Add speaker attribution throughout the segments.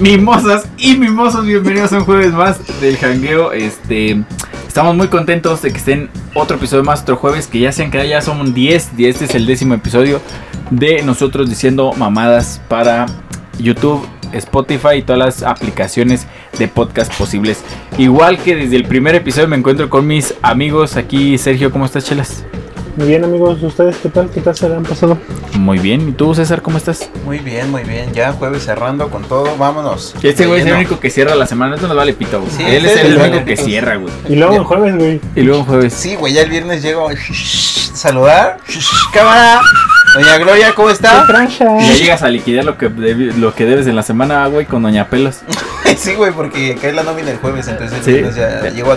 Speaker 1: mimosas y mimosos, bienvenidos a un jueves más del jangueo. Este, estamos muy contentos de que estén otro episodio más, otro jueves, que ya se han quedado, ya son 10 y este es el décimo episodio de nosotros diciendo mamadas para YouTube, Spotify y todas las aplicaciones de podcast posibles. Igual que desde el primer episodio me encuentro con mis amigos aquí. Sergio, ¿cómo estás, Chelas?
Speaker 2: Muy bien amigos, ¿ustedes qué tal? ¿Qué tal se le han pasado?
Speaker 1: Muy bien. ¿Y tú, César, cómo estás?
Speaker 3: Muy bien, muy bien. Ya jueves cerrando con todo, vámonos.
Speaker 1: Este güey es el
Speaker 3: Lleno.
Speaker 1: único que cierra la semana, esto nos vale pito, güey.
Speaker 3: Sí,
Speaker 1: Él es
Speaker 3: este
Speaker 1: el
Speaker 2: es el
Speaker 1: único que
Speaker 3: único.
Speaker 1: cierra, güey.
Speaker 2: Y luego
Speaker 3: Ya.
Speaker 2: el jueves, güey.
Speaker 1: Y luego en jueves.
Speaker 3: Sí, güey, ya el viernes llego. Saludar. Cámara. Doña Gloria, ¿cómo
Speaker 1: Ah.
Speaker 3: está?
Speaker 2: Crasha.
Speaker 1: Y ya llegas a liquidar lo que, debi- lo que debes en la semana, ah, güey, con Doña Pelos.
Speaker 3: Sí, güey, porque cae la nómina el jueves, entonces el
Speaker 1: Sí.
Speaker 3: viernes ya llego a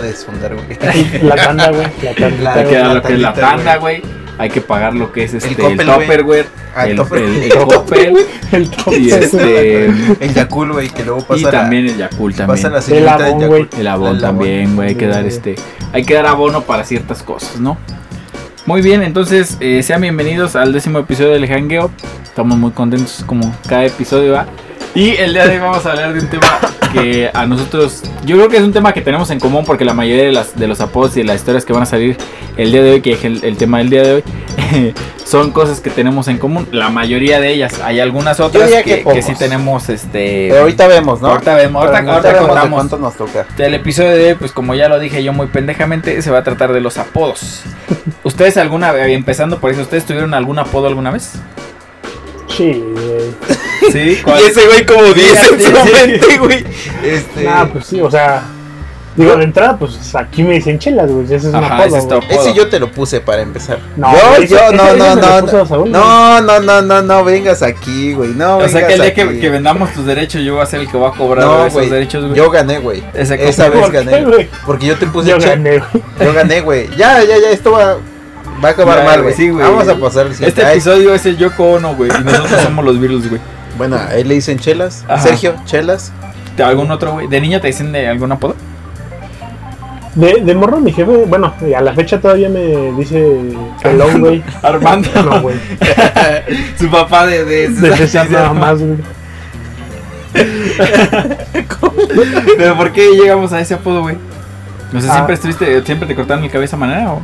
Speaker 3: desfundar, güey.
Speaker 2: La tanda, güey. La tanda.
Speaker 3: La
Speaker 1: Hay que
Speaker 2: güey.
Speaker 1: dar lo que es la
Speaker 3: tandita,
Speaker 1: tanda, güey. Hay que pagar lo que es este, el
Speaker 3: Coppel, güey.
Speaker 1: Topperware,
Speaker 3: Ah, el
Speaker 1: el,
Speaker 3: Topper.
Speaker 1: el- el
Speaker 3: El
Speaker 1: Coppel
Speaker 2: El top.
Speaker 1: y,
Speaker 2: güey.
Speaker 1: este,
Speaker 3: El Yakul, güey, que luego pasa
Speaker 1: y
Speaker 3: la-
Speaker 1: también el Yakul también. Eh,
Speaker 3: Pasa la
Speaker 2: El
Speaker 3: señorita
Speaker 2: abón,
Speaker 3: del
Speaker 2: güey.
Speaker 3: Yakul.
Speaker 1: El abono
Speaker 3: El abono.
Speaker 1: también, güey. Hay que dar este. Hay que dar abono para ciertas cosas, ¿no? Muy bien, entonces eh, sean bienvenidos al décimo episodio del Hangueo. Estamos muy contentos como cada episodio va. Y el día de hoy vamos a hablar de un tema que a nosotros, yo creo que es un tema que tenemos en común porque la mayoría de, las, de los apodos y de las historias que van a salir el día de hoy, que es el, el tema del día de hoy, son cosas que tenemos en común. La mayoría de ellas, hay algunas otras
Speaker 3: diría
Speaker 1: que,
Speaker 3: que
Speaker 1: que sí
Speaker 3: pocos.
Speaker 1: tenemos, este...
Speaker 3: Pero ahorita vemos, ¿no?
Speaker 1: Ahorita vemos, ahorita,
Speaker 3: Pero
Speaker 1: ahorita
Speaker 3: ahorita vemos de
Speaker 1: contamos.
Speaker 3: cuánto nos toca.
Speaker 1: El episodio de hoy, pues como ya lo dije yo muy pendejamente, se va a tratar de los apodos. ¿Ustedes alguna vez, empezando por eso, ¿ustedes tuvieron algún apodo alguna vez?
Speaker 2: Sí, güey.
Speaker 1: Sí,
Speaker 3: güey como
Speaker 1: dice en su mente,
Speaker 3: güey. Este...
Speaker 2: Ah, pues sí, o sea. Digo, de entrada, pues aquí me dicen chelas, güey. Ese es un
Speaker 1: Ajá,
Speaker 2: apodo.
Speaker 1: ese es
Speaker 2: güey.
Speaker 1: top.
Speaker 3: Ese yo te lo puse para empezar.
Speaker 2: No,
Speaker 3: yo,
Speaker 2: ese-
Speaker 3: yo,
Speaker 2: ese-
Speaker 3: no,
Speaker 2: ese
Speaker 3: no,
Speaker 2: se lo
Speaker 3: no.
Speaker 2: puso Saúl,
Speaker 3: No, no, no, no, no, vengas aquí, güey. No,
Speaker 1: O
Speaker 3: vengas
Speaker 1: sea que el día que,
Speaker 3: aquí.
Speaker 1: que vendamos tus derechos, yo voy a ser el que va a cobrar
Speaker 3: No,
Speaker 1: esos
Speaker 3: güey,
Speaker 1: derechos, güey.
Speaker 3: Yo gané, güey.
Speaker 1: Esa cosa.
Speaker 3: Esa vez
Speaker 2: ¿Por qué,
Speaker 3: gané.
Speaker 2: güey?
Speaker 3: Porque yo te puse
Speaker 2: Yo
Speaker 3: check.
Speaker 2: gané, güey.
Speaker 3: Yo gané, güey. Ya, ya, ya, esto va, va a acabar
Speaker 1: Ya,
Speaker 3: mal,
Speaker 1: güey,
Speaker 3: güey.
Speaker 1: sí, güey.
Speaker 3: Vamos a pasar al siguiente.
Speaker 1: Este
Speaker 3: Ay,
Speaker 1: episodio es el Yoko Ono, güey. Y nosotros somos los virus, güey.
Speaker 3: Bueno, ahí le dicen chelas.
Speaker 1: Ajá.
Speaker 3: Sergio, chelas.
Speaker 1: ¿Te- ¿Algún otro, güey? ¿De niño te dicen de algún apodo?
Speaker 2: De, de morro, mi jefe, bueno, eh, a la fecha todavía me dice pelón, güey.
Speaker 1: Armando.
Speaker 2: No, güey.
Speaker 1: Su papá de... de,
Speaker 2: De César nada más, güey.
Speaker 1: Pero ¿por qué llegamos a ese apodo, güey? No sé,
Speaker 2: Ah.
Speaker 1: siempre estuviste, siempre te cortaron el cabeza manera o...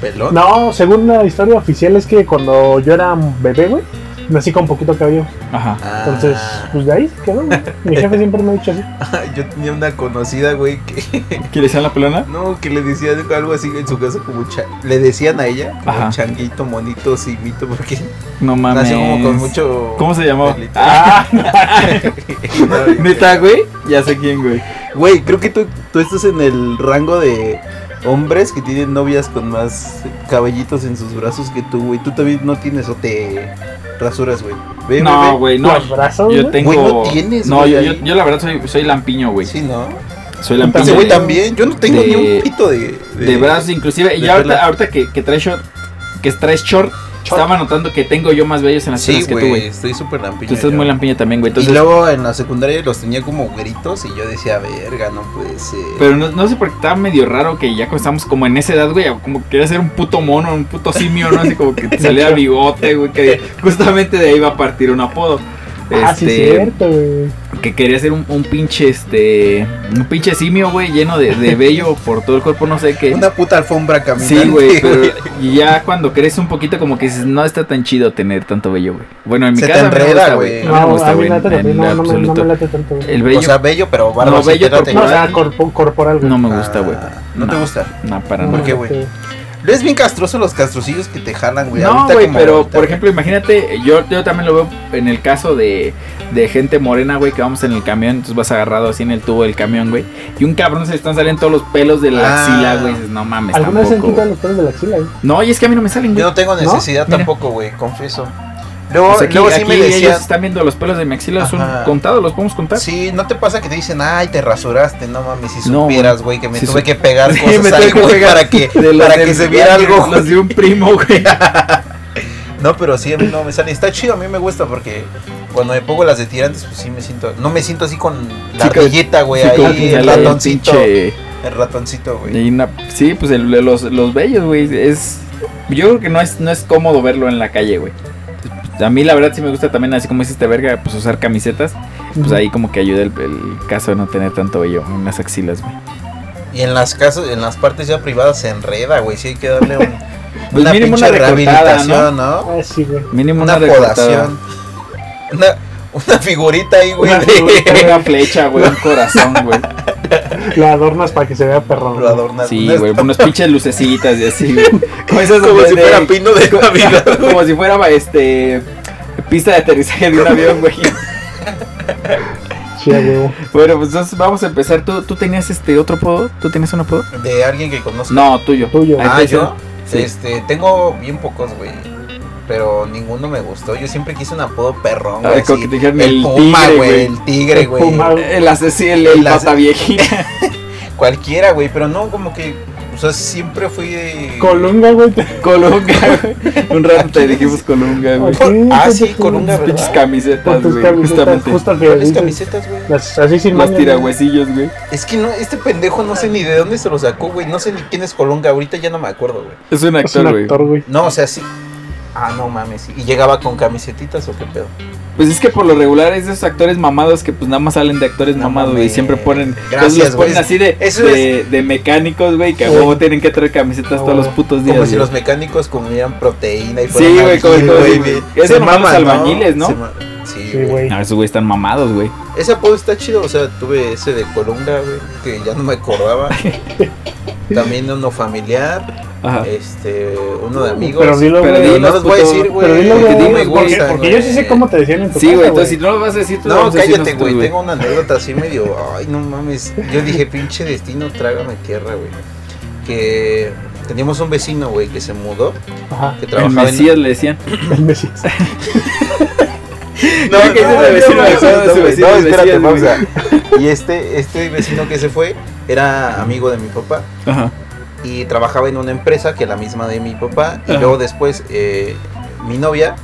Speaker 3: Pelón.
Speaker 2: No, según la historia oficial es que cuando yo era un bebé, güey, nací con poquito cabello.
Speaker 1: Ajá.
Speaker 3: Ah,
Speaker 2: Entonces, pues de ahí se quedó, güey. Mi jefe siempre me ha dicho así.
Speaker 3: yo tenía una conocida, güey, que
Speaker 1: ¿Quieres decían la pelona?
Speaker 3: no, que le decían algo así en su casa como cha- le decían a ella como
Speaker 1: Ajá.
Speaker 3: changuito, monito, simito, porque
Speaker 1: No mames.
Speaker 3: nació como con mucho
Speaker 1: ¿Cómo se llamó?
Speaker 3: pelito.
Speaker 1: Ah,
Speaker 3: No, güey.
Speaker 1: neta, güey. Ya sé quién, güey.
Speaker 3: Güey, creo que tú, tú estás en el rango de hombres que tienen novias con más cabellitos en sus brazos que tú, güey. Tú también no tienes o te rasuras, güey. Ve, ve,
Speaker 1: No,
Speaker 3: ve.
Speaker 1: güey, no.
Speaker 2: Los brazos,
Speaker 1: Yo
Speaker 2: güey.
Speaker 1: tengo.
Speaker 3: Güey, no tienes,
Speaker 1: No,
Speaker 3: güey,
Speaker 1: yo, yo,
Speaker 3: ahí.
Speaker 1: yo la verdad soy, soy lampiño, güey.
Speaker 3: Sí, ¿no?
Speaker 1: Soy
Speaker 2: Puta,
Speaker 1: lampiño.
Speaker 3: Ese güey
Speaker 1: de-
Speaker 3: también. Yo no tengo
Speaker 1: de-
Speaker 3: ni un pito de...
Speaker 1: De brazos, inclusive. Y
Speaker 3: de
Speaker 1: ahorita,
Speaker 3: pelo.
Speaker 1: ahorita que, que traes short, que traes short, estaba notando que tengo yo más bellos en las
Speaker 3: Sí,
Speaker 1: piernas que tú,
Speaker 3: güey.
Speaker 1: güey.
Speaker 3: Estoy súper lampiño.
Speaker 1: Tú estás
Speaker 3: yo.
Speaker 1: muy lampiño también, güey.
Speaker 3: Y
Speaker 1: Entonces,
Speaker 3: luego en la secundaria los tenía como gritos y yo decía, verga, no puede ser.
Speaker 1: pero no, no sé por qué estaba medio raro que ya como estamos como en esa edad, güey, como que quería ser un puto mono, un puto simio, ¿no? Así como que te salía bigote, güey, que justamente de ahí va a partir un apodo. Este,
Speaker 2: Ah, sí, cierto, güey.
Speaker 1: que quería ser un, un pinche este un pinche simio güey lleno de, de vello por todo el cuerpo no sé qué
Speaker 3: Una puta alfombra caminando.
Speaker 1: sí güey pero ya cuando crees un poquito como que dices no está tan chido tener tanto vello güey bueno en mi
Speaker 3: Se te
Speaker 1: casa me
Speaker 3: enreda,
Speaker 1: gusta
Speaker 3: güey.
Speaker 1: güey
Speaker 2: No,
Speaker 3: No,
Speaker 1: no me gusta
Speaker 2: a mí
Speaker 1: güey
Speaker 2: la neta
Speaker 1: en- en
Speaker 2: también no, no me, no me
Speaker 1: absoluto
Speaker 2: late tanto, güey.
Speaker 1: el
Speaker 3: O
Speaker 1: vello
Speaker 3: sea, bello, pero barba.
Speaker 1: No, bello
Speaker 3: etcétera, te-
Speaker 2: No, o sea,
Speaker 1: ¿verdad?
Speaker 2: corpo- corporal, güey.
Speaker 1: no me gusta güey
Speaker 3: Ah, ¿No te
Speaker 1: No.
Speaker 3: gusta?
Speaker 1: no para
Speaker 2: No,
Speaker 1: nada
Speaker 3: ¿Por qué, güey? Es bien castroso los castrocillos que te jalan, güey.
Speaker 1: No,
Speaker 3: Ahorita
Speaker 1: güey,
Speaker 3: como
Speaker 1: pero
Speaker 3: ahorita,
Speaker 1: por
Speaker 3: güey.
Speaker 1: ejemplo, imagínate, yo, yo también lo veo en el caso de, de gente morena, güey, que vamos en el camión, entonces vas agarrado así en el tubo del camión, güey, y un cabrón se le están saliendo todos los pelos de la
Speaker 3: Ah.
Speaker 1: axila, güey, y dices, no mames,
Speaker 2: ¿Alguna vez se han
Speaker 1: tampoco,
Speaker 2: quitado
Speaker 1: güey".
Speaker 2: los pelos de la axila, güey?
Speaker 1: No, y es que a mí no me salen, güey.
Speaker 3: Yo no tengo necesidad
Speaker 1: Mira.
Speaker 3: tampoco, güey, confieso. Luego,
Speaker 1: Pues aquí,
Speaker 3: luego sí
Speaker 1: aquí
Speaker 3: me
Speaker 1: ellos
Speaker 3: decían.
Speaker 1: están viendo los pelos de mi axila, son
Speaker 3: Ajá.
Speaker 1: contados, los podemos contar.
Speaker 3: Sí, ¿no te pasa que te dicen, ay, te rasuraste? No mames, si
Speaker 1: No,
Speaker 3: supieras, güey, que me
Speaker 1: Sí,
Speaker 3: tuve
Speaker 1: sí.
Speaker 3: que pegar
Speaker 1: Sí, me
Speaker 3: cosas
Speaker 1: tuve
Speaker 3: ahí,
Speaker 1: que
Speaker 3: güey,
Speaker 1: pegar
Speaker 3: para que,
Speaker 1: De los
Speaker 3: para
Speaker 1: de-
Speaker 3: que se viera algo.
Speaker 1: Los de un primo, güey.
Speaker 3: No, pero sí, a mí no me sale. Está chido, a mí me gusta porque cuando me pongo las de tirantes, pues sí me siento. No me siento así con la
Speaker 1: Sí, que-
Speaker 3: ardillita, güey,
Speaker 1: Sí, como que
Speaker 3: ahí, el
Speaker 1: sale
Speaker 3: ratoncito.
Speaker 1: pinche-
Speaker 3: El ratoncito, güey.
Speaker 1: y una- sí, pues el- los, los bellos, güey, es... Yo creo que no es, no es cómodo verlo en la calle, güey. A mí la verdad sí me gusta también, así como hiciste verga, pues usar camisetas. pues ahí como que ayuda el, el caso de no tener tanto vello en las axilas, güey.
Speaker 3: Y en las casas, en las partes ya privadas se enreda, güey. Sí hay que darle un-
Speaker 1: Pues
Speaker 3: una
Speaker 1: mínimo
Speaker 3: pinche
Speaker 1: una recortada,
Speaker 3: rehabilitación, ¿no?
Speaker 2: Ah, sí, güey.
Speaker 1: Mínimo
Speaker 3: Una
Speaker 1: una, recortada.
Speaker 3: podación. Una, una figurita ahí, güey.
Speaker 1: Una,
Speaker 3: de-
Speaker 1: una flecha, güey, un corazón, güey.
Speaker 2: La adornas para que se vea perrón.
Speaker 3: Lo adornas.
Speaker 1: Sí,
Speaker 3: Una-
Speaker 1: güey, unas pinches lucecitas y así, güey. Como, esas
Speaker 3: Como
Speaker 1: de-
Speaker 3: si
Speaker 1: de-
Speaker 3: fuera pino de Navidad.
Speaker 1: Como si fuera, este, pista de aterrizaje de un avión, güey.
Speaker 2: Sí, a huevo.
Speaker 1: Bueno, pues entonces vamos a empezar. ¿Tú, tú tenías este otro apodo? ¿Tú tenías un apodo?
Speaker 3: De alguien que conozco.
Speaker 1: No, tuyo.
Speaker 2: Tuyo.
Speaker 1: Ahí
Speaker 3: Ah,
Speaker 1: empieza.
Speaker 3: yo.
Speaker 1: Sí.
Speaker 3: Este, tengo bien pocos, güey. Pero ninguno me gustó. Yo siempre quise un apodo perrón,
Speaker 1: Ah,
Speaker 3: güey.
Speaker 1: como
Speaker 3: así.
Speaker 1: que te dijeron el
Speaker 3: el puma,
Speaker 1: tigre, güey.
Speaker 3: güey. El tigre, güey.
Speaker 2: Puma.
Speaker 1: El asesino, el, el
Speaker 3: El ase-
Speaker 1: mataviejita.
Speaker 3: Cualquiera, güey. Pero no, como que. O sea, siempre fui de.
Speaker 2: Colunga, güey.
Speaker 1: Colunga, güey. Un rato te dijimos Colunga, güey.
Speaker 2: Aquí,
Speaker 3: Ah,
Speaker 2: con
Speaker 3: sí,
Speaker 2: tus-
Speaker 3: con un
Speaker 1: Unas
Speaker 3: ¿verdad?
Speaker 1: pinches camisetas,
Speaker 2: Con tus
Speaker 1: güey.
Speaker 2: camisetas,
Speaker 1: Justamente.
Speaker 2: justo al que
Speaker 3: ¿Cuáles
Speaker 2: dices.
Speaker 3: camisetas, güey?
Speaker 2: Las así sin
Speaker 1: Los
Speaker 2: maña,
Speaker 1: tirahuesillos, güey.
Speaker 3: Es que no, este pendejo no sé ni de dónde se lo sacó, güey. No sé ni quién es Colunga. Ahorita ya no me acuerdo, güey.
Speaker 1: Es un
Speaker 2: Es un
Speaker 1: actor, güey.
Speaker 2: actor, güey.
Speaker 3: No, o sea, sí. Ah, no mames. sí. ¿Y llegaba con camisetitas o qué pedo?
Speaker 1: Pues es que por lo regular es de esos actores mamados que pues nada más salen de actores
Speaker 3: No
Speaker 1: mamados güey, y
Speaker 3: mames.
Speaker 1: siempre ponen. entonces
Speaker 3: Gracias,
Speaker 1: los ponen
Speaker 3: güey.
Speaker 1: así de,
Speaker 3: Eso
Speaker 1: de, de mecánicos, güey, que a
Speaker 2: Sí.
Speaker 1: huevo tienen que traer camisetas todos los putos días.
Speaker 3: Como si
Speaker 1: güey.
Speaker 3: los mecánicos comieran proteína y
Speaker 1: Sí, güey, como-
Speaker 3: albañiles,
Speaker 1: como-
Speaker 3: güey.
Speaker 1: eso
Speaker 3: Se
Speaker 1: nomás los
Speaker 3: maman,
Speaker 1: albañiles, ¿no?
Speaker 3: Se ma- Sí,
Speaker 2: Sí,
Speaker 3: güey.
Speaker 2: güey.
Speaker 1: No, esos güey están mamados, güey.
Speaker 3: Ese apodo está chido, o sea, tuve ese de Colunga, güey, que ya no me acordaba. También uno familiar,
Speaker 1: Ajá.
Speaker 3: este, uno de amigos.
Speaker 2: Pero dilo,
Speaker 1: Pero
Speaker 2: güey.
Speaker 3: Pero
Speaker 1: dilo,
Speaker 3: no los voy a
Speaker 1: puto.
Speaker 3: decir, güey.
Speaker 2: Pero dilo,
Speaker 1: porque
Speaker 2: güey.
Speaker 1: dime,
Speaker 3: me
Speaker 1: güey,
Speaker 2: porque-
Speaker 3: gustan,
Speaker 2: Porque yo sí sé cómo te decían en tu
Speaker 1: Sí,
Speaker 2: casa,
Speaker 1: güey, entonces si no lo vas a decir, tú lo
Speaker 3: No,
Speaker 1: vas a decir
Speaker 3: cállate,
Speaker 1: nosotros,
Speaker 3: güey. Tengo una anécdota así medio. Ay, no mames. Yo dije, pinche destino, trágame tierra, güey. Que teníamos un vecino, güey, que se mudó,
Speaker 2: Ajá.
Speaker 3: que
Speaker 1: El
Speaker 3: trabajaba en.
Speaker 1: Mesías le decían.
Speaker 2: El Messi.
Speaker 1: No, que ese es el vecino,
Speaker 3: no,
Speaker 1: el vecino,
Speaker 3: no,
Speaker 1: su
Speaker 3: güey,
Speaker 1: vecino,
Speaker 3: no,
Speaker 1: el
Speaker 3: espérate,
Speaker 1: vecino,
Speaker 3: pausa. Y este, este vecino que se fue era amigo de mi papá.
Speaker 1: Ajá.
Speaker 3: y trabajaba en una empresa que la misma de mi papá y
Speaker 1: Ajá.
Speaker 3: luego después eh, mi novia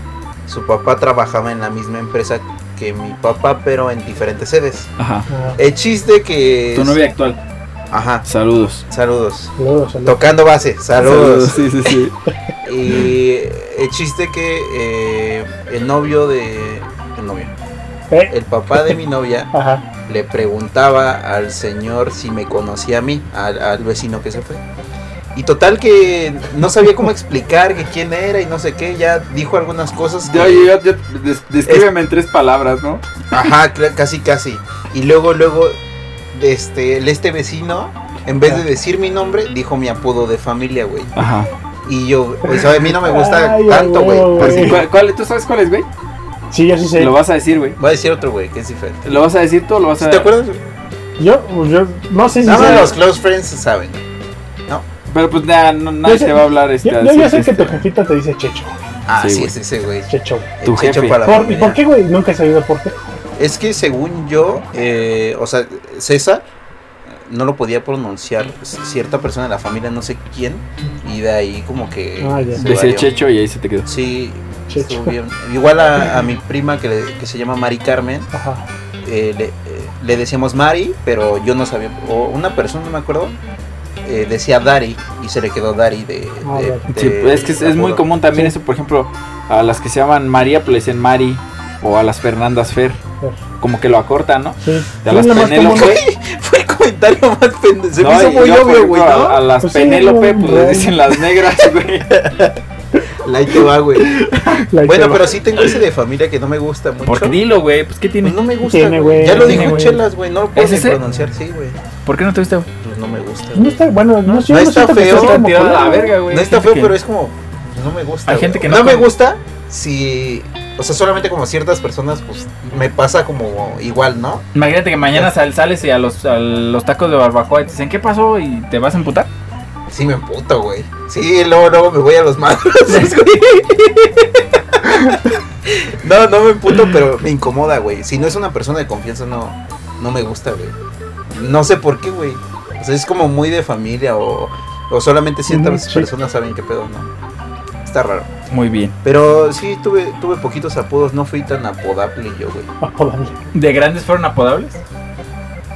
Speaker 3: su papá trabajaba en la misma empresa que mi papá pero en diferentes sedes
Speaker 1: Ajá.
Speaker 2: Ah,
Speaker 3: el chiste que
Speaker 1: Tu novia actual.
Speaker 3: ajá
Speaker 1: Saludos.
Speaker 3: saludos
Speaker 2: Saludos, saludos.
Speaker 3: tocando base saludos,
Speaker 1: Sí, sí, sí.
Speaker 3: y el chiste que eh, el novio de el novio
Speaker 2: Eh,
Speaker 3: el papá de mi novia
Speaker 2: Ajá.
Speaker 3: le preguntaba al señor si me conocía a mí, al, al vecino que se fue. Y total que no sabía cómo explicar que quién era y no sé qué, ya dijo algunas cosas. que- descríbeme
Speaker 1: en tres palabras, ¿no?
Speaker 3: Ajá, cla- casi casi. Y luego, luego, este, el- este vecino, en vez de decir mi nombre, dijo mi apodo de familia, güey.
Speaker 1: Ajá.
Speaker 3: Y yo, pues a mí no me gusta
Speaker 2: Ay,
Speaker 3: tanto,
Speaker 2: a
Speaker 3: güey.
Speaker 2: huevo,
Speaker 3: Pues,
Speaker 2: güey.
Speaker 1: ¿Cuál, cuál- ¿Tú sabes cuál es, güey?
Speaker 2: Sí, yo sí sé.
Speaker 1: Lo vas a decir, güey.
Speaker 3: Voy a decir otro, güey, que es diferente.
Speaker 1: ¿Lo vas a decir tú o lo vas a
Speaker 3: ¿Te acuerdas?
Speaker 2: Yo, pues, yo no sé si
Speaker 3: Nada
Speaker 2: sea-
Speaker 3: más los close friends saben.
Speaker 1: Pero pues nada, no, nadie
Speaker 2: Yo sé-
Speaker 1: te va a hablar. Este,
Speaker 2: Yo, yo ya
Speaker 1: así,
Speaker 2: sé que tu
Speaker 1: este.
Speaker 2: jefita te dice Checho.
Speaker 3: Ah,
Speaker 1: Sí,
Speaker 3: sí,
Speaker 1: güey.
Speaker 3: es ese, güey.
Speaker 2: Checho.
Speaker 3: El
Speaker 1: Tu
Speaker 3: checho
Speaker 1: jefe.
Speaker 3: para
Speaker 2: ¿Por, ¿Y
Speaker 3: familia.
Speaker 2: por qué, güey? Nunca he sabido por qué.
Speaker 3: Es que según yo, eh, o sea, César eh, no lo podía pronunciar c- cierta persona de la familia, no sé quién, y de ahí como que...
Speaker 2: Ah, ya.
Speaker 3: se
Speaker 1: Decía
Speaker 3: varió.
Speaker 1: Checho y ahí se te quedó.
Speaker 3: Sí,
Speaker 2: Checho.
Speaker 3: estuvo bien. Igual a, a mi prima que, le- que se llama Mari Carmen,
Speaker 2: Ajá.
Speaker 3: eh, le, eh, le decíamos Mari, pero yo no sabía, o una persona, no me acuerdo, eh, decía Dari, y se le quedó Dari de...
Speaker 2: Ah,
Speaker 3: de-
Speaker 2: ya.
Speaker 1: Sí,
Speaker 3: de-
Speaker 1: es que es, es muy
Speaker 3: apodo.
Speaker 1: común también eso, por ejemplo, a las que se llaman María, pues le dicen Mari, o a las Fernandas Fer,
Speaker 2: Fer.
Speaker 1: como que lo acortan, ¿no?
Speaker 2: Sí.
Speaker 1: De
Speaker 2: Sí,
Speaker 1: las
Speaker 2: es la más
Speaker 1: Penélope.
Speaker 2: común, güey.
Speaker 3: Fue el comentario más pendejo, se
Speaker 1: No,
Speaker 3: me hizo
Speaker 1: y
Speaker 3: muy
Speaker 1: yo, por
Speaker 3: obvio,
Speaker 1: ejemplo,
Speaker 3: güey, ¿no?
Speaker 1: a, a las
Speaker 2: Pues sí,
Speaker 1: Penélope,
Speaker 2: no,
Speaker 1: pues
Speaker 2: no.
Speaker 1: le dicen las negras, güey.
Speaker 3: Ahí te va, güey.
Speaker 2: La
Speaker 3: Bueno,
Speaker 2: que
Speaker 3: pero sí tengo ese de familia que no me gusta mucho.
Speaker 1: Porque dilo, güey, pues ¿qué
Speaker 3: Pues
Speaker 1: tiene?
Speaker 3: no me gusta.
Speaker 2: Tiene,
Speaker 3: güey.
Speaker 2: güey,
Speaker 3: Ya lo
Speaker 2: tiene,
Speaker 3: dijo
Speaker 2: güey.
Speaker 3: Chelas, güey. No lo puedo
Speaker 1: ¿Es
Speaker 3: ni
Speaker 1: ese?
Speaker 3: pronunciar, sí, güey.
Speaker 1: ¿Por qué no te gusta? güey?
Speaker 3: Pues no me gusta.
Speaker 2: No
Speaker 3: güey.
Speaker 2: está, bueno, no, sé,
Speaker 3: No
Speaker 2: yo no
Speaker 3: está
Speaker 2: siento que
Speaker 3: feo,
Speaker 2: sea como
Speaker 1: tirado a la
Speaker 2: color.
Speaker 1: verga, güey.
Speaker 3: No está
Speaker 1: Gente
Speaker 3: feo,
Speaker 1: que-
Speaker 3: pero es como. pues, No me gusta.
Speaker 1: Hay
Speaker 3: güey.
Speaker 1: gente que no
Speaker 3: me
Speaker 1: come.
Speaker 3: gusta si. O sea, solamente como ciertas personas, pues me pasa como igual, ¿no?
Speaker 1: Imagínate que mañana sal- sales y a los, a los tacos de barbacoa y te dicen, ¿qué pasó? Y te vas a emputar.
Speaker 3: Sí, me emputo, güey. Sí, luego, luego me voy a los madrazos, güey. No, no me emputo, pero me incomoda, güey. Si no es una persona de confianza, no, no me gusta, güey. No sé por qué, güey. O sea, es como muy de familia o, o solamente ciertas
Speaker 2: Ujú, sí.
Speaker 3: personas saben qué pedo, ¿no? Está raro.
Speaker 1: Muy bien.
Speaker 3: Pero sí, tuve, tuve poquitos apodos. No fui tan apodable yo, güey.
Speaker 2: Ah, joder.
Speaker 1: ¿De grandes fueron apodables?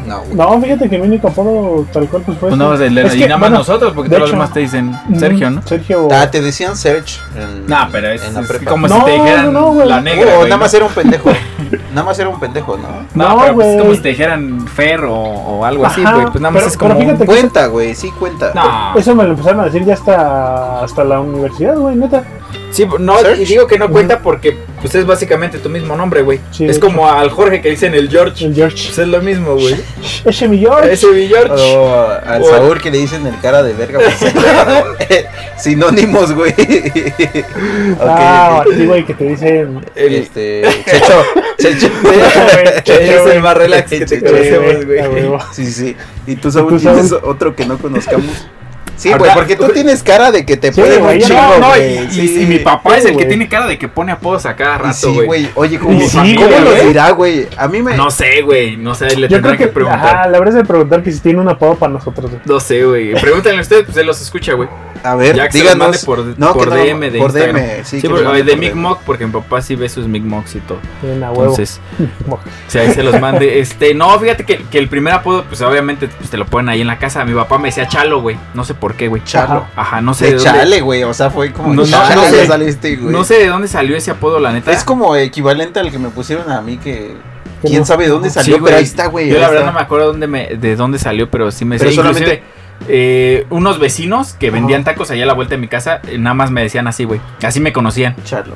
Speaker 3: No, güey.
Speaker 2: No, fíjate que mi único apodo tal cual pues fue.
Speaker 1: Pues nada más
Speaker 2: ese.
Speaker 1: el de la-
Speaker 2: Es
Speaker 1: y
Speaker 2: que,
Speaker 1: nada más
Speaker 2: bueno,
Speaker 1: nosotros, porque
Speaker 2: de
Speaker 1: todos los
Speaker 2: hecho,
Speaker 1: demás te dicen Sergio, ¿no?
Speaker 2: mm, Sergio.
Speaker 3: Ah, te decían Serge. en-
Speaker 1: Nah, pero es,
Speaker 3: en la
Speaker 1: es
Speaker 3: prepa.
Speaker 1: como si
Speaker 2: No,
Speaker 1: te dijeran
Speaker 2: no, no, güey.
Speaker 1: la negra.
Speaker 3: o
Speaker 1: güey,
Speaker 3: nada
Speaker 1: ¿no?
Speaker 3: más era un pendejo. nada más era un pendejo, ¿no?
Speaker 1: No,
Speaker 2: No,
Speaker 1: pero pues es como
Speaker 2: güey.
Speaker 1: si te dijeran Fer o, o algo así,
Speaker 2: Ajá,
Speaker 1: güey. Pues nada más
Speaker 2: pero-
Speaker 1: es como.
Speaker 2: pero fíjate
Speaker 1: un-
Speaker 3: Cuenta, güey, sí cuenta.
Speaker 1: No,
Speaker 2: Eso me lo empezaron a decir ya hasta, hasta la universidad, güey, neta.
Speaker 1: sí, no,
Speaker 3: Search.
Speaker 1: y digo que no cuenta porque pues es básicamente tu mismo nombre, güey.
Speaker 2: Sí, de
Speaker 1: es
Speaker 2: hecho.
Speaker 1: como al Jorge que dicen el George.
Speaker 2: El George.
Speaker 1: Pues es lo mismo, güey.
Speaker 2: Ese mi George.
Speaker 1: Ese mi George.
Speaker 3: O al
Speaker 1: O-
Speaker 3: Saúl que le dicen el cara de verga. pues, el cara de- Sinónimos, güey. Ok,
Speaker 2: ah,
Speaker 3: ok.
Speaker 2: sí, güey, que te dicen.
Speaker 1: El-
Speaker 3: Este. Checho. Checho.
Speaker 1: es el más relax
Speaker 3: Sí,
Speaker 1: que te
Speaker 3: sí,
Speaker 1: conocemos,
Speaker 2: güey, a
Speaker 1: güey.
Speaker 2: huevo.
Speaker 3: Sí, sí. Y tú, Saúl,
Speaker 2: ¿Tú, Saúl?
Speaker 3: tienes otro que no conozcamos. Sí,
Speaker 1: Ahorita-
Speaker 3: güey, porque tú tienes cara de que te
Speaker 2: Sí,
Speaker 3: puede
Speaker 2: güey,
Speaker 3: un
Speaker 2: yo
Speaker 3: chingo,
Speaker 1: No, no, y,
Speaker 3: güey.
Speaker 1: y-
Speaker 3: Sí.
Speaker 1: y mi papá es el que
Speaker 2: güey.
Speaker 1: tiene cara de que pone apodos a cada
Speaker 3: Y
Speaker 1: rato,
Speaker 3: Sí,
Speaker 1: güey.
Speaker 3: güey. Oye, ¿cómo,
Speaker 2: Y sí,
Speaker 3: ¿cómo
Speaker 2: güey.
Speaker 3: los dirá, güey? A mí me.
Speaker 1: No sé, güey. No sé, ahí le
Speaker 2: Yo creo
Speaker 1: tendrán que,
Speaker 2: que.
Speaker 1: preguntar.
Speaker 2: ajá, le habrás de preguntar que si tiene un apodo para nosotros, güey.
Speaker 1: No sé, güey. Pregúntenle a ustedes, pues él los escucha, güey.
Speaker 3: A ver,
Speaker 1: Ya que se los mande
Speaker 3: díganos.
Speaker 1: por,
Speaker 3: no,
Speaker 1: por
Speaker 3: que no,
Speaker 1: DM de
Speaker 3: por
Speaker 1: Instagram.
Speaker 3: DM, sí,
Speaker 1: Sí,
Speaker 3: que
Speaker 1: por-
Speaker 3: nos mande
Speaker 1: de
Speaker 3: por
Speaker 1: Mic
Speaker 3: DM.
Speaker 1: Mock, porque mi papá sí ve sus Mic Mocks y todo.
Speaker 2: Tiene a huevo.
Speaker 1: Entonces, si ahí se los mande. Este, no, fíjate que, que el primer apodo, pues obviamente pues, te lo ponen ahí en la casa. Mi papá me decía Chalo, güey. No sé por qué, güey.
Speaker 3: Chalo.
Speaker 1: Ajá, no sé
Speaker 3: De
Speaker 1: de dónde.
Speaker 3: chale, güey. O sea, fue como.
Speaker 1: No, no,
Speaker 3: chale,
Speaker 1: no
Speaker 3: ya
Speaker 1: sé.
Speaker 3: saliste, güey.
Speaker 1: No sé ah. de dónde salió ese apodo, la neta.
Speaker 3: Es como equivalente al que me pusieron a mí que.
Speaker 2: Que
Speaker 3: Quién
Speaker 2: no.
Speaker 3: sabe de dónde
Speaker 1: Sí,
Speaker 3: salió,
Speaker 1: güey.
Speaker 3: pero ahí está, güey.
Speaker 1: Yo la
Speaker 3: ahí
Speaker 1: verdad
Speaker 3: está.
Speaker 1: no me acuerdo dónde me- de dónde salió, pero sí me
Speaker 3: Pero
Speaker 1: decía.
Speaker 3: solamente-
Speaker 1: Inclusive, eh, unos vecinos que vendían tacos allá a la vuelta de mi casa, eh, nada más me decían así, güey. Así me conocían.
Speaker 3: Chalo.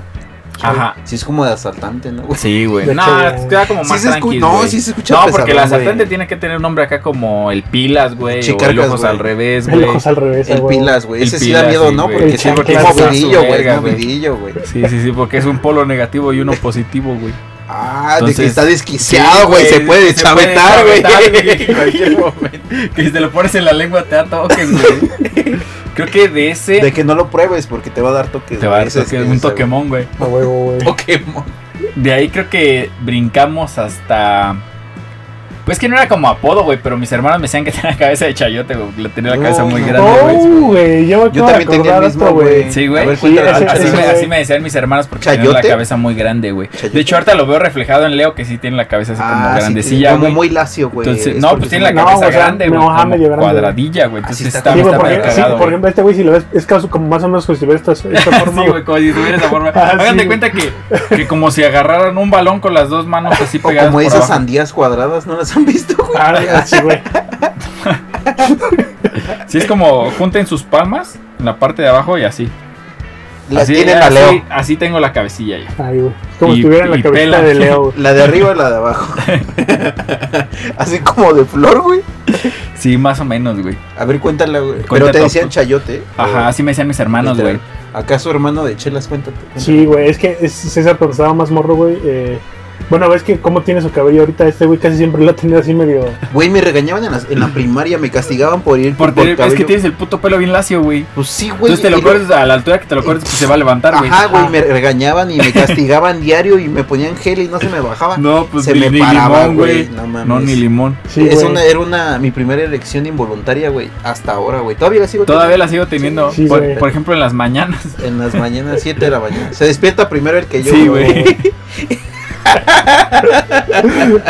Speaker 1: Ajá.
Speaker 3: Si es como de asaltante, ¿no? güey?
Speaker 1: Sí, güey.
Speaker 2: De
Speaker 1: No,
Speaker 2: hecho,
Speaker 1: queda como
Speaker 3: sí
Speaker 1: más
Speaker 3: se escu-
Speaker 1: tranquilo.
Speaker 3: no, sí se escucha
Speaker 1: No, porque el
Speaker 3: pesadón, güey.
Speaker 1: asaltante tiene que tener un nombre acá como el pilas, güey. O el
Speaker 3: Chicarcas,
Speaker 1: ojos
Speaker 3: güey.
Speaker 1: al revés,
Speaker 2: El
Speaker 1: güey.
Speaker 2: ojos al revés, a
Speaker 3: El
Speaker 2: huevo.
Speaker 3: pilas, güey.
Speaker 1: El
Speaker 3: Ese sí da
Speaker 1: pilas,
Speaker 3: miedo,
Speaker 1: sí,
Speaker 3: ¿no?
Speaker 1: güey.
Speaker 3: Porque
Speaker 2: El
Speaker 3: sí, porque es
Speaker 2: chanclas, güey.
Speaker 3: movidillo, güey.
Speaker 1: Verga,
Speaker 3: Es
Speaker 1: güey.
Speaker 3: movidillo, güey.
Speaker 1: Sí, sí, sí, porque es un polo negativo y uno positivo, güey.
Speaker 3: Ah, de
Speaker 1: Entonces-
Speaker 3: que está desquiciado, güey. se puede chavetar, güey.
Speaker 1: En cualquier momento. Que si te lo pones en la lengua te da toques, güey. Creo que de ese.
Speaker 3: De que no lo pruebes porque te va a dar toques.
Speaker 1: Te va a
Speaker 3: güey.
Speaker 1: dar
Speaker 3: Ese es
Speaker 1: toque-
Speaker 3: que
Speaker 1: un
Speaker 3: se-
Speaker 1: toquemón, güey.
Speaker 2: A huevo, güey.
Speaker 3: Pokémon.
Speaker 1: De ahí creo que brincamos hasta. Pues que no era como apodo, güey, pero mis hermanos me decían que tenía cabeza de chayote, güey. Le tenía la
Speaker 3: No,
Speaker 1: cabeza muy
Speaker 3: no.
Speaker 1: grande, güey.
Speaker 2: Oh, güey, yo me
Speaker 3: Yo
Speaker 2: acabo de
Speaker 3: también tenía
Speaker 2: acordar
Speaker 3: el
Speaker 2: de
Speaker 3: mismo,
Speaker 2: esto,
Speaker 3: güey.
Speaker 2: güey.
Speaker 1: Sí, güey.
Speaker 3: A ver,
Speaker 2: Sí,
Speaker 3: cuéntala.
Speaker 2: ese-
Speaker 1: Así
Speaker 2: ese-
Speaker 1: me,
Speaker 2: güey.
Speaker 1: así me decían mis hermanos porque tenían la
Speaker 3: ¿Chayote?
Speaker 1: cabeza muy grande, güey.
Speaker 3: ¿Chayote?
Speaker 1: De hecho, ahorita lo veo reflejado en Leo que sí tiene la cabeza así como
Speaker 3: Ah, sí,
Speaker 1: grandecilla,
Speaker 3: como
Speaker 1: güey.
Speaker 3: muy lacio, güey.
Speaker 1: Entonces,
Speaker 3: Es
Speaker 1: no,
Speaker 3: porque
Speaker 1: pues
Speaker 3: sí
Speaker 1: tiene la
Speaker 3: me-
Speaker 2: no,
Speaker 1: cabeza
Speaker 2: o sea,
Speaker 1: grande, güey.
Speaker 2: no, ajá,
Speaker 1: como
Speaker 2: medio grande, güey.
Speaker 1: cuadradilla, güey.
Speaker 3: Así
Speaker 1: Entonces
Speaker 3: está
Speaker 1: está,
Speaker 2: Sí, güey,
Speaker 1: está
Speaker 2: porque-
Speaker 1: medio
Speaker 2: sí,
Speaker 1: cagado,
Speaker 2: por
Speaker 1: güey.
Speaker 2: ejemplo, este güey, si lo ves, es caso como más o menos como si hubiera esta, esta forma.
Speaker 1: Sí,
Speaker 2: güey.
Speaker 1: güey, como si tuviera esa forma.
Speaker 2: Ah,
Speaker 1: Hagan de
Speaker 2: sí,
Speaker 1: cuenta que, que como si agarraran un balón con las dos manos así
Speaker 3: O
Speaker 1: pegadas.
Speaker 3: como
Speaker 1: por
Speaker 3: esas
Speaker 1: abajo.
Speaker 3: sandías cuadradas, ¿no las han visto, güey?
Speaker 2: Ah, sí, güey.
Speaker 1: Sí, es como junten sus palmas en la parte de abajo y así.
Speaker 3: Las
Speaker 1: así, eh,
Speaker 3: tienen a
Speaker 1: así,
Speaker 3: Leo.
Speaker 1: así tengo la cabecilla ya.
Speaker 2: Ay, güey. Como
Speaker 1: Y-
Speaker 2: si tuviera en
Speaker 1: y
Speaker 2: la cabeza
Speaker 1: pela.
Speaker 2: de Leo, güey.
Speaker 3: La de arriba y la de abajo. Así como de flor, güey.
Speaker 1: Sí, más o menos, güey.
Speaker 3: A ver, cuéntala, güey. Pero
Speaker 1: Cuéntala
Speaker 3: te
Speaker 1: tú.
Speaker 3: decían chayote. eh,
Speaker 1: Ajá, así me decían mis hermanos, güey.
Speaker 3: Oh. Literal. Acá su hermano de chelas, cuéntate.
Speaker 2: Sí, güey, es que es- César cuando estaba más morro, güey. eh, bueno, ves que cómo tiene su cabello ahorita. Este güey casi siempre lo ha tenido así medio.
Speaker 3: Güey, me regañaban en la, en la primaria, me castigaban por ir
Speaker 1: Por
Speaker 3: por
Speaker 1: tener- es que
Speaker 3: cabello.
Speaker 1: tienes el puto pelo bien lacio, güey.
Speaker 3: Pues sí, güey.
Speaker 1: Entonces te
Speaker 3: y
Speaker 1: lo
Speaker 3: luego-
Speaker 1: cortes a la altura que te lo cortes, pues se va a levantar, güey. Ah.
Speaker 3: Ajá, güey, me regañaban y me castigaban diario y me ponían gel y no se me bajaba.
Speaker 1: No, pues
Speaker 3: se
Speaker 1: ni,
Speaker 3: me
Speaker 1: ni
Speaker 3: paraba,
Speaker 1: limón,
Speaker 3: güey.
Speaker 1: güey.
Speaker 3: No
Speaker 1: No,
Speaker 3: mames.
Speaker 1: ni limón.
Speaker 2: Sí,
Speaker 3: es
Speaker 2: güey.
Speaker 3: una, era una, mi primera elección involuntaria, güey. Hasta ahora, güey. Todavía la sigo
Speaker 1: Todavía la sigo teniendo.
Speaker 2: Sí,
Speaker 1: por,
Speaker 2: güey.
Speaker 1: por ejemplo, en las mañanas.
Speaker 3: teniendo. En las mañanas, 7 de la mañana. Se despierta primero el que yo.
Speaker 1: Sí,
Speaker 3: güey.
Speaker 1: güey.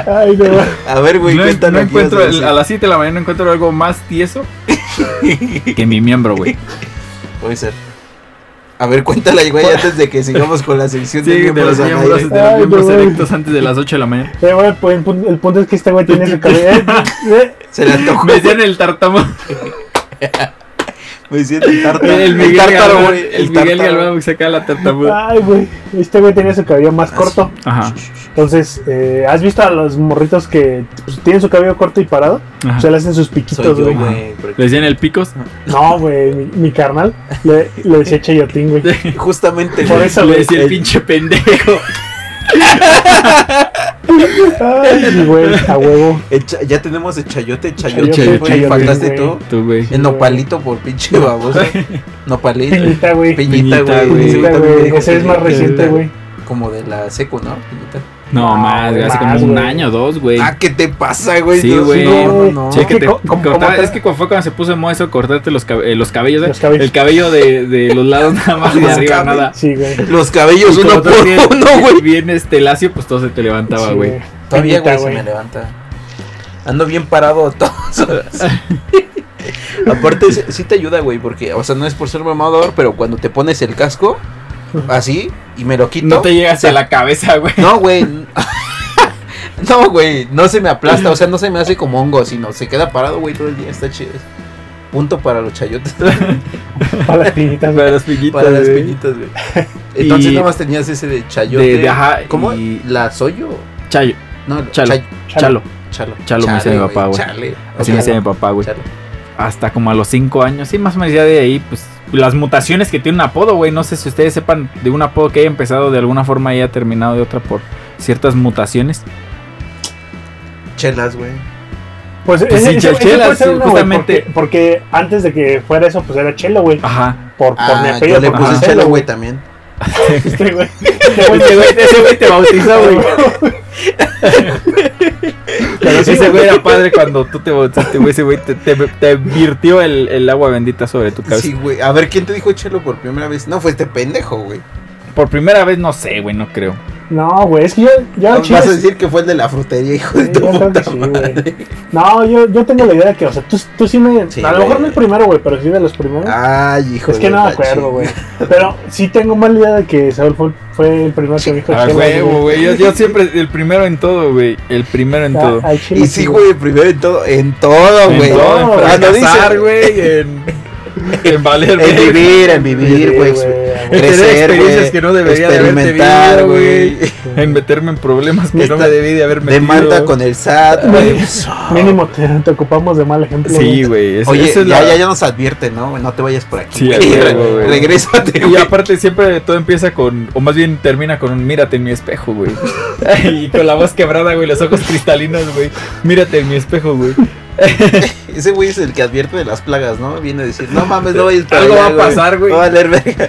Speaker 2: Ay, güey.
Speaker 3: A ver, güey,
Speaker 1: no,
Speaker 3: cuéntalo.
Speaker 1: no
Speaker 3: ¿qué ibas
Speaker 1: encuentro,
Speaker 3: a
Speaker 1: el-
Speaker 3: decir?
Speaker 1: a las 7 de la mañana no encuentro algo más tieso que mi miembro, güey.
Speaker 3: Puede ser. A ver, cuéntala, güey, antes de que sigamos con la sección
Speaker 1: Sí, de los
Speaker 3: al
Speaker 1: miembros, de
Speaker 3: aire.
Speaker 1: los
Speaker 2: Ay,
Speaker 1: miembros
Speaker 2: güey.
Speaker 1: erectos antes de las 8 de la mañana.
Speaker 2: Eh, güey, pues, el, punto, el punto es que este güey tiene su cabello. eh, eh,
Speaker 3: Se le antojó.
Speaker 1: Me decían el tartamo,
Speaker 3: Me siento el tártaro.
Speaker 1: el Miguel
Speaker 3: tártaro,
Speaker 1: Galván,
Speaker 3: güey,
Speaker 1: el Miguel
Speaker 3: tártaro.
Speaker 1: Galván que sacaba la tartamuda.
Speaker 2: eh, Ay, güey. Este güey tenía su cabello
Speaker 3: Ah,
Speaker 2: más corto.
Speaker 1: Ajá,
Speaker 2: Entonces, eh, ¿has visto a los morritos que pues, tienen su cabello corto y parado?
Speaker 1: ajá.
Speaker 2: Se le hacen sus
Speaker 3: Soy
Speaker 2: piquitos,
Speaker 3: yo,
Speaker 2: güey.
Speaker 3: güey.
Speaker 1: Le decían el picos.
Speaker 2: No, güey, mi, mi carnal le, le decía chayotín, güey.
Speaker 3: porque Justamente, "Eh,
Speaker 2: Por
Speaker 3: güey.
Speaker 2: eso,
Speaker 1: Le
Speaker 2: güey.
Speaker 1: decía el pinche pendejo.
Speaker 2: Ay, sí, güey, a huevo.
Speaker 3: El cha- ya tenemos el chayote,
Speaker 2: Chayote,
Speaker 3: chayote, güey.
Speaker 2: chayote,
Speaker 3: Faltaste
Speaker 2: güey.
Speaker 3: tú.
Speaker 1: Tú, güey.
Speaker 3: El nopalito por pinche baboso. Nopalito.
Speaker 2: Piñita, güey.
Speaker 3: Piñita,
Speaker 1: Piñita,
Speaker 3: güey.
Speaker 1: güey.
Speaker 3: Ese
Speaker 2: Piñita,
Speaker 3: también me
Speaker 2: güey.
Speaker 3: dijo
Speaker 2: Ese es más
Speaker 3: piñita.
Speaker 2: reciente, güey.
Speaker 3: Como de la seco, ¿no? Piñita.
Speaker 1: No,
Speaker 2: No,
Speaker 1: más, güey, hace como
Speaker 2: más,
Speaker 1: un
Speaker 2: güey.
Speaker 1: año o dos, güey.
Speaker 3: Ah, ¿qué te pasa, güey?
Speaker 1: Sí,
Speaker 3: No,
Speaker 1: güey.
Speaker 3: No, no,
Speaker 1: Sí,
Speaker 3: no.
Speaker 1: que te-
Speaker 2: ¿Cómo- cómo-
Speaker 1: cortaba-
Speaker 2: cómo te-
Speaker 1: es que cuando fue cuando se puso en moda eso, cortarte los, cab- eh, los cabellos,
Speaker 2: Los
Speaker 1: eh,
Speaker 2: cabellos.
Speaker 1: el cabello de, de los lados nada más y de
Speaker 3: Los
Speaker 1: arriba
Speaker 3: cabellos.
Speaker 1: nada.
Speaker 2: Sí, güey.
Speaker 3: Los cabellos
Speaker 1: Y
Speaker 3: uno
Speaker 1: como tú
Speaker 3: por
Speaker 1: bien-
Speaker 3: uno, güey.
Speaker 1: Bien este lacio, pues todo se te levantaba,
Speaker 2: Sí,
Speaker 1: güey.
Speaker 3: Todavía,
Speaker 2: Piñita,
Speaker 3: güey, se me levanta. Ando bien parado a todas horas. Aparte, sí- sí te ayuda, güey, porque, o sea, no es por ser mamador, pero cuando te pones el casco, así, y me lo quito.
Speaker 1: No te llegas a la cabeza, güey.
Speaker 3: No, güey. No, güey, no se me aplasta, o sea, no se me hace como hongo, sino se queda parado, güey, todo el día, está chido. Punto para los chayotes,
Speaker 2: Para las pinitas. güey.
Speaker 1: las pillitas.
Speaker 3: para las
Speaker 1: güey.
Speaker 3: peñitas, güey. Entonces
Speaker 1: Y-
Speaker 3: nada más tenías ese de chayote.
Speaker 1: De- de- ajá,
Speaker 3: ¿Cómo?
Speaker 1: y-
Speaker 3: ¿La soyo?
Speaker 1: Chayo,
Speaker 3: No,
Speaker 1: Chalo.
Speaker 3: chay-
Speaker 1: chalo.
Speaker 3: chalo.
Speaker 1: Chalo me dice mi papá, güey.
Speaker 3: Chale.
Speaker 1: Así
Speaker 3: Ok.
Speaker 1: me decía mi papá, güey.
Speaker 3: Chalo.
Speaker 1: Hasta como a los 5 años. Sí, más o menos ya de ahí, pues. Las mutaciones que tiene un apodo, güey. No sé si ustedes sepan de un apodo que haya empezado de alguna forma y haya terminado de otra por ciertas mutaciones.
Speaker 3: Chelas, güey.
Speaker 2: Pues,
Speaker 1: Pues
Speaker 2: ese-
Speaker 1: sí,
Speaker 2: ese- ese
Speaker 1: Chelchelas,
Speaker 2: puede ser uno, güey,
Speaker 1: justamente.
Speaker 2: Porque, porque antes de que fuera eso, pues era chelo, güey.
Speaker 1: Ajá.
Speaker 2: Por, por mi
Speaker 3: Ah,
Speaker 2: apellido.
Speaker 3: yo le
Speaker 2: por
Speaker 3: puse
Speaker 2: Marcelo,
Speaker 3: chelo, güey, también.
Speaker 2: Este güey. Este güey-
Speaker 1: Ese güey, ese güey te bautizó, güey.
Speaker 2: Pero sí,
Speaker 1: ese güey era padre cuando tú te bautizaste, güey. Ese güey te, te, te virtió el, el agua bendita sobre tu cabeza.
Speaker 3: Sí, güey. A ver, ¿quién te dijo chelo por primera vez? No, fue este pendejo, güey.
Speaker 1: Por primera vez, no sé, güey, no creo.
Speaker 2: No, güey, es que yo, yo
Speaker 3: Vas
Speaker 2: chile-
Speaker 3: a decir que fue el de la frutería, hijo de
Speaker 2: Sí,
Speaker 3: tu
Speaker 2: yo creo
Speaker 3: puta
Speaker 2: que sí,
Speaker 3: madre.
Speaker 2: güey. No, yo, yo tengo la idea de que, o sea, tú, tú sí me.
Speaker 3: Sí,
Speaker 2: a lo mejor
Speaker 3: güey.
Speaker 2: no el primero, güey, pero sí de los primeros.
Speaker 3: Ay, hijo
Speaker 2: es que
Speaker 3: de
Speaker 2: no me
Speaker 3: la
Speaker 2: acuerdo,
Speaker 3: chingada.
Speaker 2: güey. Pero sí tengo mala idea de que Saúl fue, fue el primero que me dijo
Speaker 1: A
Speaker 2: chelo,
Speaker 1: huevo, güey. Yo, yo siempre, el primero en todo, güey. El primero en
Speaker 2: Ah,
Speaker 1: todo.
Speaker 2: al chile
Speaker 3: Y sí, güey, primero en todo, en todo,
Speaker 1: En
Speaker 3: güey.
Speaker 1: todo, en
Speaker 2: No,
Speaker 3: Ah, no
Speaker 1: fracasar,
Speaker 3: dice-
Speaker 1: güey. En, en valer,
Speaker 3: En
Speaker 1: güey.
Speaker 3: vivir, en
Speaker 2: Sí,
Speaker 3: vivir, güey.
Speaker 2: güey.
Speaker 1: En tener
Speaker 3: Crecer,
Speaker 1: experiencias
Speaker 3: güey.
Speaker 1: que no debería de haber
Speaker 3: Experimentar,
Speaker 1: tenido, güey.
Speaker 3: güey.
Speaker 1: En meterme en problemas que no
Speaker 3: Esta-
Speaker 1: me debí de haber metido.
Speaker 3: Demanda con el SAT, güey.
Speaker 2: Mínimo te, te ocupamos de mal ejemplo.
Speaker 1: Sí, güey. esa-
Speaker 3: Oye,
Speaker 1: esa
Speaker 3: ya,
Speaker 1: es la-
Speaker 3: ya, ya nos advierte, ¿no? No te vayas por aquí.
Speaker 1: Sí,
Speaker 3: güey.
Speaker 1: a huevo, güey.
Speaker 3: Regrésate,
Speaker 1: Y
Speaker 3: güey.
Speaker 1: aparte siempre todo empieza con, o más bien termina con un mírate en mi espejo, güey. y con la voz quebrada, güey, los ojos cristalinos, güey. Mírate en mi espejo, güey.
Speaker 3: Ese güey es el que advierte de las plagas, ¿no? Viene a decir, no mames, no vayas por
Speaker 1: Algo
Speaker 3: allá,
Speaker 1: va a pasar, güey.
Speaker 3: Va a valer verga.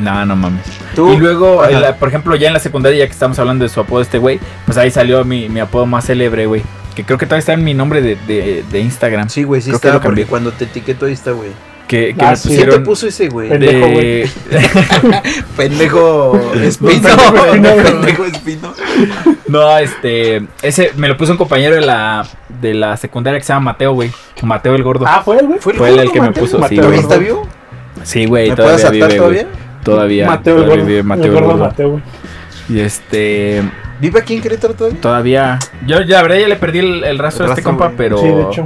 Speaker 1: No, no mames.
Speaker 3: Tú,
Speaker 1: Y luego,
Speaker 3: Ajá.
Speaker 1: en la- por ejemplo, ya en la secundaria, ya que estamos hablando de su apodo este güey, pues ahí salió mi, mi apodo más célebre, güey. Que creo que todavía está en mi nombre de, de- de Instagram.
Speaker 3: sí, güey, sí
Speaker 1: Creo que
Speaker 3: está,
Speaker 1: lo cambié.
Speaker 3: porque cuando te etiquetó ahí está, güey.
Speaker 1: Que, que
Speaker 2: Ah,
Speaker 1: me
Speaker 2: sí.
Speaker 3: ¿Quién
Speaker 1: pusieron...
Speaker 3: te puso ese, güey?
Speaker 2: Pero- Pendejo, güey.
Speaker 1: de-
Speaker 3: Pendejo espino.
Speaker 1: Pendejo Espino, güey.
Speaker 3: Pendejo espino.
Speaker 1: No, este... Ese me lo puso un compañero de la, de la secundaria que se llama Mateo, güey. Mateo el Gordo.
Speaker 2: Ah, fue él, güey.
Speaker 1: Fue él el que me
Speaker 2: Mateo,
Speaker 1: puso, sí,
Speaker 2: Mateo,
Speaker 1: güey.
Speaker 3: ¿Todavía está
Speaker 2: Mateo,
Speaker 3: vivo?
Speaker 1: sí, güey,
Speaker 3: ¿Me puedes
Speaker 1: todavía
Speaker 3: saltar
Speaker 1: vive, güey.
Speaker 3: todavía?
Speaker 1: Todavía,
Speaker 2: Mateo el
Speaker 1: todavía
Speaker 2: gordo.
Speaker 1: vive Mateo el
Speaker 2: gordo
Speaker 1: Gordo.
Speaker 2: Mateo, güey.
Speaker 1: Y este...
Speaker 3: ¿Vive aquí en Querétaro todavía?
Speaker 1: Todavía... Yo, la verdad, ya le perdí el, el rastro
Speaker 3: El
Speaker 1: a este
Speaker 3: rastro,
Speaker 1: compa,
Speaker 3: güey.
Speaker 1: pero...
Speaker 2: Sí, de hecho.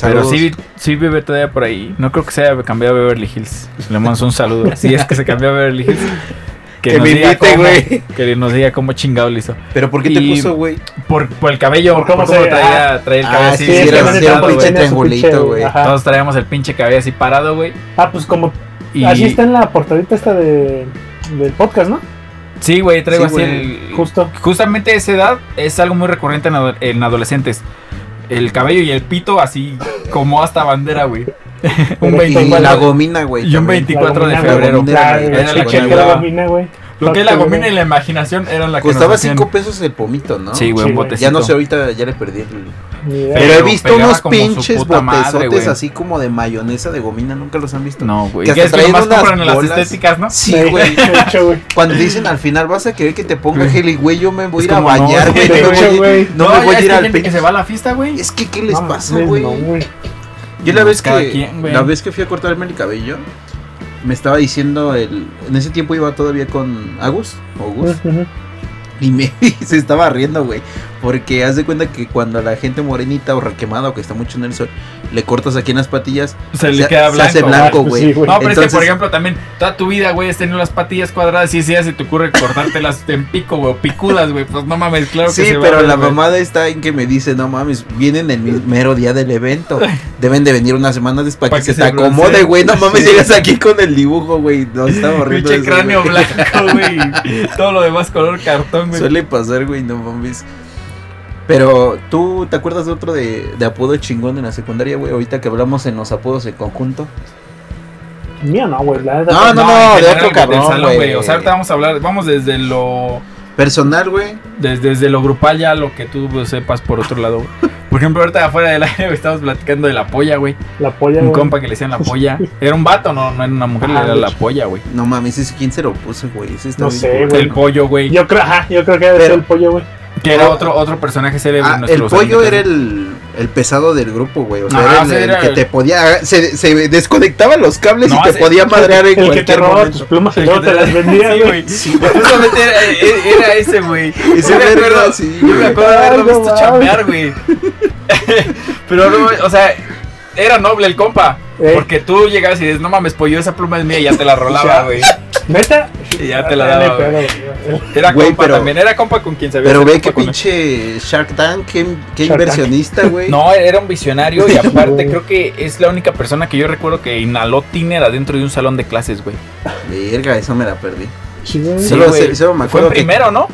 Speaker 1: Pero
Speaker 3: Saludos.
Speaker 1: sí, vi- sí vive todavía por ahí. No creo que se haya cambiado a Beverly Hills. Le mando un saludo. Si es que se cambió a Beverly Hills.
Speaker 3: Que me
Speaker 1: diga
Speaker 3: invite,
Speaker 1: cómo-
Speaker 3: güey.
Speaker 1: Que nos diga cómo chingado le hizo.
Speaker 3: ¿Pero por qué te
Speaker 1: Y-
Speaker 3: puso, güey?
Speaker 1: Por, por el cabello.
Speaker 2: Por
Speaker 1: Por
Speaker 2: cómo
Speaker 1: cómo,
Speaker 2: se-
Speaker 1: traía, traía el
Speaker 3: ah,
Speaker 1: cabello así.
Speaker 3: sí,
Speaker 2: es que
Speaker 3: era-
Speaker 1: parado,
Speaker 2: ese
Speaker 3: sí, era
Speaker 2: tiempo
Speaker 1: güey.
Speaker 3: un pinche
Speaker 2: tiene su
Speaker 3: triangulito,
Speaker 2: pinche-
Speaker 3: güey.
Speaker 2: ajá.
Speaker 1: Todos traíamos el pinche cabello así parado, güey.
Speaker 2: Ah, pues como
Speaker 1: Y...
Speaker 2: Así está en la portadita esta de, del podcast, ¿no?
Speaker 1: Sí, güey, traigo
Speaker 3: Sí,
Speaker 1: así
Speaker 3: güey,
Speaker 1: el...
Speaker 2: Justo.
Speaker 1: Justamente esa edad es algo muy recurrente en, ado- en adolescentes. El cabello y el pito así como hasta bandera, güey. un
Speaker 2: Pero
Speaker 3: Y
Speaker 1: 24
Speaker 3: la gomina, güey.
Speaker 1: y un
Speaker 3: también.
Speaker 1: 24 de
Speaker 2: La
Speaker 1: febrero.
Speaker 3: gomina,
Speaker 2: Claro,
Speaker 3: Era
Speaker 2: güey,
Speaker 1: la
Speaker 2: la
Speaker 1: que
Speaker 2: chica
Speaker 1: llevaba.
Speaker 2: gomina, güey.
Speaker 1: Lo que es la
Speaker 2: Claro,
Speaker 1: gomina y
Speaker 2: güey.
Speaker 1: la imaginación eran la que
Speaker 3: Costaba
Speaker 1: nos hacían-
Speaker 3: 5 pesos el pomito, ¿no?
Speaker 1: Sí, güey,
Speaker 2: Sí,
Speaker 1: un
Speaker 2: güey.
Speaker 1: botecito.
Speaker 3: Ya no sé, ahorita ya le perdí el...
Speaker 2: Ni idea.
Speaker 1: Pero
Speaker 3: Pero he visto
Speaker 1: pegaba
Speaker 3: unos
Speaker 1: como su
Speaker 3: pinches
Speaker 1: puta madre,
Speaker 3: botezotes
Speaker 1: güey.
Speaker 3: así como de mayonesa de gomina, nunca los han visto.
Speaker 1: No, güey.
Speaker 3: Que
Speaker 1: Que es
Speaker 3: hasta
Speaker 1: que
Speaker 3: traían
Speaker 1: nomás
Speaker 3: unas
Speaker 1: compran en las
Speaker 3: bolas.
Speaker 1: estéticas, ¿no?
Speaker 3: Sí, güey.
Speaker 2: De hecho, güey.
Speaker 3: Cuando dicen al final vas a querer que te ponga gel y güey, yo me voy a
Speaker 1: Es
Speaker 3: ir a
Speaker 1: como, no,
Speaker 3: bañar, güey.
Speaker 2: de
Speaker 3: No, me
Speaker 2: hecho,
Speaker 3: voy-
Speaker 2: güey.
Speaker 3: no me
Speaker 1: ya
Speaker 3: voy a
Speaker 1: es
Speaker 3: ir
Speaker 1: que
Speaker 3: al
Speaker 1: gente que se
Speaker 3: pinche.
Speaker 1: va a la fiesta, güey.
Speaker 3: Es que, ¿qué les
Speaker 2: No,
Speaker 3: pasa,
Speaker 2: mames,
Speaker 3: güey?
Speaker 2: no,
Speaker 3: Yo la
Speaker 1: Pues
Speaker 3: vez
Speaker 1: cada
Speaker 3: que
Speaker 1: quien, güey.
Speaker 3: la vez que fui a cortarme el cabello, me estaba diciendo el en ese tiempo iba todavía con Agus, o Gus,
Speaker 2: Ujú.
Speaker 3: y me se estaba riendo, güey, porque haz de cuenta que cuando la gente morenita o requemada o que está mucho en el sol, le cortas aquí en las patillas,
Speaker 1: Se le
Speaker 3: se-
Speaker 1: queda
Speaker 3: se
Speaker 1: blanco.
Speaker 3: hace
Speaker 1: güey.
Speaker 3: blanco,
Speaker 2: Ah, pues sí,
Speaker 3: güey.
Speaker 2: güey.
Speaker 1: No, pero es que, por
Speaker 3: Entonces-
Speaker 1: ejemplo, también toda tu vida, güey, has tenido las patillas cuadradas y si ya se te ocurre cortártelas en pico, güey, o picudas, güey. Pues no mames, claro que
Speaker 3: Sí,
Speaker 1: se va a
Speaker 3: pero
Speaker 1: ver,
Speaker 3: la
Speaker 1: güey.
Speaker 3: mamada está en que me dice, no mames, vienen el mi- mero día del evento. Deben de venir unas semanas después para
Speaker 1: Pa'
Speaker 3: que,
Speaker 1: que
Speaker 3: se,
Speaker 1: se
Speaker 3: te acomode,
Speaker 1: broncee.
Speaker 3: güey. No mames, llegas aquí con el dibujo, güey. No estaba riendo.
Speaker 1: Pinche cráneo blanco, güey. y Todo lo demás color cartón, güey.
Speaker 3: Suele pasar, güey, no mames. Pero, ¿tú te acuerdas de otro de, de apodo chingón en la secundaria, güey? Ahorita que hablamos en los apodos en conjunto.
Speaker 2: Mío no, güey. La neta,
Speaker 3: No, no,
Speaker 1: en
Speaker 3: de
Speaker 1: general,
Speaker 3: otro
Speaker 1: del
Speaker 3: cabrón,
Speaker 1: salón,
Speaker 3: güey.
Speaker 1: O sea, ahorita vamos a hablar, vamos desde lo
Speaker 3: Personal, güey.
Speaker 1: desde, desde lo grupal ya lo que tú pues, sepas por otro lado. güey. Por ejemplo, ahorita afuera del aire güey, estábamos platicando de la polla, güey.
Speaker 2: La polla,
Speaker 1: Un
Speaker 2: güey.
Speaker 1: compa que le decían la polla. Era un vato, no, no era una mujer,
Speaker 2: Ah,
Speaker 1: era
Speaker 2: de
Speaker 1: la
Speaker 2: hecho.
Speaker 1: polla, güey.
Speaker 3: No mames, ese quién se lo puso, güey. Ese está
Speaker 2: No
Speaker 3: bien
Speaker 2: sé,
Speaker 3: culero.
Speaker 2: güey.
Speaker 1: El pollo, güey.
Speaker 2: Yo creo, ajá, yo creo que debe
Speaker 3: Pero-
Speaker 2: ser el pollo, güey.
Speaker 1: Que era otro, otro personaje célebre. en
Speaker 3: Ah, el
Speaker 1: nuestros
Speaker 3: pollo
Speaker 1: ámbitos,
Speaker 3: era
Speaker 1: ¿no?
Speaker 3: el el pesado del grupo, güey. O sea,
Speaker 1: Ajá,
Speaker 3: era el,
Speaker 1: sí,
Speaker 3: el
Speaker 1: era
Speaker 3: que
Speaker 1: el-
Speaker 3: te podía. Se, se desconectaban los cables
Speaker 1: No,
Speaker 3: y te
Speaker 1: sí.
Speaker 3: podía madrear en
Speaker 2: El que te
Speaker 3: cualquier
Speaker 2: robaba tus
Speaker 3: momento.
Speaker 2: plumas y luego te las vendía,
Speaker 1: Sí,
Speaker 2: güey.
Speaker 1: güey. Justamente era, era- era ese, güey.
Speaker 3: Y se
Speaker 1: Yo me
Speaker 3: ve
Speaker 1: acuerdo-
Speaker 3: verdad, sí,
Speaker 1: Yo me
Speaker 3: güey.
Speaker 1: acuerdo de haberlo
Speaker 2: Ay, no
Speaker 1: visto
Speaker 2: mames.
Speaker 1: chambear, güey. Pero no, o sea, era noble el compa.
Speaker 2: Ey.
Speaker 1: Porque tú llegabas y dices, no mames, pollo, esa pluma es mía y ya te la rolaba,
Speaker 2: Ya.
Speaker 1: güey.
Speaker 2: ¿Neta?
Speaker 1: Y ya te la
Speaker 2: Ah,
Speaker 1: daba,
Speaker 2: neta,
Speaker 1: güey.
Speaker 2: güey.
Speaker 1: Era
Speaker 3: Güey,
Speaker 1: compa
Speaker 3: pero-
Speaker 1: también, era compa con quien sabía.
Speaker 3: Pero
Speaker 1: ser
Speaker 3: ve
Speaker 1: compa
Speaker 3: que
Speaker 1: con él.
Speaker 3: pinche Shark Tank, qué, qué
Speaker 2: Shark Tank.
Speaker 3: inversionista, güey.
Speaker 1: No, era un visionario y aparte creo que es la única persona que yo recuerdo que inhaló tiner adentro de un salón de clases, güey.
Speaker 3: Verga, eso me la perdí.
Speaker 2: Sí, güey.
Speaker 1: Sí,
Speaker 3: solo,
Speaker 1: güey.
Speaker 3: se- solo me
Speaker 1: Fue
Speaker 3: acuerdo
Speaker 1: el
Speaker 3: que-
Speaker 1: primero, ¿no?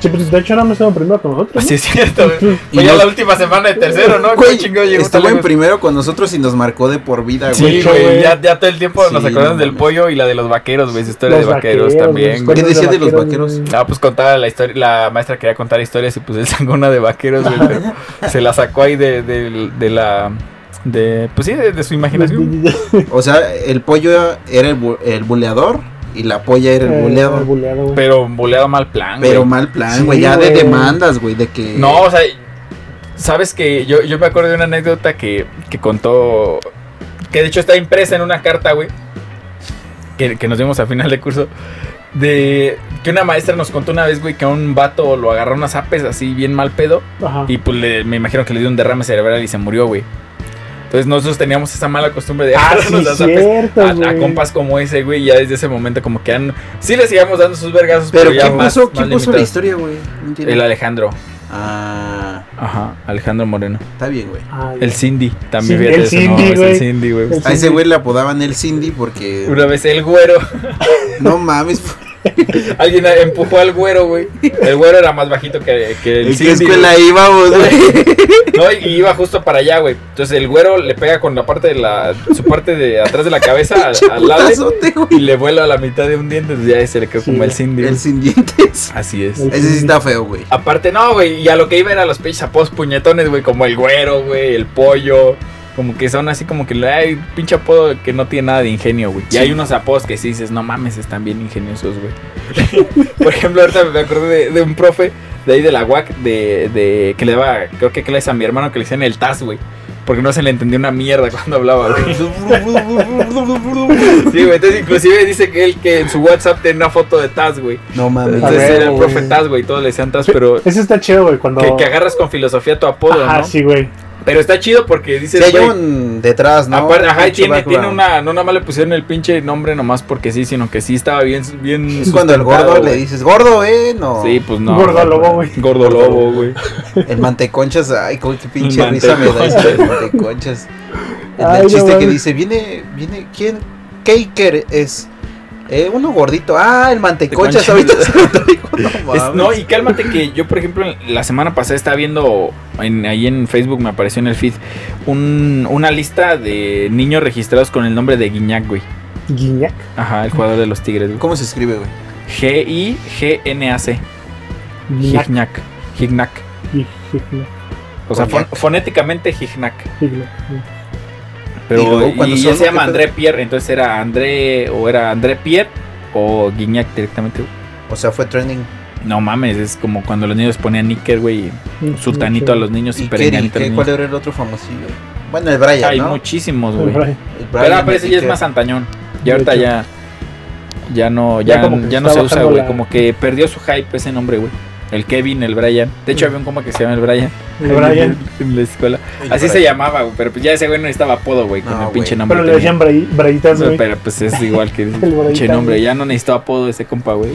Speaker 2: Sí, pues de hecho ahora me estaba primero con nosotros.
Speaker 1: Así es cierto, güey. Fue
Speaker 3: Y
Speaker 1: ya
Speaker 3: no-
Speaker 1: la última semana de tercero, ¿no?
Speaker 3: Güey,
Speaker 1: Qué chingado llegó tan
Speaker 3: estuvo en
Speaker 1: lejos.
Speaker 3: primero con nosotros y nos marcó de por vida,
Speaker 1: Sí,
Speaker 3: Ah, güey.
Speaker 2: Mucho,
Speaker 1: güey,
Speaker 2: güey.
Speaker 1: ya, ya todo el tiempo nos
Speaker 3: Sí,
Speaker 1: acordamos
Speaker 3: no
Speaker 1: del
Speaker 3: mames.
Speaker 1: pollo y la de los vaqueros, güey, esa historia de vaqueros, también, güey.
Speaker 3: ¿Qué decía de los vaqueros?
Speaker 1: Ah, pues contaba la historia, la maestra quería contar historias y pues él sacó una de vaqueros, güey, pero se la sacó ahí de, de, de la, de, pues sí, de, de su imaginación.
Speaker 3: O sea, el pollo era el, bu- el buleador y la polla era
Speaker 2: Eh,
Speaker 3: el buleador.
Speaker 2: Pero,
Speaker 1: Pero boleado mal plan, güey.
Speaker 3: Pero mal plan,
Speaker 2: Sí,
Speaker 3: güey. ya de
Speaker 2: güey.
Speaker 3: demandas, güey, de que.
Speaker 1: No, o sea, sabes que yo, yo me acuerdo de una anécdota que, que contó, que de hecho está impresa en una carta, güey, que, que nos dimos a final de curso, de que una maestra nos contó una vez, güey, que a un vato lo agarraron unas apes así bien mal pedo
Speaker 2: Ajá.
Speaker 1: y pues le- me imagino que le dio un derrame cerebral y se murió, güey. Entonces nosotros teníamos esa mala costumbre de
Speaker 2: Ah,
Speaker 1: agarrarnos
Speaker 2: sí,
Speaker 1: las apes
Speaker 2: cierto,
Speaker 1: a- a,
Speaker 2: güey.
Speaker 1: compas como ese, güey, y ya desde ese momento como que han... Sí le sigamos dando sus vergazos,
Speaker 3: Pero,
Speaker 1: pero, ya
Speaker 3: ¿quién
Speaker 1: más-
Speaker 3: puso,
Speaker 1: más
Speaker 3: ¿quién puso la
Speaker 1: limitados.
Speaker 3: historia, güey? No entiendo.
Speaker 1: El Alejandro.
Speaker 3: Ah,
Speaker 1: Ajá, Alejandro Moreno.
Speaker 3: está bien, güey.
Speaker 2: Ah, ya.
Speaker 1: El Cindy también.
Speaker 2: Cindy,
Speaker 1: fíjate
Speaker 2: el
Speaker 1: eso,
Speaker 2: Cindy,
Speaker 1: no, es
Speaker 2: güey.
Speaker 1: el Cindy, güey.
Speaker 2: El
Speaker 3: A ese
Speaker 2: Cindy.
Speaker 3: güey le apodaban el Cindy porque.
Speaker 1: Una vez el güero,
Speaker 3: No mames.
Speaker 1: alguien empujó al güero, güey. El güero era más bajito que, que el
Speaker 3: ¿En qué
Speaker 1: Cindy.
Speaker 3: escuela íbamos, güey?
Speaker 1: güey. No, y iba justo para allá, güey. Entonces el güero le pega con la parte de la su parte de atrás de la cabeza al, al lado
Speaker 3: Putazote, güey.
Speaker 1: y le vuela a la mitad de un diente, entonces ya se le quedó
Speaker 2: Sí,
Speaker 1: como el Cindy. güey.
Speaker 3: El sin dientes.
Speaker 1: Así es.
Speaker 2: El-
Speaker 3: Ese sí está feo, güey.
Speaker 1: Aparte no, güey, y a lo que iba era los pinches apodos puñetones, güey, como el güero, güey, el pollo. Como que son así como que hay pinche apodo que no tiene nada de ingenio, güey.
Speaker 3: Sí.
Speaker 1: Y hay unos apodos que sí dices, no mames, están bien ingeniosos, güey. Por ejemplo, ahorita me acuerdo de, de un profe de ahí de la UAC, de, de- que le daba, creo que clase a mi hermano que le decían el TAS, güey. Porque no se le entendía una mierda cuando hablaba, güey. Sí, güey, entonces inclusive dice que él que en su WhatsApp tenía una foto de TAS, güey.
Speaker 3: No mames.
Speaker 2: A
Speaker 1: Entonces
Speaker 2: ver,
Speaker 1: era el
Speaker 2: güey.
Speaker 1: profe TAS, güey, todos le decían TAS, pero
Speaker 2: Ese está chido, güey, cuando...
Speaker 1: que, que agarras con filosofía tu apodo,
Speaker 2: Ajá,
Speaker 1: ¿no?
Speaker 2: sí, güey.
Speaker 1: Pero está chido porque dices,
Speaker 3: Si hay
Speaker 1: güey,
Speaker 3: un detrás, ¿no?
Speaker 1: aparte- ajá, y
Speaker 3: Pinche
Speaker 1: tiene,
Speaker 3: background.
Speaker 1: tiene una, no nada más le pusieron el pinche nombre nomás porque sí, sino que sí estaba bien, bien
Speaker 3: Es cuando el gordo
Speaker 1: sustentado,
Speaker 3: le
Speaker 1: güey.
Speaker 3: dices, gordo, eh, no.
Speaker 1: Sí, pues no.
Speaker 2: Gordolobo, güey.
Speaker 1: Gordolobo, güey.
Speaker 3: El manteconchas, ay, co- qué pinche
Speaker 1: El
Speaker 3: risa me da eso
Speaker 1: manteconchas.
Speaker 3: del manteconchas. El
Speaker 2: Ay,
Speaker 3: del
Speaker 2: no
Speaker 3: chiste que
Speaker 2: mames.
Speaker 3: dice, viene, viene, ¿quién? Caker es. Eh, uno gordito. Ah, el manteconchas ahorita
Speaker 1: Manteconchas.
Speaker 3: se lo traigo. No,
Speaker 1: Es-
Speaker 3: mames.
Speaker 1: no, y cálmate que yo, por ejemplo, la semana pasada estaba viendo, en- ahí en Facebook me apareció en el feed, un- una lista de niños registrados con el nombre de Guiñac, güey.
Speaker 2: Guiñac.
Speaker 1: Ajá, el jugador de los Tigres, güey.
Speaker 3: ¿Cómo se escribe, güey?
Speaker 1: G-I-G-N-A-C.
Speaker 2: Guiñac.
Speaker 1: Gignac. Gignac.
Speaker 2: Gui- Gignac.
Speaker 1: O sea, fon-
Speaker 3: Gignac.
Speaker 1: fonéticamente Gignac.
Speaker 2: Gignac. sí.
Speaker 1: Pero
Speaker 3: Y luego,
Speaker 1: y
Speaker 3: cuando
Speaker 1: ya
Speaker 3: son-
Speaker 1: se llama André Pierre, entonces era André o era André Pierre o Guiñac directamente. güey.
Speaker 3: O sea, fue trending.
Speaker 1: No mames, es como cuando los niños ponían níquel, güey, y pues, sultanito a los niños y
Speaker 3: ¿Y Kerry?
Speaker 1: perenganito a los
Speaker 3: ¿Qué-
Speaker 1: niños.
Speaker 3: ¿Cuál era el otro famosillo? Bueno, el Brian,
Speaker 1: Hay
Speaker 3: ¿no?
Speaker 1: muchísimos,
Speaker 2: El
Speaker 1: güey. Pero,
Speaker 2: Brian.
Speaker 3: El
Speaker 1: ah,
Speaker 3: Brian,
Speaker 1: pero ese ya es
Speaker 3: Kerry.
Speaker 1: más antañón. Y ahorita
Speaker 2: De hecho.
Speaker 1: ya ya no
Speaker 2: Ya
Speaker 1: ya,
Speaker 2: como que
Speaker 1: ya
Speaker 2: se
Speaker 1: no
Speaker 2: está
Speaker 1: se usa,
Speaker 2: bajando
Speaker 1: güey,
Speaker 2: la-
Speaker 1: como que perdió su hype ese nombre, güey. El Kevin, el Brian. De hecho,
Speaker 2: Sí.
Speaker 1: había un como que se llama el Brian.
Speaker 2: Mm. El Brian.
Speaker 1: En, la escuela.
Speaker 3: El
Speaker 1: Así se
Speaker 3: Brian.
Speaker 1: llamaba, güey. Pero pues ya ese güey no estaba apodo, güey, con
Speaker 3: No,
Speaker 1: el pinche
Speaker 3: güey.
Speaker 1: nombre.
Speaker 2: Pero le
Speaker 1: que tenía.
Speaker 2: decían Bray- Brayitas,
Speaker 1: No,
Speaker 2: güey.
Speaker 1: pero pues es igual que el
Speaker 2: Bradita,
Speaker 1: pinche nombre.
Speaker 2: güey.
Speaker 1: Ya no necesitó apodo ese compa, güey.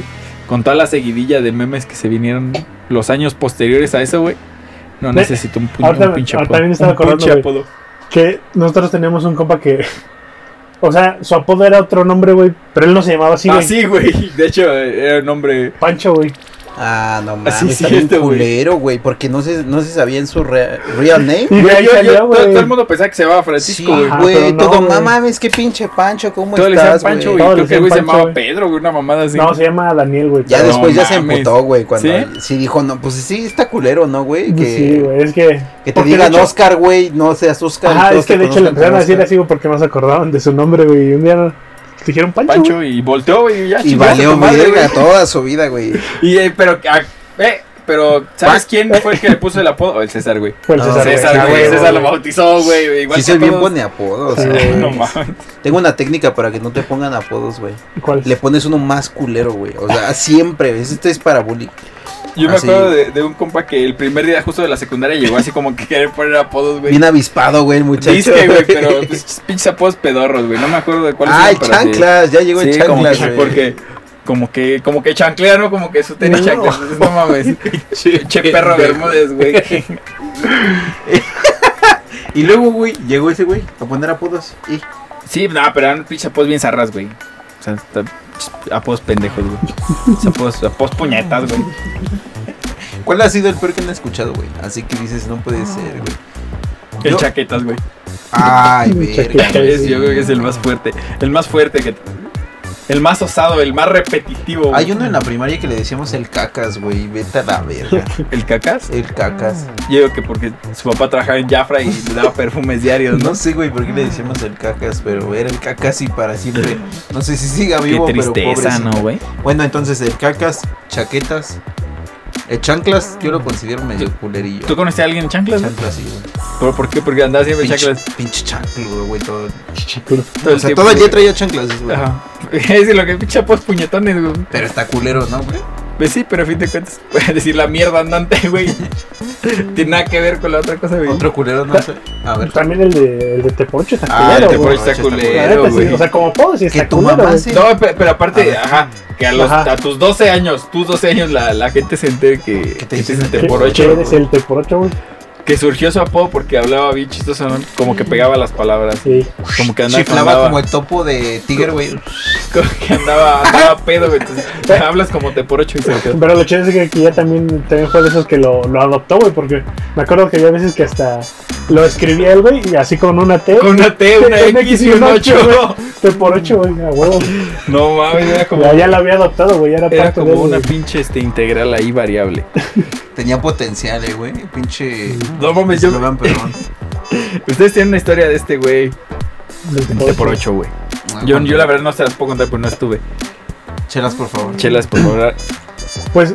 Speaker 1: Con toda la seguidilla de memes que se vinieron los años posteriores a eso, güey. No
Speaker 2: Ve,
Speaker 1: necesito un, pu-
Speaker 2: ahorita
Speaker 1: un
Speaker 2: me-
Speaker 1: pinche
Speaker 2: ahorita
Speaker 1: apodo.
Speaker 2: también estaba
Speaker 1: Un pinche
Speaker 2: acordando,
Speaker 1: apodo.
Speaker 2: Que nosotros teníamos un compa que... O sea, su apodo era otro nombre, güey. Pero él no se llamaba así,
Speaker 1: Ah,
Speaker 2: güey.
Speaker 1: sí, güey. De hecho, eh, era un nombre.
Speaker 2: Pancho, güey.
Speaker 3: Ah, no mames,
Speaker 1: Así es
Speaker 3: está bien
Speaker 1: cierto, güey.
Speaker 3: culero, güey, porque no se, no se sabía en su re- real name.
Speaker 2: Y
Speaker 1: Yo-
Speaker 2: ahí
Speaker 1: yo-
Speaker 2: salió,
Speaker 1: yo- todo,
Speaker 2: güey.
Speaker 1: todo el mundo pensaba que se llamaba
Speaker 3: Sí,
Speaker 1: Francisco, güey.
Speaker 2: Ajá,
Speaker 3: güey,
Speaker 2: pero no,
Speaker 3: todo,
Speaker 2: güey.
Speaker 3: no mames, qué pinche Pancho, ¿cómo
Speaker 1: Todo le decían
Speaker 3: estás,
Speaker 1: Pancho,
Speaker 3: güey?
Speaker 1: güey.
Speaker 2: Todos le
Speaker 1: Creo que el güey
Speaker 2: decían
Speaker 1: se
Speaker 2: Pancho,
Speaker 1: llamaba
Speaker 2: güey.
Speaker 1: Pedro, güey. Una mamada así.
Speaker 2: No, se llama Daniel, güey.
Speaker 3: Ya
Speaker 1: No
Speaker 2: pero-
Speaker 3: después ya se
Speaker 1: mames.
Speaker 3: emputó, güey, cuando
Speaker 1: ¿Sí?
Speaker 3: ¿Sí? dijo, no, pues sí, está culero, ¿no, güey? Que,
Speaker 2: Sí, güey, es que...
Speaker 3: que te
Speaker 2: porque
Speaker 3: digan
Speaker 2: de hecho-
Speaker 3: Oscar, güey, no seas Oscar.
Speaker 2: Ajá,
Speaker 3: todos
Speaker 2: es que
Speaker 3: te
Speaker 2: de hecho le
Speaker 3: conozcan
Speaker 2: empezaron
Speaker 3: como
Speaker 2: a decir
Speaker 3: Oscar.
Speaker 2: así, güey, porque no se acordaban de su nombre, güey. Y un día no- dijeron Pancho. güey.
Speaker 1: Pancho y volteó, güey. Y ya
Speaker 3: Y
Speaker 1: chingaste
Speaker 3: valió
Speaker 1: tu madre,
Speaker 3: verga
Speaker 1: güey.
Speaker 3: toda su vida, güey.
Speaker 1: Y, eh, pero, ah, eh, pero ¿sabes quién fue el que le puso el apodo? El César, güey.
Speaker 2: Fue el
Speaker 3: No,
Speaker 2: César, güey.
Speaker 1: César,
Speaker 2: Ah,
Speaker 1: güey.
Speaker 2: güey,
Speaker 1: César lo
Speaker 2: güey.
Speaker 1: bautizó, güey. Igual
Speaker 3: Si
Speaker 1: que
Speaker 3: soy bien
Speaker 1: todos.
Speaker 3: pone apodos.
Speaker 2: Sí, güey.
Speaker 1: No mames.
Speaker 3: Tengo una técnica para que no te pongan apodos, güey.
Speaker 2: ¿Cuál?
Speaker 3: Le pones uno más culero, güey. O sea, siempre. güey. Esto es para bullying.
Speaker 1: Yo me
Speaker 3: Así.
Speaker 1: acuerdo de, de un compa que el primer día justo de la secundaria llegó así como que querer poner apodos, güey.
Speaker 3: Bien avispado, güey, el muchacho.
Speaker 1: Disque, güey, pero pues, pinches apodos pedorros, güey. No me acuerdo de cuáles
Speaker 3: Ay,
Speaker 1: eran, pero sí.
Speaker 3: chanclas. Ya llegó el
Speaker 1: Sí, como
Speaker 3: chanclas,
Speaker 1: que,
Speaker 3: güey.
Speaker 1: porque como que como que chanclea, ¿no? Como que su tenis
Speaker 3: No.
Speaker 1: chanclas. Entonces, No mames. che, che perro Bermúdez, güey.
Speaker 3: Y luego, güey, llegó ese güey a poner apodos. Y
Speaker 1: Sí, no, pero eran pinches apodos bien zarras, güey. O sea, está- ch- apodos pendejos, güey. Apodos, apodos puñetas, güey.
Speaker 3: ¿Cuál ha sido el peor que han escuchado, güey? Así que dices, no puede ser, güey.
Speaker 1: El
Speaker 3: Yo-
Speaker 1: chaquetas, güey.
Speaker 3: Ay,
Speaker 2: Chaqueta.
Speaker 3: verga.
Speaker 1: Es- yo creo que es el más fuerte. El más fuerte que. El más osado, el más repetitivo. güey.
Speaker 3: Hay uno en la primaria que le decíamos el cacas, güey. Vete a la verga.
Speaker 1: El cacas.
Speaker 3: El cacas.
Speaker 1: Yo creo que porque su papá trabajaba en Jafra y le daba perfumes diarios, ¿no?
Speaker 3: No sé, güey, por qué le decíamos el cacas, pero era el cacas y para siempre. No sé si siga vivo,
Speaker 1: Qué
Speaker 3: pero
Speaker 1: tristeza,
Speaker 3: pobrecito.
Speaker 1: ¿no, güey?
Speaker 3: Bueno, entonces el cacas, chaquetas, el chanclas, yo lo considero medio culerillo.
Speaker 1: ¿Tú conociste a alguien en chanclas? güey?
Speaker 3: Chanclas, sí, güey.
Speaker 1: ¿Por, por qué? Porque andaba siempre en
Speaker 3: Pinche,
Speaker 1: chanclas.
Speaker 3: pinche chancludo, güey. Todo,
Speaker 2: Chichicuro.
Speaker 1: todo el
Speaker 3: o sea,
Speaker 1: tiempo,
Speaker 3: todo
Speaker 1: güey.
Speaker 3: ya traía chanclas, güey.
Speaker 1: Ajá. Es de lo que pinche apodos puñetones, güey.
Speaker 3: Pero está culero, ¿no, güey?
Speaker 1: Pues sí, pero a fin de cuentas, puedes decir la mierda andante, güey. Tiene nada que ver con la otra cosa, güey.
Speaker 3: Otro culero, no sé. A ver.
Speaker 2: También el de, el de Tepocho está
Speaker 3: Ah, el
Speaker 2: culero,
Speaker 1: te
Speaker 2: güey.
Speaker 1: pones este está
Speaker 3: Está culero,
Speaker 2: La neta,
Speaker 1: culero,
Speaker 2: sí,
Speaker 1: güey.
Speaker 2: o sea, como puedo sí
Speaker 3: Que
Speaker 2: está
Speaker 3: tu
Speaker 2: culero,
Speaker 3: mamá
Speaker 2: güey.
Speaker 3: se-
Speaker 1: No, pe- pero aparte,
Speaker 3: A ver.
Speaker 1: ajá, que a, los,
Speaker 2: Ajá.
Speaker 1: a tus 12 años, tus 12 años, la, la gente se entere que, que te
Speaker 3: dicen
Speaker 1: dicen
Speaker 3: el
Speaker 2: ¿Qué-
Speaker 1: Teporocho,
Speaker 2: qué
Speaker 1: güey.
Speaker 2: eres el Teporocho, güey?
Speaker 1: Que surgió su apodo porque hablaba bien chistoso, ¿no? como que pegaba las palabras.
Speaker 2: Sí.
Speaker 1: Como que andaba,
Speaker 3: Chiflaba
Speaker 1: andaba-
Speaker 3: como el topo de tigre, güey.
Speaker 1: como que andaba, andaba pedo, güey. Entonces, te hablas como te por ocho y se quedó.
Speaker 2: Pero lo chido es que, que ya también, también fue de esos que lo, lo adoptó, güey, porque me acuerdo que había veces que hasta lo escribía él, güey, y así con una T.
Speaker 1: Con una T, una
Speaker 2: Un
Speaker 1: X y un 8.
Speaker 2: Teporocho, güey, a huevo.
Speaker 1: No mames, era como,
Speaker 2: Ya, ya lo había adoptado, güey, ya era,
Speaker 1: era
Speaker 2: parte
Speaker 1: como
Speaker 2: de él,
Speaker 1: una
Speaker 2: güey.
Speaker 1: pinche este, integral ahí variable.
Speaker 3: Tenía potencial, eh, güey. Pinche.
Speaker 1: No mames, yo-
Speaker 3: Eslogan, perdón.
Speaker 1: Ustedes tienen una historia de este güey,
Speaker 2: del
Speaker 1: de este por ocho, güey.
Speaker 3: Ah,
Speaker 1: Yo, yo la verdad no se las puedo contar porque no estuve.
Speaker 3: Chelas, por favor.
Speaker 1: Chelas, por favor,
Speaker 2: Pues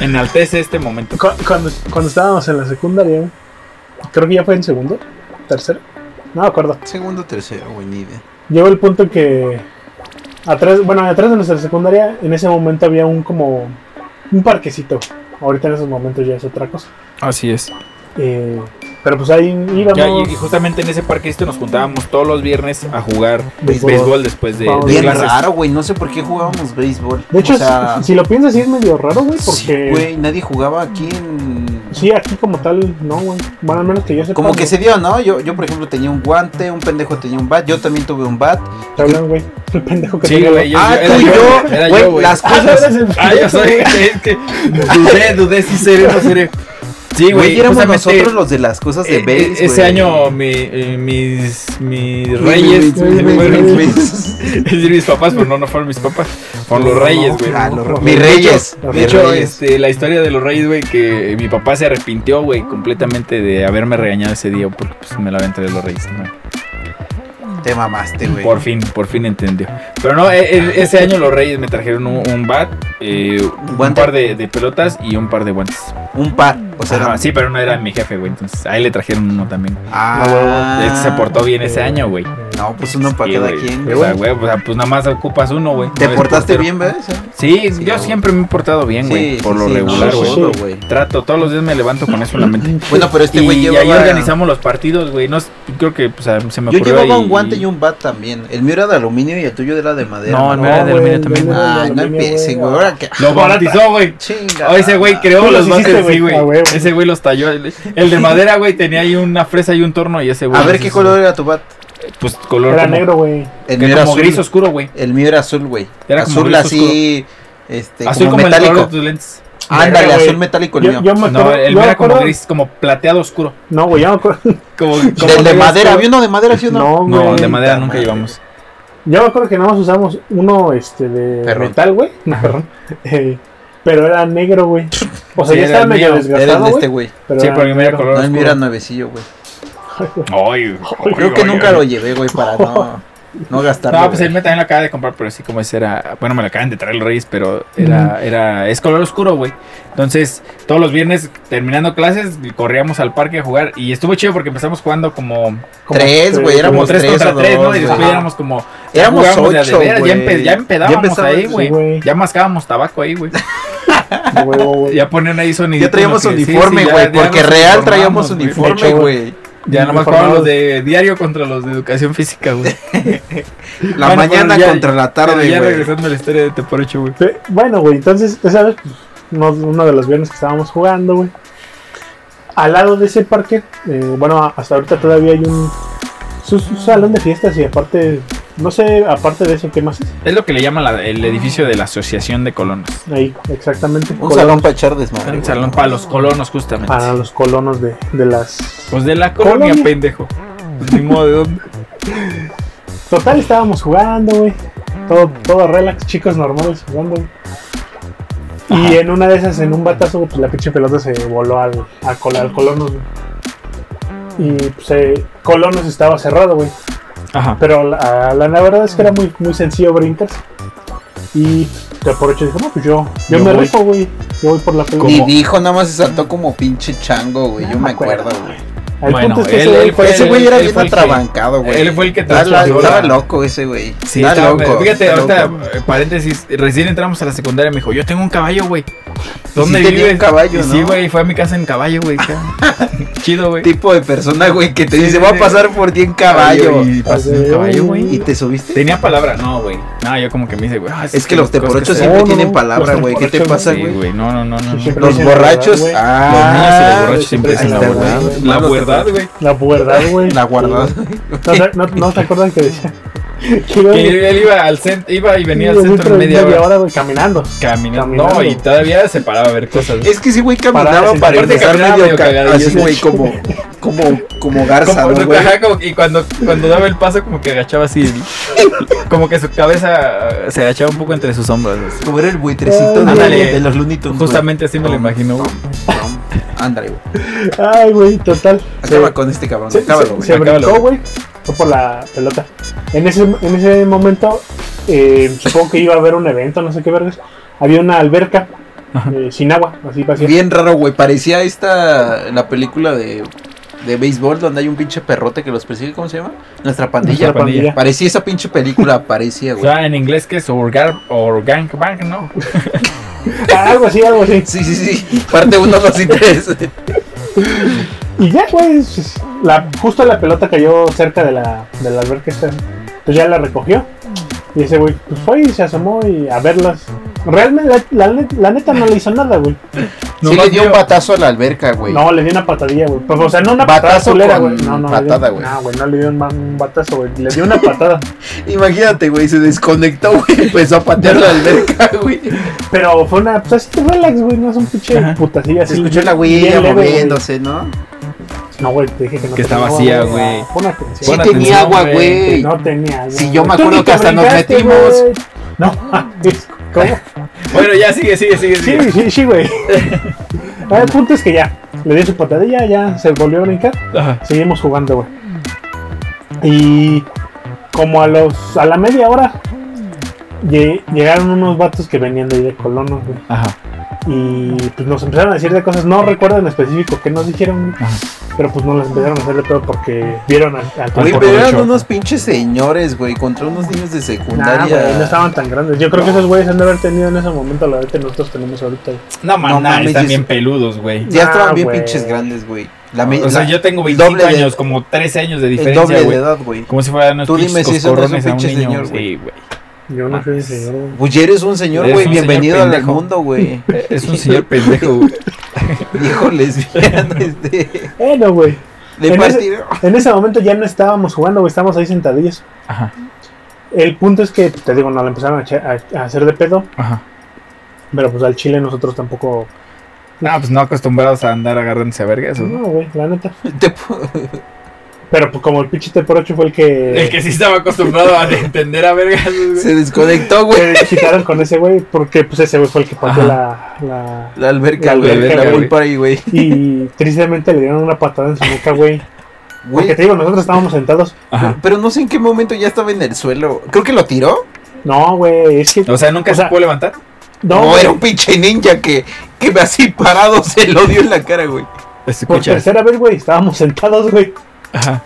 Speaker 1: enaltece este momento.
Speaker 2: cu- cuando, cuando estábamos en la secundaria, güey, creo que ya fue en segundo, tercero, no me acuerdo.
Speaker 3: Segundo, tercero, güey, ni idea.
Speaker 2: Llegó el punto que atrás, bueno, atrás de nuestra secundaria, en ese momento había un como un parquecito. Ahorita en esos momentos ya es otra cosa.
Speaker 1: Así es.
Speaker 2: Eh, pero pues ahí
Speaker 1: Ya,
Speaker 2: íbamos.
Speaker 1: y, y justamente en ese parque este nos juntábamos todos los viernes a jugar
Speaker 2: Béisbol.
Speaker 1: béisbol después de, de
Speaker 2: Vamos.
Speaker 3: Bien
Speaker 1: clases.
Speaker 3: raro, güey. No sé por qué jugábamos béisbol.
Speaker 2: de hecho,
Speaker 3: o sea,
Speaker 2: si- si lo piensas, sí es medio raro, güey,
Speaker 3: sí,
Speaker 2: porque.
Speaker 3: güey, nadie jugaba aquí en.
Speaker 2: Sí, aquí como tal, no, güey. Bueno, al menos que yo sepa.
Speaker 3: Como que
Speaker 2: güey.
Speaker 3: se dio, ¿no? Yo, yo, por ejemplo, tenía un guante, un pendejo tenía un bat, yo también tuve un bat.
Speaker 2: Te hablan, güey. El pendejo que
Speaker 1: Sí,
Speaker 2: tenía,
Speaker 1: güey, yo-
Speaker 3: ah,
Speaker 1: era
Speaker 3: tú y
Speaker 1: yo,
Speaker 3: yo,
Speaker 1: era
Speaker 3: güey,
Speaker 1: yo, güey.
Speaker 3: las
Speaker 2: Ah, no,
Speaker 3: cosas.
Speaker 2: eres el-
Speaker 1: Ah, yo soy. Es que dudé, dudé si serio o no serio. Sí,
Speaker 3: Güey,
Speaker 1: güey,
Speaker 3: éramos
Speaker 1: justamente,
Speaker 3: nosotros los de las cosas de
Speaker 1: eh, eh,
Speaker 3: béis,
Speaker 1: Ese
Speaker 3: güey.
Speaker 1: año mi- eh, mis, mis
Speaker 3: Mis-
Speaker 1: reyes,
Speaker 3: mis- mis- mis-
Speaker 1: fueron-
Speaker 3: mis- mis-
Speaker 1: es decir, mis papás, pero no, no fueron mis papás, fueron los reyes, güey.
Speaker 3: Ah, los-
Speaker 2: Los
Speaker 3: Mis reyes.
Speaker 2: los
Speaker 1: De
Speaker 3: mis
Speaker 1: hecho,
Speaker 3: reyes.
Speaker 1: este, la historia de los Reyes, güey, que mi papá se arrepintió, güey, completamente de haberme regañado ese día porque pues, me la aventé de los Reyes. ¿no?
Speaker 3: Te mamaste, güey.
Speaker 1: Por fin, por fin entendió. Pero no, e- e- ese año los Reyes me trajeron un, un bat, eh, un
Speaker 3: Guante.
Speaker 1: par de, de pelotas y un par de guantes.
Speaker 3: Un par. O sea,
Speaker 1: Ajá,
Speaker 3: era-
Speaker 1: sí, pero no era mi jefe, güey, entonces a él le trajeron uno también.
Speaker 3: Ah,
Speaker 1: Este se portó bien ese año, güey.
Speaker 3: No, pues uno para
Speaker 1: Sí,
Speaker 3: cada
Speaker 1: güey.
Speaker 3: quien,
Speaker 1: O
Speaker 3: güey.
Speaker 1: sea, güey, o sea, pues nada más ocupas uno, güey. No
Speaker 3: Te
Speaker 1: eres
Speaker 3: portaste
Speaker 1: portero.
Speaker 3: bien, ¿ves?
Speaker 1: Sí,
Speaker 3: Sí,
Speaker 1: yo
Speaker 3: güey.
Speaker 1: siempre me he portado bien, güey, por lo
Speaker 3: sí,
Speaker 1: regular,
Speaker 3: no,
Speaker 1: güey.
Speaker 3: todo, güey.
Speaker 1: Trato, todos los días me levanto con eso en la mente.
Speaker 3: Bueno, pero este
Speaker 1: y,
Speaker 3: güey
Speaker 1: y
Speaker 3: llevaba.
Speaker 1: ahí organizamos los partidos, güey. No, s- creo que pues, a- se me
Speaker 3: Yo
Speaker 1: ocurrió.
Speaker 3: llevaba un
Speaker 1: y-
Speaker 3: guante y un bat también. El mío era de aluminio y el tuyo era de madera.
Speaker 1: No,
Speaker 3: mano.
Speaker 1: no era de
Speaker 2: güey,
Speaker 1: aluminio también.
Speaker 2: el de
Speaker 3: Ay, no
Speaker 2: aluminio,
Speaker 3: empiecen, güey. Ahora que.
Speaker 1: Lo baratizó, güey.
Speaker 3: Chinga.
Speaker 1: Oh, ese güey creó
Speaker 2: Tú los
Speaker 1: los bates,
Speaker 2: hiciste,
Speaker 1: sí,
Speaker 2: güey.
Speaker 1: güey.
Speaker 2: Ah, güey, güey.
Speaker 1: Ese güey los talló. El, el de madera, güey, tenía ahí una fresa y un torno y ese güey.
Speaker 3: A ver
Speaker 1: sí,
Speaker 3: qué
Speaker 1: sí,
Speaker 3: color era tu bat.
Speaker 1: Pues color
Speaker 2: Era
Speaker 1: como,
Speaker 2: negro, güey.
Speaker 3: El
Speaker 1: que
Speaker 3: mío era
Speaker 1: como
Speaker 3: azul.
Speaker 1: gris oscuro, güey.
Speaker 3: El mío era azul, güey.
Speaker 1: Era como
Speaker 3: azul
Speaker 1: gris
Speaker 3: así. Este,
Speaker 1: Azul
Speaker 3: como
Speaker 1: como, el color de
Speaker 3: metálico.
Speaker 1: tus lentes.
Speaker 3: Ándale,
Speaker 2: Verga, güey.
Speaker 3: azul metálico el
Speaker 2: Yo,
Speaker 3: mío.
Speaker 2: yo me
Speaker 1: No,
Speaker 2: acuerdo.
Speaker 1: el
Speaker 2: yo
Speaker 1: mío
Speaker 2: me
Speaker 1: era como
Speaker 2: acuerdo-
Speaker 1: gris, como plateado oscuro.
Speaker 2: No, güey, yo me acuerdo.
Speaker 1: Como, como
Speaker 3: Del de
Speaker 1: negro
Speaker 3: madera,
Speaker 1: oscuro.
Speaker 3: ¿había uno de madera, sí o no?
Speaker 2: No, güey.
Speaker 1: No, el de madera nunca
Speaker 3: Madre.
Speaker 1: llevamos.
Speaker 2: Yo me acuerdo que nada más usamos uno este de
Speaker 3: Perrón.
Speaker 2: metal, güey. No, perrón. Eh, pero era negro, güey. O sea,
Speaker 1: Sí, era
Speaker 2: ya estaba
Speaker 1: el
Speaker 2: medio
Speaker 1: mío.
Speaker 3: Era el
Speaker 2: desgastado,
Speaker 3: de
Speaker 2: güey.
Speaker 3: este güey.
Speaker 2: pero
Speaker 1: Sí, porque me era
Speaker 2: negro.
Speaker 1: color
Speaker 3: No, el mío era
Speaker 1: oscuro.
Speaker 3: nuevecillo, güey.
Speaker 1: Ay,
Speaker 3: Creo que nunca lo llevé, güey, para no. No gastarlo.
Speaker 1: No, pues
Speaker 3: güey.
Speaker 1: él me también lo acaba de comprar, pero así como ese era. Bueno, me lo acaban de traer el Reyes, pero era. era es color oscuro, güey. Entonces, todos los viernes, terminando clases, corríamos al parque a jugar. Y estuvo chido porque empezamos jugando como.
Speaker 2: Como
Speaker 3: Tres,
Speaker 2: tres,
Speaker 3: güey,
Speaker 1: Como
Speaker 3: éramos
Speaker 1: tres
Speaker 3: tres
Speaker 1: contra
Speaker 3: o
Speaker 1: tres, ¿no?
Speaker 3: dos,
Speaker 1: Y después
Speaker 3: güey.
Speaker 1: éramos como.
Speaker 3: Éramos
Speaker 1: jugábamos de a de
Speaker 3: ocho,
Speaker 1: veras, ya, empe-
Speaker 3: güey.
Speaker 1: ya empedábamos
Speaker 3: empezaba-
Speaker 1: ahí,
Speaker 2: Sí,
Speaker 1: güey.
Speaker 2: güey.
Speaker 1: Ya mascábamos tabaco ahí, güey.
Speaker 2: a huevo, güey.
Speaker 1: Ya ponían ahí soniditos
Speaker 3: Ya traíamos
Speaker 1: que- sí, sí,
Speaker 3: uniforme,
Speaker 1: ya-
Speaker 3: güey,
Speaker 1: ya
Speaker 3: porque
Speaker 1: nos
Speaker 3: real
Speaker 1: uniformamos,
Speaker 3: traíamos
Speaker 1: güey.
Speaker 3: uniforme,
Speaker 2: hecho,
Speaker 3: güey.
Speaker 1: Ya nomás jugaban
Speaker 2: Uniformados.
Speaker 1: los de diario contra los de educación física, güey.
Speaker 3: La
Speaker 1: Bueno,
Speaker 3: mañana
Speaker 1: bueno, ya-
Speaker 3: contra la
Speaker 1: Pero
Speaker 3: tarde,
Speaker 1: ya
Speaker 3: güey.
Speaker 1: regresando a la historia de Teporocho, güey.
Speaker 2: Fe- Bueno, güey, entonces, esa vez, pues, uno, uno de los viernes que estábamos jugando, güey. Al lado de ese parque, eh, bueno, hasta ahorita todavía hay un, su- su salón de fiestas y aparte, no sé, aparte de eso, ¿qué más es?
Speaker 1: Es lo que le llaman la- el edificio de la Asociación de Colonos.
Speaker 2: Ahí, exactamente.
Speaker 3: Un salón para echar
Speaker 1: Un
Speaker 3: desmadre. güey.
Speaker 1: salón para los colonos, justamente.
Speaker 2: Para los colonos de, de las...
Speaker 1: Pues de la colonia,
Speaker 2: Colonia.
Speaker 1: pendejo. Pues ni modo de dónde.
Speaker 2: Total, estábamos jugando, güey. Todo, todo relax, chicos normales jugando. güey. Y en una de esas, en un batazo, pues la pinche pelota se voló al, a col- al Colonos, güey. Y pues eh, Colonos estaba cerrado, güey.
Speaker 1: Ajá.
Speaker 2: Pero la, la- la verdad es que era muy, muy sencillo brincas. Y te aproveché y dije, no, pues yo, yo,
Speaker 1: Yo
Speaker 2: me
Speaker 1: voy.
Speaker 2: rifo, güey. Yo voy por la pelota.
Speaker 3: Y
Speaker 1: Como-
Speaker 3: dijo, nada más se saltó como pinche chango, güey.
Speaker 2: No
Speaker 3: Yo
Speaker 2: me
Speaker 3: me
Speaker 2: acuerdo,
Speaker 3: acuerdo,
Speaker 2: güey.
Speaker 3: güey.
Speaker 2: El
Speaker 1: Bueno,
Speaker 2: punto es que
Speaker 1: él-
Speaker 2: ese-
Speaker 1: él fue-
Speaker 3: Pues Ese güey era
Speaker 1: él
Speaker 3: bien
Speaker 1: fue el que-
Speaker 3: atrabancado, güey.
Speaker 1: Él fue el que
Speaker 3: Está
Speaker 1: trajo
Speaker 3: la-
Speaker 1: la-
Speaker 3: Estaba loco ese güey.
Speaker 1: Sí,
Speaker 3: Está
Speaker 1: estaba-
Speaker 3: loco.
Speaker 1: Fíjate,
Speaker 3: está
Speaker 1: ahorita,
Speaker 3: loco.
Speaker 1: eh, paréntesis, recién entramos a la secundaria, me dijo, yo tengo un caballo, güey. ¿Dónde
Speaker 3: sí tenía
Speaker 1: vives?
Speaker 3: un caballo,
Speaker 1: Y Sí,
Speaker 3: ¿no?
Speaker 1: güey, fue a mi casa en caballo, güey. acá. Chido, güey.
Speaker 3: Tipo de persona, güey, que te
Speaker 1: Sí,
Speaker 3: dice,
Speaker 1: sí,
Speaker 3: voy a
Speaker 1: sí.
Speaker 3: pasar por ti en caballo.
Speaker 1: Y pasé en caballo, güey.
Speaker 3: ¿Y te subiste?
Speaker 1: Tenía palabra, no, güey. No, yo como que Oh, me dice, güey. ah,
Speaker 3: Es que los
Speaker 1: cosas
Speaker 3: teporochos
Speaker 1: se-
Speaker 3: siempre
Speaker 2: No, no,
Speaker 3: tienen
Speaker 2: no,
Speaker 3: palabra,
Speaker 2: los
Speaker 3: güey. ¿Qué te
Speaker 2: teporochos
Speaker 3: pasa,
Speaker 1: Sí,
Speaker 3: güey?
Speaker 1: güey. No, no, no, no. no.
Speaker 2: Siempre
Speaker 3: Los
Speaker 2: dicen la verdad,
Speaker 3: borrachos.
Speaker 2: güey.
Speaker 1: Los niños y los
Speaker 3: Ah,
Speaker 1: borrachos siempre
Speaker 3: ahí
Speaker 1: dicen la
Speaker 3: está,
Speaker 1: verdad.
Speaker 3: güey.
Speaker 1: La
Speaker 3: Malos
Speaker 1: verdad,
Speaker 3: teporochos.
Speaker 1: güey.
Speaker 2: La verdad, güey.
Speaker 3: La guardada.
Speaker 2: No, te- no, no te acuerdas que decía. Que iba-
Speaker 1: Que él iba al centro, iba y venía al
Speaker 2: iba
Speaker 1: centro
Speaker 2: dentro
Speaker 1: en
Speaker 2: de
Speaker 1: media hora.
Speaker 2: güey, caminando.
Speaker 1: Caminando.
Speaker 2: Caminando.
Speaker 1: No, y todavía se paraba a ver cosas.
Speaker 3: Es que ese güey
Speaker 2: Parada,
Speaker 3: caminaba
Speaker 2: sí,
Speaker 3: para
Speaker 1: aparte
Speaker 3: empezar
Speaker 1: caminaba
Speaker 3: medio
Speaker 1: medio
Speaker 3: ca-
Speaker 1: cagadillo.
Speaker 3: así, güey, como, como, como garza,
Speaker 1: Como-
Speaker 3: ¿no, güey?
Speaker 1: ajá, como- y cuando, cuando daba el paso, como que agachaba así. el- Como que su cabeza eh, se agachaba un poco entre sus hombros. así.
Speaker 3: Como era el buitrecito de,
Speaker 1: Ándale.
Speaker 3: de los Looney Tunes, güey.
Speaker 1: Justamente así me lo
Speaker 3: Tom,
Speaker 1: imagino, güey.
Speaker 3: Tom, Tom. Ándale, güey.
Speaker 2: Ay, güey, total. Eh,
Speaker 3: Acaba con este cabrón.
Speaker 2: Se,
Speaker 3: Acábalo,
Speaker 2: se-
Speaker 3: güey.
Speaker 2: se
Speaker 1: acábalo,
Speaker 2: brincó, güey. Fue por la pelota. En ese, en ese momento, eh, supongo que iba a haber un evento, no sé qué vergas. Había una alberca eh, sin agua, así vacía.
Speaker 3: Bien raro, güey. Parecía esta. La película de. De béisbol, donde hay un pinche perrote que los persigue, ¿cómo se llama? Nuestra pandilla.
Speaker 2: Nuestra pandilla.
Speaker 3: Parecía esa pinche película, parecía,
Speaker 1: O
Speaker 3: güey.
Speaker 1: sea, en inglés que es organ, organgbang, ¿no?
Speaker 2: Ah, Algo así, algo así.
Speaker 3: Sí, sí, sí. Parte 1, 2 y 3.
Speaker 2: Y ya, güey, s- la, justo la pelota cayó cerca de la, de la alberca esta. Entonces ya la recogió. Y ese güey, pues fue y se asomó y a verlas. Realmente, la, la net- la neta no le hizo nada, güey.
Speaker 1: No,
Speaker 3: sí,
Speaker 1: más
Speaker 3: le dio un
Speaker 1: veo-
Speaker 3: batazo a la alberca, güey.
Speaker 2: No, le dio una patadilla, güey. Pues, o sea, no una patada
Speaker 3: Batazo
Speaker 2: culera,
Speaker 3: con
Speaker 2: güey. No, no,
Speaker 3: patada,
Speaker 2: le dio-
Speaker 3: güey.
Speaker 2: No, güey, no le dio un, ma- un batazo, güey. Le dio una patada.
Speaker 3: Imagínate, güey. Se desconectó, güey. Empezó a patear la alberca, güey.
Speaker 2: Pero fue una. Pues así relax, güey. No es un pinche
Speaker 1: Ajá.
Speaker 2: putacilla así.
Speaker 3: Se escuchó la
Speaker 2: bien
Speaker 3: huella
Speaker 2: leve, güey.
Speaker 3: moviéndose, ¿no?
Speaker 2: No, güey, te dije que no
Speaker 1: Que está
Speaker 2: tenía agua,
Speaker 1: vacía, güey.
Speaker 2: Ah, Pon
Speaker 3: Sí
Speaker 2: atención.
Speaker 1: Pon
Speaker 3: tenía
Speaker 1: atención,
Speaker 3: agua,
Speaker 1: güey.
Speaker 3: güey.
Speaker 2: no tenía. agua,
Speaker 3: Sí, yo me
Speaker 2: güey. Tú
Speaker 3: acuerdo
Speaker 2: ni
Speaker 3: que hasta nos
Speaker 2: brincaste,
Speaker 3: metimos.
Speaker 2: güey. No, ah, es- ¿cómo?
Speaker 1: Bueno, ya sigue, sigue, sigue. sigue.
Speaker 2: Sí, sí, sí, güey. Ah, El punto es que ya, le dio su patadilla, ya se volvió a brincar.
Speaker 1: Ajá.
Speaker 2: Seguimos jugando, güey. Y como a los a la media hora lle- llegaron unos vatos que venían de ahí de colonos, güey.
Speaker 1: Ajá.
Speaker 2: Y pues nos empezaron a decir de cosas, no recuerdo en específico qué nos dijeron, güey.
Speaker 1: Ajá.
Speaker 2: pero pues nos las empezaron a hacer de todo porque vieron al, al
Speaker 3: Güey,
Speaker 1: por
Speaker 3: pero eran
Speaker 1: ocho.
Speaker 3: unos pinches señores, güey, contra unos niños de
Speaker 2: Nah,
Speaker 3: secundaria.
Speaker 2: Ah, güey, no estaban tan grandes. Yo creo que esos güeyes han de haber tenido en ese momento la edad que nosotros tenemos ahorita. güey.
Speaker 1: No, man,
Speaker 3: No
Speaker 1: nah,
Speaker 3: mames,
Speaker 1: están
Speaker 3: yo-
Speaker 1: bien peludos, güey.
Speaker 3: Ya
Speaker 2: Nah,
Speaker 3: estaban bien
Speaker 2: güey.
Speaker 3: pinches grandes, güey. La me-
Speaker 1: O sea,
Speaker 3: la-
Speaker 1: yo tengo
Speaker 3: el
Speaker 1: 25
Speaker 3: doble de-
Speaker 1: años, como 13 años de
Speaker 3: el doble
Speaker 1: diferencia,
Speaker 3: de
Speaker 1: güey.
Speaker 3: edad, güey.
Speaker 1: Como si fueran unos
Speaker 3: Tú dime
Speaker 1: pinches
Speaker 3: si eso no es un
Speaker 1: coscorrones a un
Speaker 3: pinche
Speaker 1: niño,
Speaker 3: señor,
Speaker 1: Sí, güey.
Speaker 2: Yo no soy señor. güey.
Speaker 3: Pues ya eres un señor,
Speaker 1: Eres
Speaker 3: güey.
Speaker 1: un señor
Speaker 3: Bienvenido al
Speaker 1: pendejo.
Speaker 3: mundo, güey.
Speaker 1: Es un señor pendejo, güey.
Speaker 3: Viejo lesbiano, este.
Speaker 2: Bueno, güey.
Speaker 3: De
Speaker 2: En
Speaker 3: partir.
Speaker 2: En ese momento ya no estábamos jugando, güey, estábamos ahí sentadillos.
Speaker 1: Ajá,
Speaker 2: El punto es que, te digo, nos la empezaron a, echar- a- a hacer de pedo,
Speaker 1: ajá.
Speaker 2: pero pues al chile nosotros tampoco. pues,
Speaker 1: No, pues no acostumbrados a andar agarrándose a vergas, ¿no?
Speaker 2: No, güey, la neta.
Speaker 3: Te po-
Speaker 2: Pero pues como el pinche teporocho fue el que.
Speaker 1: El que sí estaba acostumbrado a entender a vergas, güey.
Speaker 3: Se desconectó, güey.
Speaker 2: que quitaron con ese güey, porque pues ese güey fue el que pateó la,
Speaker 1: Ajá.
Speaker 2: la-
Speaker 3: La alberca,
Speaker 2: La
Speaker 3: güey.
Speaker 1: alberca,
Speaker 3: La
Speaker 1: güey.
Speaker 3: pool party, güey.
Speaker 2: Y tristemente le dieron una patada en su nuca, güey. Porque
Speaker 3: Güey,
Speaker 2: te digo, nosotros estábamos sentados.
Speaker 1: Ajá.
Speaker 3: pero no sé en qué momento ya estaba en el suelo. Creo que lo tiró.
Speaker 2: No, güey, es que.
Speaker 1: O sea, nunca
Speaker 2: O sea,
Speaker 1: se pudo levantar.
Speaker 3: No,
Speaker 2: no, güey,
Speaker 3: era un pinche ninja que, que me así parado se lo dio en la cara, güey.
Speaker 2: por
Speaker 1: Escucha.
Speaker 2: tercera vez, güey, estábamos sentados, güey.
Speaker 1: Ajá.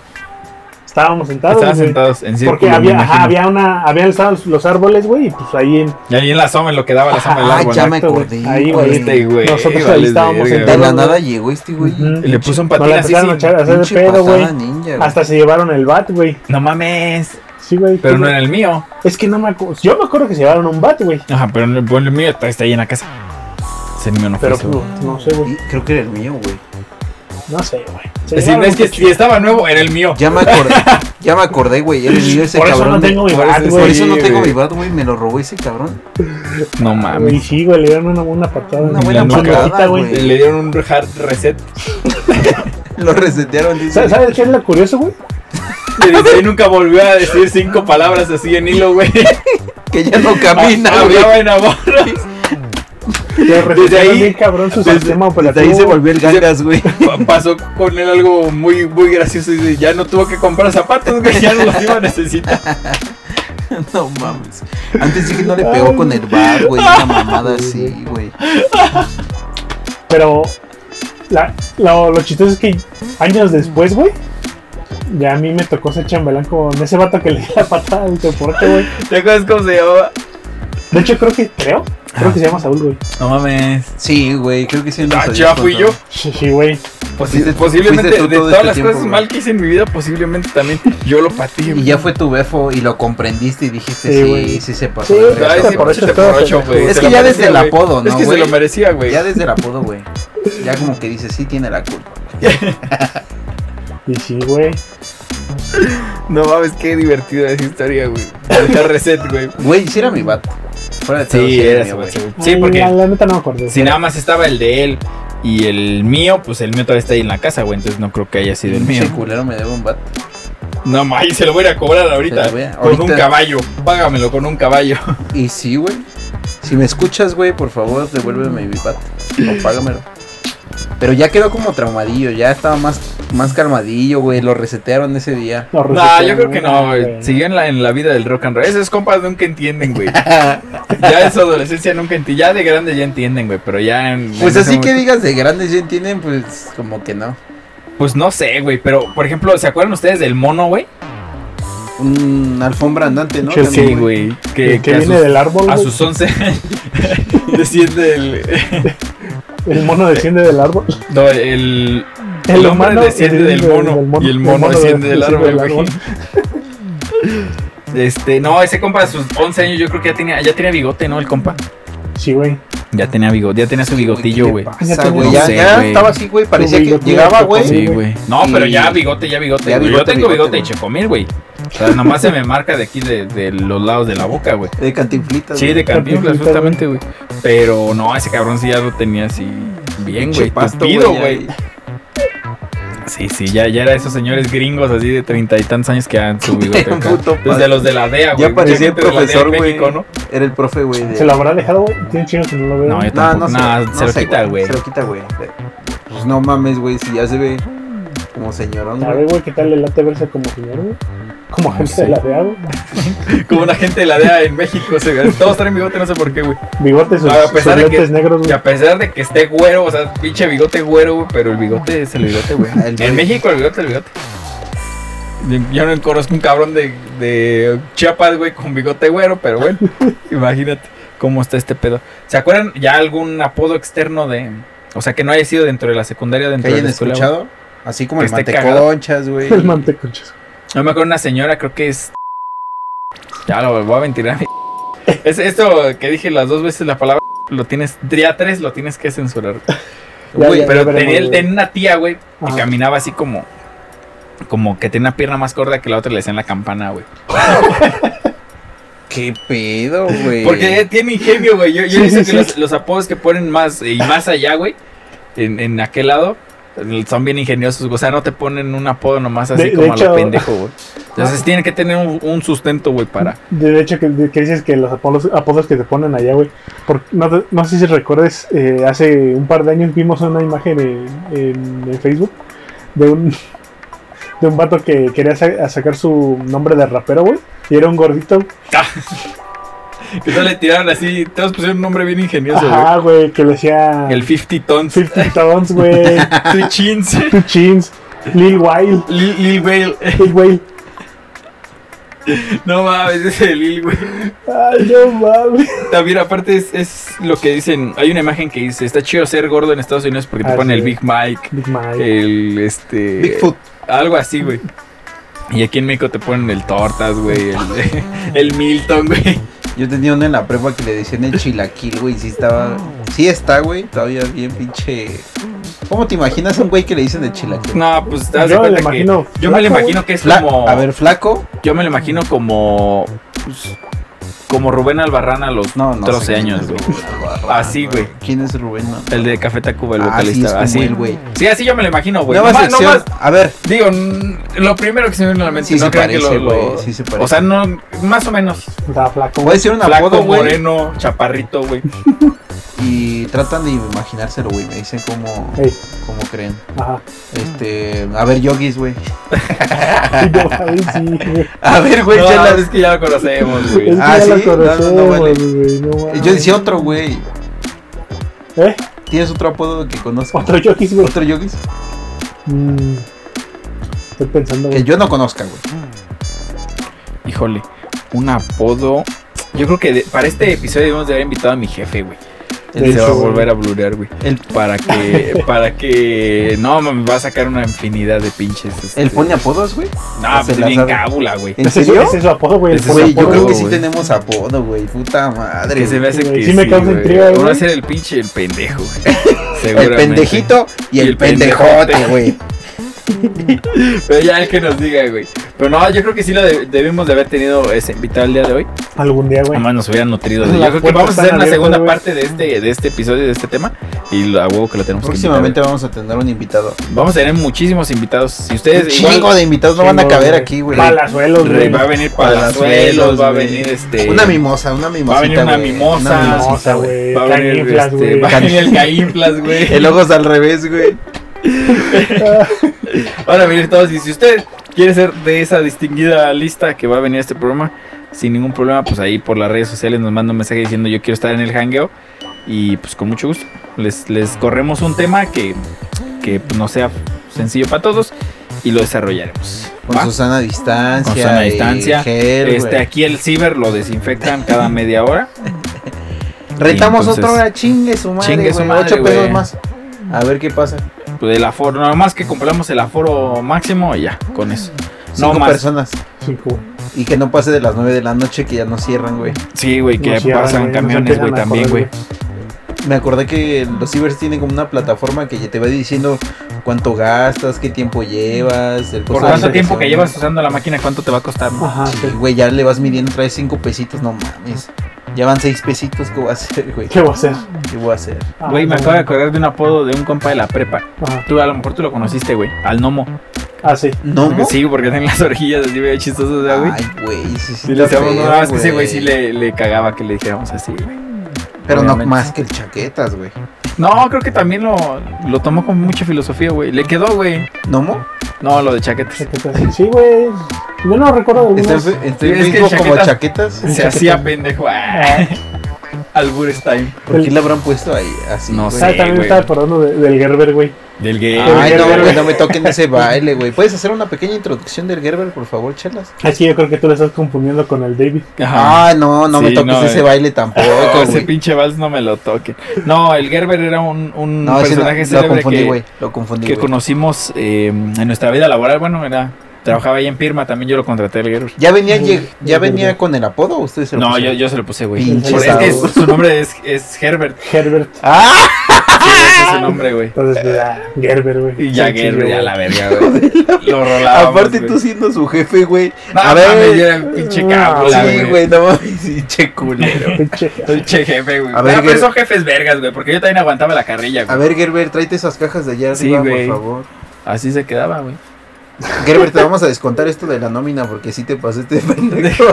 Speaker 2: Estábamos sentados,
Speaker 1: Estaban
Speaker 2: güey.
Speaker 1: sentados en círculo.
Speaker 2: Porque
Speaker 1: me
Speaker 2: había, ajá,
Speaker 1: imagino.
Speaker 2: había una, habían estado los árboles, güey, y pues ahí en,
Speaker 1: Y ahí en la sombra, en lo que daba la sombra del
Speaker 3: Ah,
Speaker 1: árbol.
Speaker 3: ya
Speaker 1: ¿no?
Speaker 3: me
Speaker 2: Exacto, güey.
Speaker 3: acordé,
Speaker 2: Ahí,
Speaker 3: güey.
Speaker 2: güey.
Speaker 1: Este, güey,
Speaker 2: Nosotros ahí
Speaker 1: vales verga,
Speaker 2: estábamos
Speaker 3: De
Speaker 2: sentados.
Speaker 3: la
Speaker 2: güey.
Speaker 3: nada llegó este güey.
Speaker 2: Ujú.
Speaker 1: Y le puso un patín
Speaker 2: No la
Speaker 1: así
Speaker 2: empezaron a
Speaker 1: sin-
Speaker 2: echar a hacer de
Speaker 3: Pinche
Speaker 2: pedo, güey.
Speaker 3: patada ninja, güey.
Speaker 2: Hasta se llevaron el bat, güey.
Speaker 1: No mames.
Speaker 2: Sí, güey. pues,
Speaker 1: Pero
Speaker 2: sí,
Speaker 1: no
Speaker 2: güey.
Speaker 1: en el mío.
Speaker 2: Es que no me acuerdo. Yo me acuerdo que se llevaron un bat, güey.
Speaker 1: Ajá, pero en el, bueno, el mío está, está ahí en la casa. Ese mío no fue.
Speaker 2: Pero
Speaker 1: ese, güey.
Speaker 2: pues, no, sé, güey.
Speaker 3: Y creo que era el mío, güey.
Speaker 2: No sé, güey. Se
Speaker 1: Es decir,
Speaker 2: llevaron
Speaker 1: es que
Speaker 2: mucho.
Speaker 1: si estaba nuevo, era el mío.
Speaker 3: Ya me acordé, ya me acordé, güey. Era el mío ese
Speaker 2: Por eso
Speaker 3: cabrón.
Speaker 2: no
Speaker 3: de-
Speaker 2: tengo mi
Speaker 1: por
Speaker 2: bat,
Speaker 1: eso-
Speaker 3: por
Speaker 2: güey.
Speaker 3: eso no
Speaker 1: Sí,
Speaker 3: tengo
Speaker 1: güey.
Speaker 3: mi bat, güey. Me lo robó ese cabrón.
Speaker 1: No
Speaker 2: Y
Speaker 1: mames.
Speaker 2: sí, güey, le dieron una buena patada.
Speaker 3: Una
Speaker 1: En la
Speaker 3: buena
Speaker 1: nuca.
Speaker 3: patada,
Speaker 2: güey.
Speaker 3: güey.
Speaker 1: Le dieron un hard reset.
Speaker 3: Lo resetearon, dice.
Speaker 2: ¿Sabes sabes qué es lo curioso, güey?
Speaker 1: Y desde ahí nunca volvió a decir cinco palabras así en hilo, güey.
Speaker 3: Que ya no
Speaker 2: Ah,
Speaker 3: camina, güey.
Speaker 1: Hablaba en amor.
Speaker 2: Que resetearon
Speaker 1: ahí-
Speaker 2: bien cabrón su sistema
Speaker 3: Desde
Speaker 2: operativo.
Speaker 3: ahí se
Speaker 2: güey.
Speaker 3: volvió el gangas, güey.
Speaker 1: Pa- pasó con él algo muy muy gracioso y de- ya no tuvo que comprar zapatos, güey, ya no los iba a necesitar.
Speaker 3: No mames. Antes sí que no le pegó con el bar, güey. Una mamada así, güey.
Speaker 2: Pero la, lo, lo chistoso es que años después, güey, ya a mí me tocó ser chambelán con ese vato que le dio la patada del deporte, güey.
Speaker 1: ¿Te acuerdas cómo se llamaba?
Speaker 2: De hecho, creo que, creo, creo que se llama Saúl, güey.
Speaker 1: No mames.
Speaker 3: Sí, güey. Creo que sí. nos
Speaker 1: Ah,
Speaker 3: habías
Speaker 1: ya fui
Speaker 3: contado.
Speaker 1: yo.
Speaker 2: Sí, sí, güey.
Speaker 1: Posi-
Speaker 3: Fuiste-
Speaker 1: Pues, posiblemente
Speaker 3: fuiste tú
Speaker 1: de
Speaker 3: todo
Speaker 1: todas
Speaker 3: este
Speaker 1: las
Speaker 3: tiempo,
Speaker 1: cosas
Speaker 3: güey.
Speaker 1: mal que hice en mi vida, posiblemente también yo lo patí.
Speaker 3: Y ya fue tu befo y lo comprendiste y dijiste,
Speaker 2: sí,
Speaker 3: sí,
Speaker 2: güey.
Speaker 3: sí, se pasó.
Speaker 2: Sí,
Speaker 3: de
Speaker 2: claro.
Speaker 3: verga.
Speaker 1: Ay,
Speaker 2: Este
Speaker 1: sí,
Speaker 2: por ocho
Speaker 1: pinche
Speaker 2: estaba
Speaker 1: por ocho,
Speaker 2: pendejo.
Speaker 1: güey.
Speaker 3: Es
Speaker 1: Se
Speaker 3: que
Speaker 1: lo
Speaker 3: ya
Speaker 1: merecía,
Speaker 3: desde el
Speaker 1: güey.
Speaker 3: apodo,
Speaker 1: Es
Speaker 3: ¿no,
Speaker 1: que se
Speaker 3: güey?
Speaker 1: lo merecía, güey.
Speaker 3: Ya desde el apodo, güey. Ya como que dices, sí tiene la culpa.
Speaker 2: Y sí, güey.
Speaker 1: No mames, qué divertida esa historia, güey. Dejar reset, güey.
Speaker 3: Güey, sí era mi vato. Fuera de todo,
Speaker 1: Sí, era
Speaker 3: mi
Speaker 1: su
Speaker 3: vato.
Speaker 1: Sí,
Speaker 2: Ay, La,
Speaker 1: porque
Speaker 2: la neta no me acuerdo.
Speaker 1: si nada más estaba el de él y el mío, pues el mío todavía está ahí en la casa, güey. Entonces no creo que haya sido el mío.
Speaker 3: Pinche culero me debe un vato.
Speaker 1: No mames, se lo voy a ir a cobrar
Speaker 3: Se
Speaker 1: ahorita.
Speaker 3: lo voy a-
Speaker 1: Con un
Speaker 3: ahorita.
Speaker 1: caballo. Págamelo con un caballo.
Speaker 3: Y sí, güey. Si me escuchas, güey, por favor, devuélveme mi vato. O págamelo. Pero ya quedó como traumadillo, ya estaba más, más calmadillo, güey. Lo resetearon ese día.
Speaker 2: No,
Speaker 1: No,
Speaker 2: resetearon,
Speaker 1: yo creo que no, güey.
Speaker 2: güey.
Speaker 1: Siguió en la, en la vida del rock and roll. Esos compas nunca entienden, güey. ya en su adolescencia nunca entienden. Ya de grande ya entienden, güey. Pero ya en.
Speaker 3: Pues
Speaker 1: en ese
Speaker 3: así que
Speaker 1: momento-
Speaker 3: digas de grandes ya entienden, pues como que no.
Speaker 1: Pues no sé, güey. Pero, por ejemplo, ¿se acuerdan ustedes del mono, güey?
Speaker 3: Un alfombra andante, ¿no?
Speaker 2: Sí,
Speaker 3: También,
Speaker 1: Sí, güey. Que,
Speaker 2: El que
Speaker 1: que a,
Speaker 2: viene
Speaker 1: sus,
Speaker 2: del árbol,
Speaker 1: a
Speaker 2: güey.
Speaker 1: sus 11 desciende el.
Speaker 2: El mono desciende del árbol.
Speaker 1: No, el. El hombre desciende del mono, y el mono desciende del árbol, güey. Este, no, ese compa a sus 11 años yo creo que ya tenía, ya tenía bigote, ¿no? El compa.
Speaker 2: Sí, güey.
Speaker 1: Ya tenía bigote, ya tenía su bigotillo,
Speaker 3: ¿qué
Speaker 1: güey.
Speaker 3: le pasa,
Speaker 2: Ya tenía-
Speaker 3: güey?
Speaker 1: No
Speaker 3: ya
Speaker 1: sé,
Speaker 3: ya
Speaker 1: güey.
Speaker 3: estaba así, güey. Parecía
Speaker 2: Tu
Speaker 3: que
Speaker 2: bigote
Speaker 3: llegaba,
Speaker 2: te
Speaker 3: güey.
Speaker 2: Sí,
Speaker 1: Sí,
Speaker 2: güey.
Speaker 1: güey. No, pero
Speaker 3: Y-
Speaker 1: ya bigote, ya bigote.
Speaker 3: Ya
Speaker 1: güey. Yo
Speaker 3: bigote,
Speaker 1: tengo
Speaker 3: bigote,
Speaker 1: bigote y
Speaker 3: güey.
Speaker 1: chocomil, güey. O sea, nomás se me marca de aquí, de, de los lados de la boca, güey.
Speaker 3: De cantinflitas.
Speaker 1: Sí,
Speaker 3: güey.
Speaker 1: de cantinflas,
Speaker 2: Cantinflas,
Speaker 1: justamente, güey. Pero no, ese cabrón sí ya lo tenía así bien,
Speaker 3: Pinche
Speaker 1: güey.
Speaker 3: pasto,
Speaker 1: Tupido,
Speaker 3: güey,
Speaker 1: güey. Sí, sí, ya, ya era esos señores gringos así de treinta y tantos años que han subido.
Speaker 3: Era un puto
Speaker 1: Desde
Speaker 3: pasto.
Speaker 1: los de la DEA, Ah, güey.
Speaker 3: Ya parecía el
Speaker 1: mucha gente de la DEA en
Speaker 3: profesor, güey.
Speaker 1: México, ¿no?
Speaker 3: Era el profe, güey. de-
Speaker 2: ¿Se lo habrá dejado, güey? Tiene chingo que no lo veo.
Speaker 1: No, yo
Speaker 3: No,
Speaker 1: tampoco.
Speaker 3: no sé.
Speaker 1: nah,
Speaker 3: no
Speaker 1: se lo
Speaker 3: sé,
Speaker 1: quita, güey.
Speaker 3: Se lo quita, güey. Pues no mames, güey. Si ya se ve como señorón,
Speaker 2: A
Speaker 3: güey.
Speaker 2: ver, güey, ¿qué tal el late verse como señor, güey? Como gente
Speaker 1: sé.
Speaker 2: de la DEA, güey.
Speaker 1: Como una gente de la DEA en México. o sea, todos traen bigote, no sé por qué, güey.
Speaker 2: Bigote, sus,
Speaker 1: A pesar
Speaker 2: sus
Speaker 1: de que-
Speaker 2: lentes negros,
Speaker 1: Y
Speaker 2: güey.
Speaker 1: a pesar de que esté güero, o sea, pinche bigote güero, güey, pero el bigote es el bigote, güey.
Speaker 3: El
Speaker 1: en
Speaker 3: bigote.
Speaker 1: México el bigote, el bigote. Yo no conozco un cabrón de, de Chiapas, güey, con bigote güero, pero bueno, imagínate cómo está este pedo. ¿Se acuerdan ya algún apodo externo de... O sea, que no haya sido dentro de la secundaria,
Speaker 3: Que
Speaker 1: dentro de
Speaker 3: hayan
Speaker 1: la escuela? güey?
Speaker 3: escuchado. Así como
Speaker 1: Que
Speaker 3: el
Speaker 1: esté
Speaker 3: manteconchas, güey.
Speaker 2: El manteconchas.
Speaker 1: No me acuerdo una señora, creo que es. Ya lo voy a ventilar. Es esto que dije las dos veces la palabra lo tienes, día tres lo tienes que censurar.
Speaker 2: Ya,
Speaker 1: Güey,
Speaker 2: ya,
Speaker 1: pero
Speaker 2: ya veremos,
Speaker 1: tenía,
Speaker 2: güey.
Speaker 1: tenía una tía, güey, que
Speaker 2: Ajá.
Speaker 1: caminaba así como como que tenía una pierna más corta que la otra y le decían la campana, güey.
Speaker 3: Qué pedo, güey. Eh,
Speaker 1: Porque tiene ingenio, güey. Yo, yo
Speaker 2: Sí,
Speaker 1: he visto
Speaker 2: sí,
Speaker 1: que
Speaker 2: sí.
Speaker 1: Los, los apodos que ponen más y más allá, güey, en, en aquel lado, son bien ingeniosos. güey. O sea, no te ponen un apodo nomás así
Speaker 2: De- de
Speaker 1: como a
Speaker 2: hecho-
Speaker 1: lo pendejo, güey. Entonces tienen que tener un, un sustento, güey, para.
Speaker 2: De hecho, que, que dices que los apodos, apodos que te ponen allá, güey. por- No, te- no sé si recuerdes, eh, hace un par de años vimos una imagen en, en- en Facebook de un, de un vato que quería sa- a sacar su nombre de rapero, güey. Y era un gordito.
Speaker 1: Que no le tiraron así. Te vas a poner un nombre bien ingenioso, güey.
Speaker 2: Ajá, güey, que le decía
Speaker 1: El 50 Tons.
Speaker 2: 50 Tons, güey.
Speaker 1: Three Chins.
Speaker 2: Two Chins. Lil Wayne.
Speaker 1: Lil, Lil Whale.
Speaker 2: Lil Wayne.
Speaker 1: No mames, ese Lil Whale.
Speaker 2: Ay, no mames.
Speaker 1: También, aparte, es, es lo que dicen. Hay una imagen que dice: Está chido ser gordo en Estados Unidos porque te
Speaker 2: Ah,
Speaker 1: ponen
Speaker 2: sí.
Speaker 1: el Big Mike,
Speaker 2: Big Mike.
Speaker 1: el este.
Speaker 3: Bigfoot.
Speaker 1: Algo así, güey. Y aquí en México te ponen el tortas, güey. El, el Milton, güey.
Speaker 3: Yo tenía uno en la prepa que le decían el chilaquil, güey. y Sí estaba. Sí está, güey. Todavía bien pinche. ¿Cómo te imaginas a un güey que le dicen el chilaquil?
Speaker 1: No, pues te das de
Speaker 2: Yo le
Speaker 1: cuenta que-
Speaker 2: imagino
Speaker 1: Yo me lo
Speaker 2: flaco,
Speaker 1: imagino que es
Speaker 3: Fla-
Speaker 1: como.
Speaker 3: A ver, flaco.
Speaker 1: Yo me lo imagino como. pues, como Rubén Albarrán a los
Speaker 3: No, no. sé
Speaker 1: 13
Speaker 3: quién
Speaker 1: años,
Speaker 3: es
Speaker 1: güey.
Speaker 3: Rubén Albarrán,
Speaker 1: Así, güey.
Speaker 3: ¿Quién es Rubén? No.
Speaker 1: El de Café Tacuba, el
Speaker 3: Ah, sí, es
Speaker 1: vocalista.
Speaker 3: como
Speaker 1: así.
Speaker 3: él, güey.
Speaker 1: Sí, así yo me lo imagino, güey.
Speaker 3: Nueva
Speaker 1: No más- no
Speaker 3: sección.
Speaker 1: más-
Speaker 3: A ver,
Speaker 1: Digo, mm, lo primero que se me viene a la mente.
Speaker 3: Sí
Speaker 1: no
Speaker 3: se
Speaker 1: crean que
Speaker 3: parece,
Speaker 1: lo- lo-
Speaker 3: güey, sí se parece.
Speaker 1: O sea, no, más o menos.
Speaker 2: Estaba flaco,
Speaker 3: voy a
Speaker 2: güey.
Speaker 3: decir un
Speaker 1: Flaco,
Speaker 3: apodo, güey.
Speaker 1: moreno, chaparrito, güey.
Speaker 3: Y tratan de imaginárselo, güey. Me dicen cómo,
Speaker 2: Ey,
Speaker 3: cómo creen.
Speaker 2: ajá.
Speaker 3: Este. A ver, yogis, güey.
Speaker 2: Y yo, a ver, sí, güey.
Speaker 3: A ver, güey,
Speaker 1: No,
Speaker 3: chelas.
Speaker 1: es que ya lo conocemos,
Speaker 2: Es
Speaker 1: güey.
Speaker 2: que
Speaker 3: Ah,
Speaker 2: ya
Speaker 3: ¿sí?
Speaker 2: lo
Speaker 3: No, no, no
Speaker 2: conocemos,
Speaker 3: vale.
Speaker 2: güey. No, mames.
Speaker 3: Yo decía otro, güey.
Speaker 2: ¿Eh?
Speaker 3: ¿Tienes otro apodo que conozco?
Speaker 2: Otro Yokis, güey.
Speaker 3: ¿Otro yogis?
Speaker 2: Mm, Estoy pensando,
Speaker 3: Que
Speaker 2: güey.
Speaker 3: yo no conozca, güey.
Speaker 1: Híjole, un apodo. Yo creo que de- para este episodio debemos de haber invitado a mi jefe, güey.
Speaker 2: De
Speaker 1: Él se va a
Speaker 2: hecho,
Speaker 1: volver a blurear, güey.
Speaker 3: Él-
Speaker 1: Para que, para que, no, me va a sacar una infinidad de pinches. este-
Speaker 3: ¿Él pone apodos, güey?
Speaker 1: no,
Speaker 3: se
Speaker 1: pues
Speaker 3: la
Speaker 1: bien
Speaker 3: sabe.
Speaker 1: cábula, güey.
Speaker 3: ¿En
Speaker 2: Ese es-
Speaker 3: serio?
Speaker 2: Ese es su apodo, güey. el
Speaker 1: Ese es
Speaker 2: puro
Speaker 3: Güey, yo
Speaker 2: apodo,
Speaker 3: creo que
Speaker 2: güey.
Speaker 3: sí
Speaker 1: güey.
Speaker 3: tenemos apodo, güey. Puta
Speaker 1: Que
Speaker 3: madre.
Speaker 1: se me hace
Speaker 2: güey,
Speaker 1: que
Speaker 2: sí me causa
Speaker 1: güey.
Speaker 2: intriga, güey.
Speaker 1: Uno va a ser el pinche el pendejo, güey.
Speaker 3: El
Speaker 1: Seguramente.
Speaker 3: pendejito y,
Speaker 1: Y
Speaker 3: el,
Speaker 1: el
Speaker 3: pendejote,
Speaker 1: pendejote.
Speaker 3: güey.
Speaker 1: Pero ya el que nos diga, güey. Pero no, yo creo que sí lo de- debimos de haber tenido ese invitado el día de hoy.
Speaker 2: Algún día, güey.
Speaker 1: Nomás nos hubieran nutrido. de- Yo
Speaker 2: Las
Speaker 1: creo que
Speaker 2: puertas
Speaker 1: vamos a
Speaker 2: están
Speaker 1: hacer una
Speaker 2: abiertas,
Speaker 1: segunda
Speaker 2: güey.
Speaker 1: parte de este, de este episodio, de este tema. Y lo- a huevo que lo tenemos que invitar,
Speaker 3: Próximamente vamos a tener un invitado.
Speaker 1: güey. Vamos a tener muchísimos invitados. Si
Speaker 3: Un
Speaker 1: ustedes igual,
Speaker 3: chingo de invitados no van a
Speaker 2: Chingo,
Speaker 3: caber
Speaker 2: güey.
Speaker 3: aquí, güey.
Speaker 2: Palazuelos,
Speaker 1: re-
Speaker 2: güey.
Speaker 1: va a venir palazuelos, va a venir este.
Speaker 3: Una mimosa, una mimosita.
Speaker 1: venir una
Speaker 3: güey.
Speaker 1: mimosa.
Speaker 3: Una
Speaker 2: Hermosa,
Speaker 3: mimosita, güey.
Speaker 2: güey.
Speaker 1: Va a venir,
Speaker 2: Cantinflas,
Speaker 1: este,
Speaker 2: güey.
Speaker 1: va a venir el Caínflas, güey.
Speaker 3: El logo es al revés, güey.
Speaker 1: Ahora venir todos y si usted quiere ser de esa distinguida lista que va a venir a este programa sin ningún problema, pues ahí por las redes sociales nos manda un mensaje diciendo yo quiero estar en el hangueo y pues con mucho gusto les, les corremos un tema que, que pues, no sea sencillo para todos y lo desarrollaremos.
Speaker 3: Con
Speaker 1: ¿va?
Speaker 3: Susana a distancia.
Speaker 1: Con sana
Speaker 3: y
Speaker 1: distancia,
Speaker 3: gel, güey.
Speaker 1: Este, aquí el ciber lo desinfectan cada media hora.
Speaker 3: Retamos
Speaker 1: entonces-
Speaker 3: otro hora, chingue su madre.
Speaker 1: Chingue
Speaker 3: Chingue
Speaker 1: su
Speaker 3: su
Speaker 1: madre,
Speaker 3: Ocho pesos
Speaker 1: güey.
Speaker 3: más. A ver qué pasa.
Speaker 1: Pues el aforo, nada más que compramos el aforo máximo y ya, con eso.
Speaker 3: Cinco
Speaker 1: más.
Speaker 3: personas.
Speaker 2: Cinco, güey.
Speaker 3: Y que no pase de las 9 de la noche que ya no cierran, güey.
Speaker 1: Sí, güey, que
Speaker 2: Nos cierran,
Speaker 1: pasan
Speaker 2: güey, nos
Speaker 1: camiones, güey,
Speaker 2: empiezan a
Speaker 1: también, güey.
Speaker 2: correr,
Speaker 3: Me acordé que los cibers tienen como una plataforma que ya te va diciendo cuánto gastas, qué tiempo llevas, el
Speaker 1: Por
Speaker 3: costo de
Speaker 1: cuánto tiempo que llevas
Speaker 3: instalación.
Speaker 1: usando la máquina, cuánto te va a costar. no?
Speaker 2: Ajá, sí.
Speaker 3: Sí, Güey, ya le vas midiendo, traes 5 pesitos, no mames. Ya van 6 pesitos, ¿qué voy a hacer, güey?
Speaker 2: ¿Qué voy a hacer? Ah,
Speaker 3: ¿Qué voy a hacer?
Speaker 1: Güey, me acabo de acordar de un apodo de un compa de la prepa.
Speaker 2: Ajá.
Speaker 1: Tú a lo mejor tú lo conociste, güey. Al Nomo.
Speaker 2: Ah, sí.
Speaker 3: ¿No?
Speaker 1: Porque sí, porque tiene las orejillas así medio chistosas, ¿verdad, güey.
Speaker 3: Ay, güey, sí, sí.
Speaker 1: Sí, le
Speaker 3: está
Speaker 1: hacíamos
Speaker 3: feo,
Speaker 1: no, es que ese güey sí le, le cagaba que le dijéramos así, güey.
Speaker 3: Pero no
Speaker 1: obviamente.
Speaker 3: más que el chaquetas, güey.
Speaker 1: No, creo que también lo, lo tomó con mucha filosofía, güey. Le quedó, güey.
Speaker 3: ¿Nomo?
Speaker 1: No, lo de chaquetas.
Speaker 2: Sí, güey. Yo no recuerdo de
Speaker 3: ¿Está en,
Speaker 2: unos-
Speaker 3: fe- está en
Speaker 1: Sí, es que
Speaker 3: Facebook como
Speaker 1: chaquetas-
Speaker 3: chaquetas?
Speaker 1: Se hacía pendejo. ah. Albures time.
Speaker 3: ¿Por qué le habrán puesto ahí así?
Speaker 1: No
Speaker 3: güey?
Speaker 1: sé.
Speaker 2: Ah, también me
Speaker 1: güey.
Speaker 2: estaba acordando de- del Gerber, güey.
Speaker 1: Del game.
Speaker 3: Ay, no,
Speaker 2: Gerber.
Speaker 3: güey, no me toquen ese baile, güey. ¿Puedes hacer una pequeña introducción del Gerber, por favor, chelas?
Speaker 2: Es que yo creo que tú lo estás confundiendo con el David.
Speaker 1: Ajá.
Speaker 3: Ah, no, no me
Speaker 1: Sí,
Speaker 3: toques
Speaker 1: no,
Speaker 3: ese
Speaker 1: eh.
Speaker 3: baile tampoco,
Speaker 1: Oh, ese
Speaker 3: güey.
Speaker 1: pinche vals no me lo toque. No, el Gerber era un, un
Speaker 3: No, ese
Speaker 1: personaje
Speaker 3: no, lo
Speaker 1: célebre
Speaker 3: confundí,
Speaker 1: que,
Speaker 3: güey. Lo confundí,
Speaker 1: que
Speaker 3: güey.
Speaker 1: conocimos eh, en nuestra vida laboral, bueno, era trabajaba ahí en Pirma, también yo lo contraté al Gerber.
Speaker 3: ¿Ya venía,
Speaker 2: Uy,
Speaker 3: lleg- ya
Speaker 2: Gerber.
Speaker 3: venía con el apodo o ustedes se lo
Speaker 1: No, yo,
Speaker 3: pusieron?
Speaker 1: yo se lo puse, güey.
Speaker 3: Pinche
Speaker 1: Por- es que
Speaker 3: sabor.
Speaker 1: su nombre es, es Herbert,
Speaker 2: Herbert.
Speaker 3: ¡Ah!
Speaker 1: sí, ese es su nombre, güey.
Speaker 2: Entonces, pues, ah, Gerber, güey.
Speaker 1: Eh, Y ya
Speaker 2: Sencillo,
Speaker 1: Gerber, ya
Speaker 2: güey.
Speaker 1: la verga, güey. Lo rolábamos,
Speaker 3: Aparte
Speaker 1: güey.
Speaker 3: tú siendo su jefe, güey.
Speaker 1: No,
Speaker 3: a ver.
Speaker 1: mames, yo era pinche cábula,
Speaker 3: sí, güey, no mames, sí, che culero.
Speaker 2: Pinche-
Speaker 1: Pinche jefe, güey.
Speaker 3: A ver,
Speaker 1: Ah, pero
Speaker 3: Gerber.
Speaker 1: son jefes vergas, güey, porque yo también aguantaba la carrilla,
Speaker 3: A
Speaker 1: güey.
Speaker 3: ver, Gerber, tráete esas cajas de allá
Speaker 1: Sí,
Speaker 3: arriba,
Speaker 1: güey.
Speaker 3: por favor.
Speaker 1: Así se quedaba, güey.
Speaker 3: Gerber, te vamos a descontar esto de la nómina porque sí te pasaste de pendejo.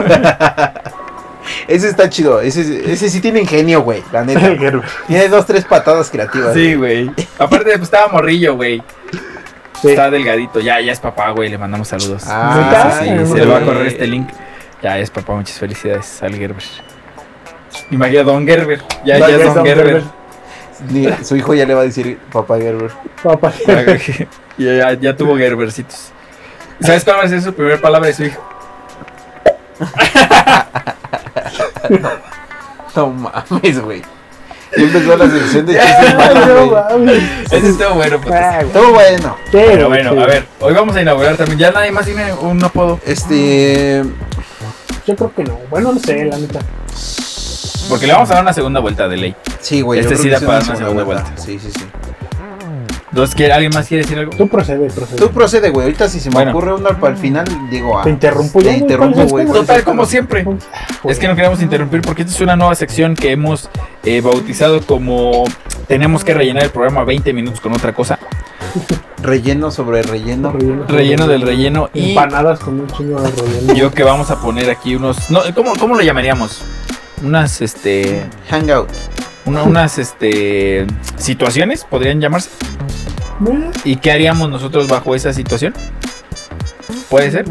Speaker 3: Ese está chido, ese, ese sí tiene ingenio, güey, la neta.
Speaker 2: Gerber.
Speaker 3: Tiene dos, tres patadas creativas.
Speaker 1: Sí, güey. Aparte, pues estaba morrillo, güey.
Speaker 2: Sí.
Speaker 1: Está delgadito. Ya, ya es papá, güey. Le mandamos saludos.
Speaker 2: Ah,
Speaker 1: Sí,
Speaker 2: Ay,
Speaker 1: se
Speaker 2: güey.
Speaker 1: le va a correr este link. Ya es papá, muchas felicidades al Gerber. Imagina Don Gerber. Ya, ya
Speaker 2: Gracias,
Speaker 1: es Don Gerber.
Speaker 3: Ni- su hijo ya le va a decir papá Gerber.
Speaker 2: Papá.
Speaker 1: Ah, ya, ya, ya tuvo Gerbercitos. ¿Sabes cuál va a ser su primera palabra de su hijo?
Speaker 3: No mames, güey. Y empezó la sección de chistes malos,
Speaker 2: No
Speaker 3: güey.
Speaker 2: mames.
Speaker 1: Ese estuvo bueno. puto.
Speaker 2: Ah, güey.
Speaker 3: Todo bueno.
Speaker 1: Pero
Speaker 2: Pero,
Speaker 1: bueno,
Speaker 2: sí.
Speaker 1: a ver. Hoy vamos a inaugurar también. Ya nadie más tiene un apodo.
Speaker 3: Este.
Speaker 2: Yo creo que no. Bueno, no sé, la neta.
Speaker 1: Porque le vamos a dar una segunda vuelta de ley.
Speaker 3: Sí, güey. yo
Speaker 1: Este
Speaker 3: creo
Speaker 1: sí
Speaker 3: que
Speaker 1: da
Speaker 3: es
Speaker 1: para una segunda vuelta.
Speaker 3: Sí, sí, sí.
Speaker 1: Entonces, ¿quiere- ¿alguien más quiere decir algo?
Speaker 2: Tú procede, procede.
Speaker 3: Tú procede, güey. Ahorita si se me
Speaker 1: Bueno.
Speaker 3: ocurre una para el final, digo. Ah,
Speaker 2: Te interrumpo yo,
Speaker 3: Te
Speaker 2: güey,
Speaker 3: interrumpo,
Speaker 2: ¿cuál es
Speaker 3: güey.
Speaker 2: el
Speaker 1: Total, como siempre.
Speaker 2: Joder.
Speaker 1: Es que no queremos interrumpir porque esta es una nueva sección que hemos eh, bautizado como tenemos que rellenar el programa 20 minutos con otra cosa.
Speaker 3: Relleno sobre relleno.
Speaker 2: Relleno.
Speaker 1: Relleno del relleno y
Speaker 2: Empanadas con un chingo de relleno.
Speaker 1: yo que vamos a poner aquí unos... No, ¿cómo, ¿Cómo lo llamaríamos? Unas, este...
Speaker 3: Hangout.
Speaker 1: una- unas, este... Situaciones, podrían llamarse.
Speaker 2: Eh,
Speaker 1: ¿Y qué haríamos nosotros bajo esa situación? ¿Puede ser?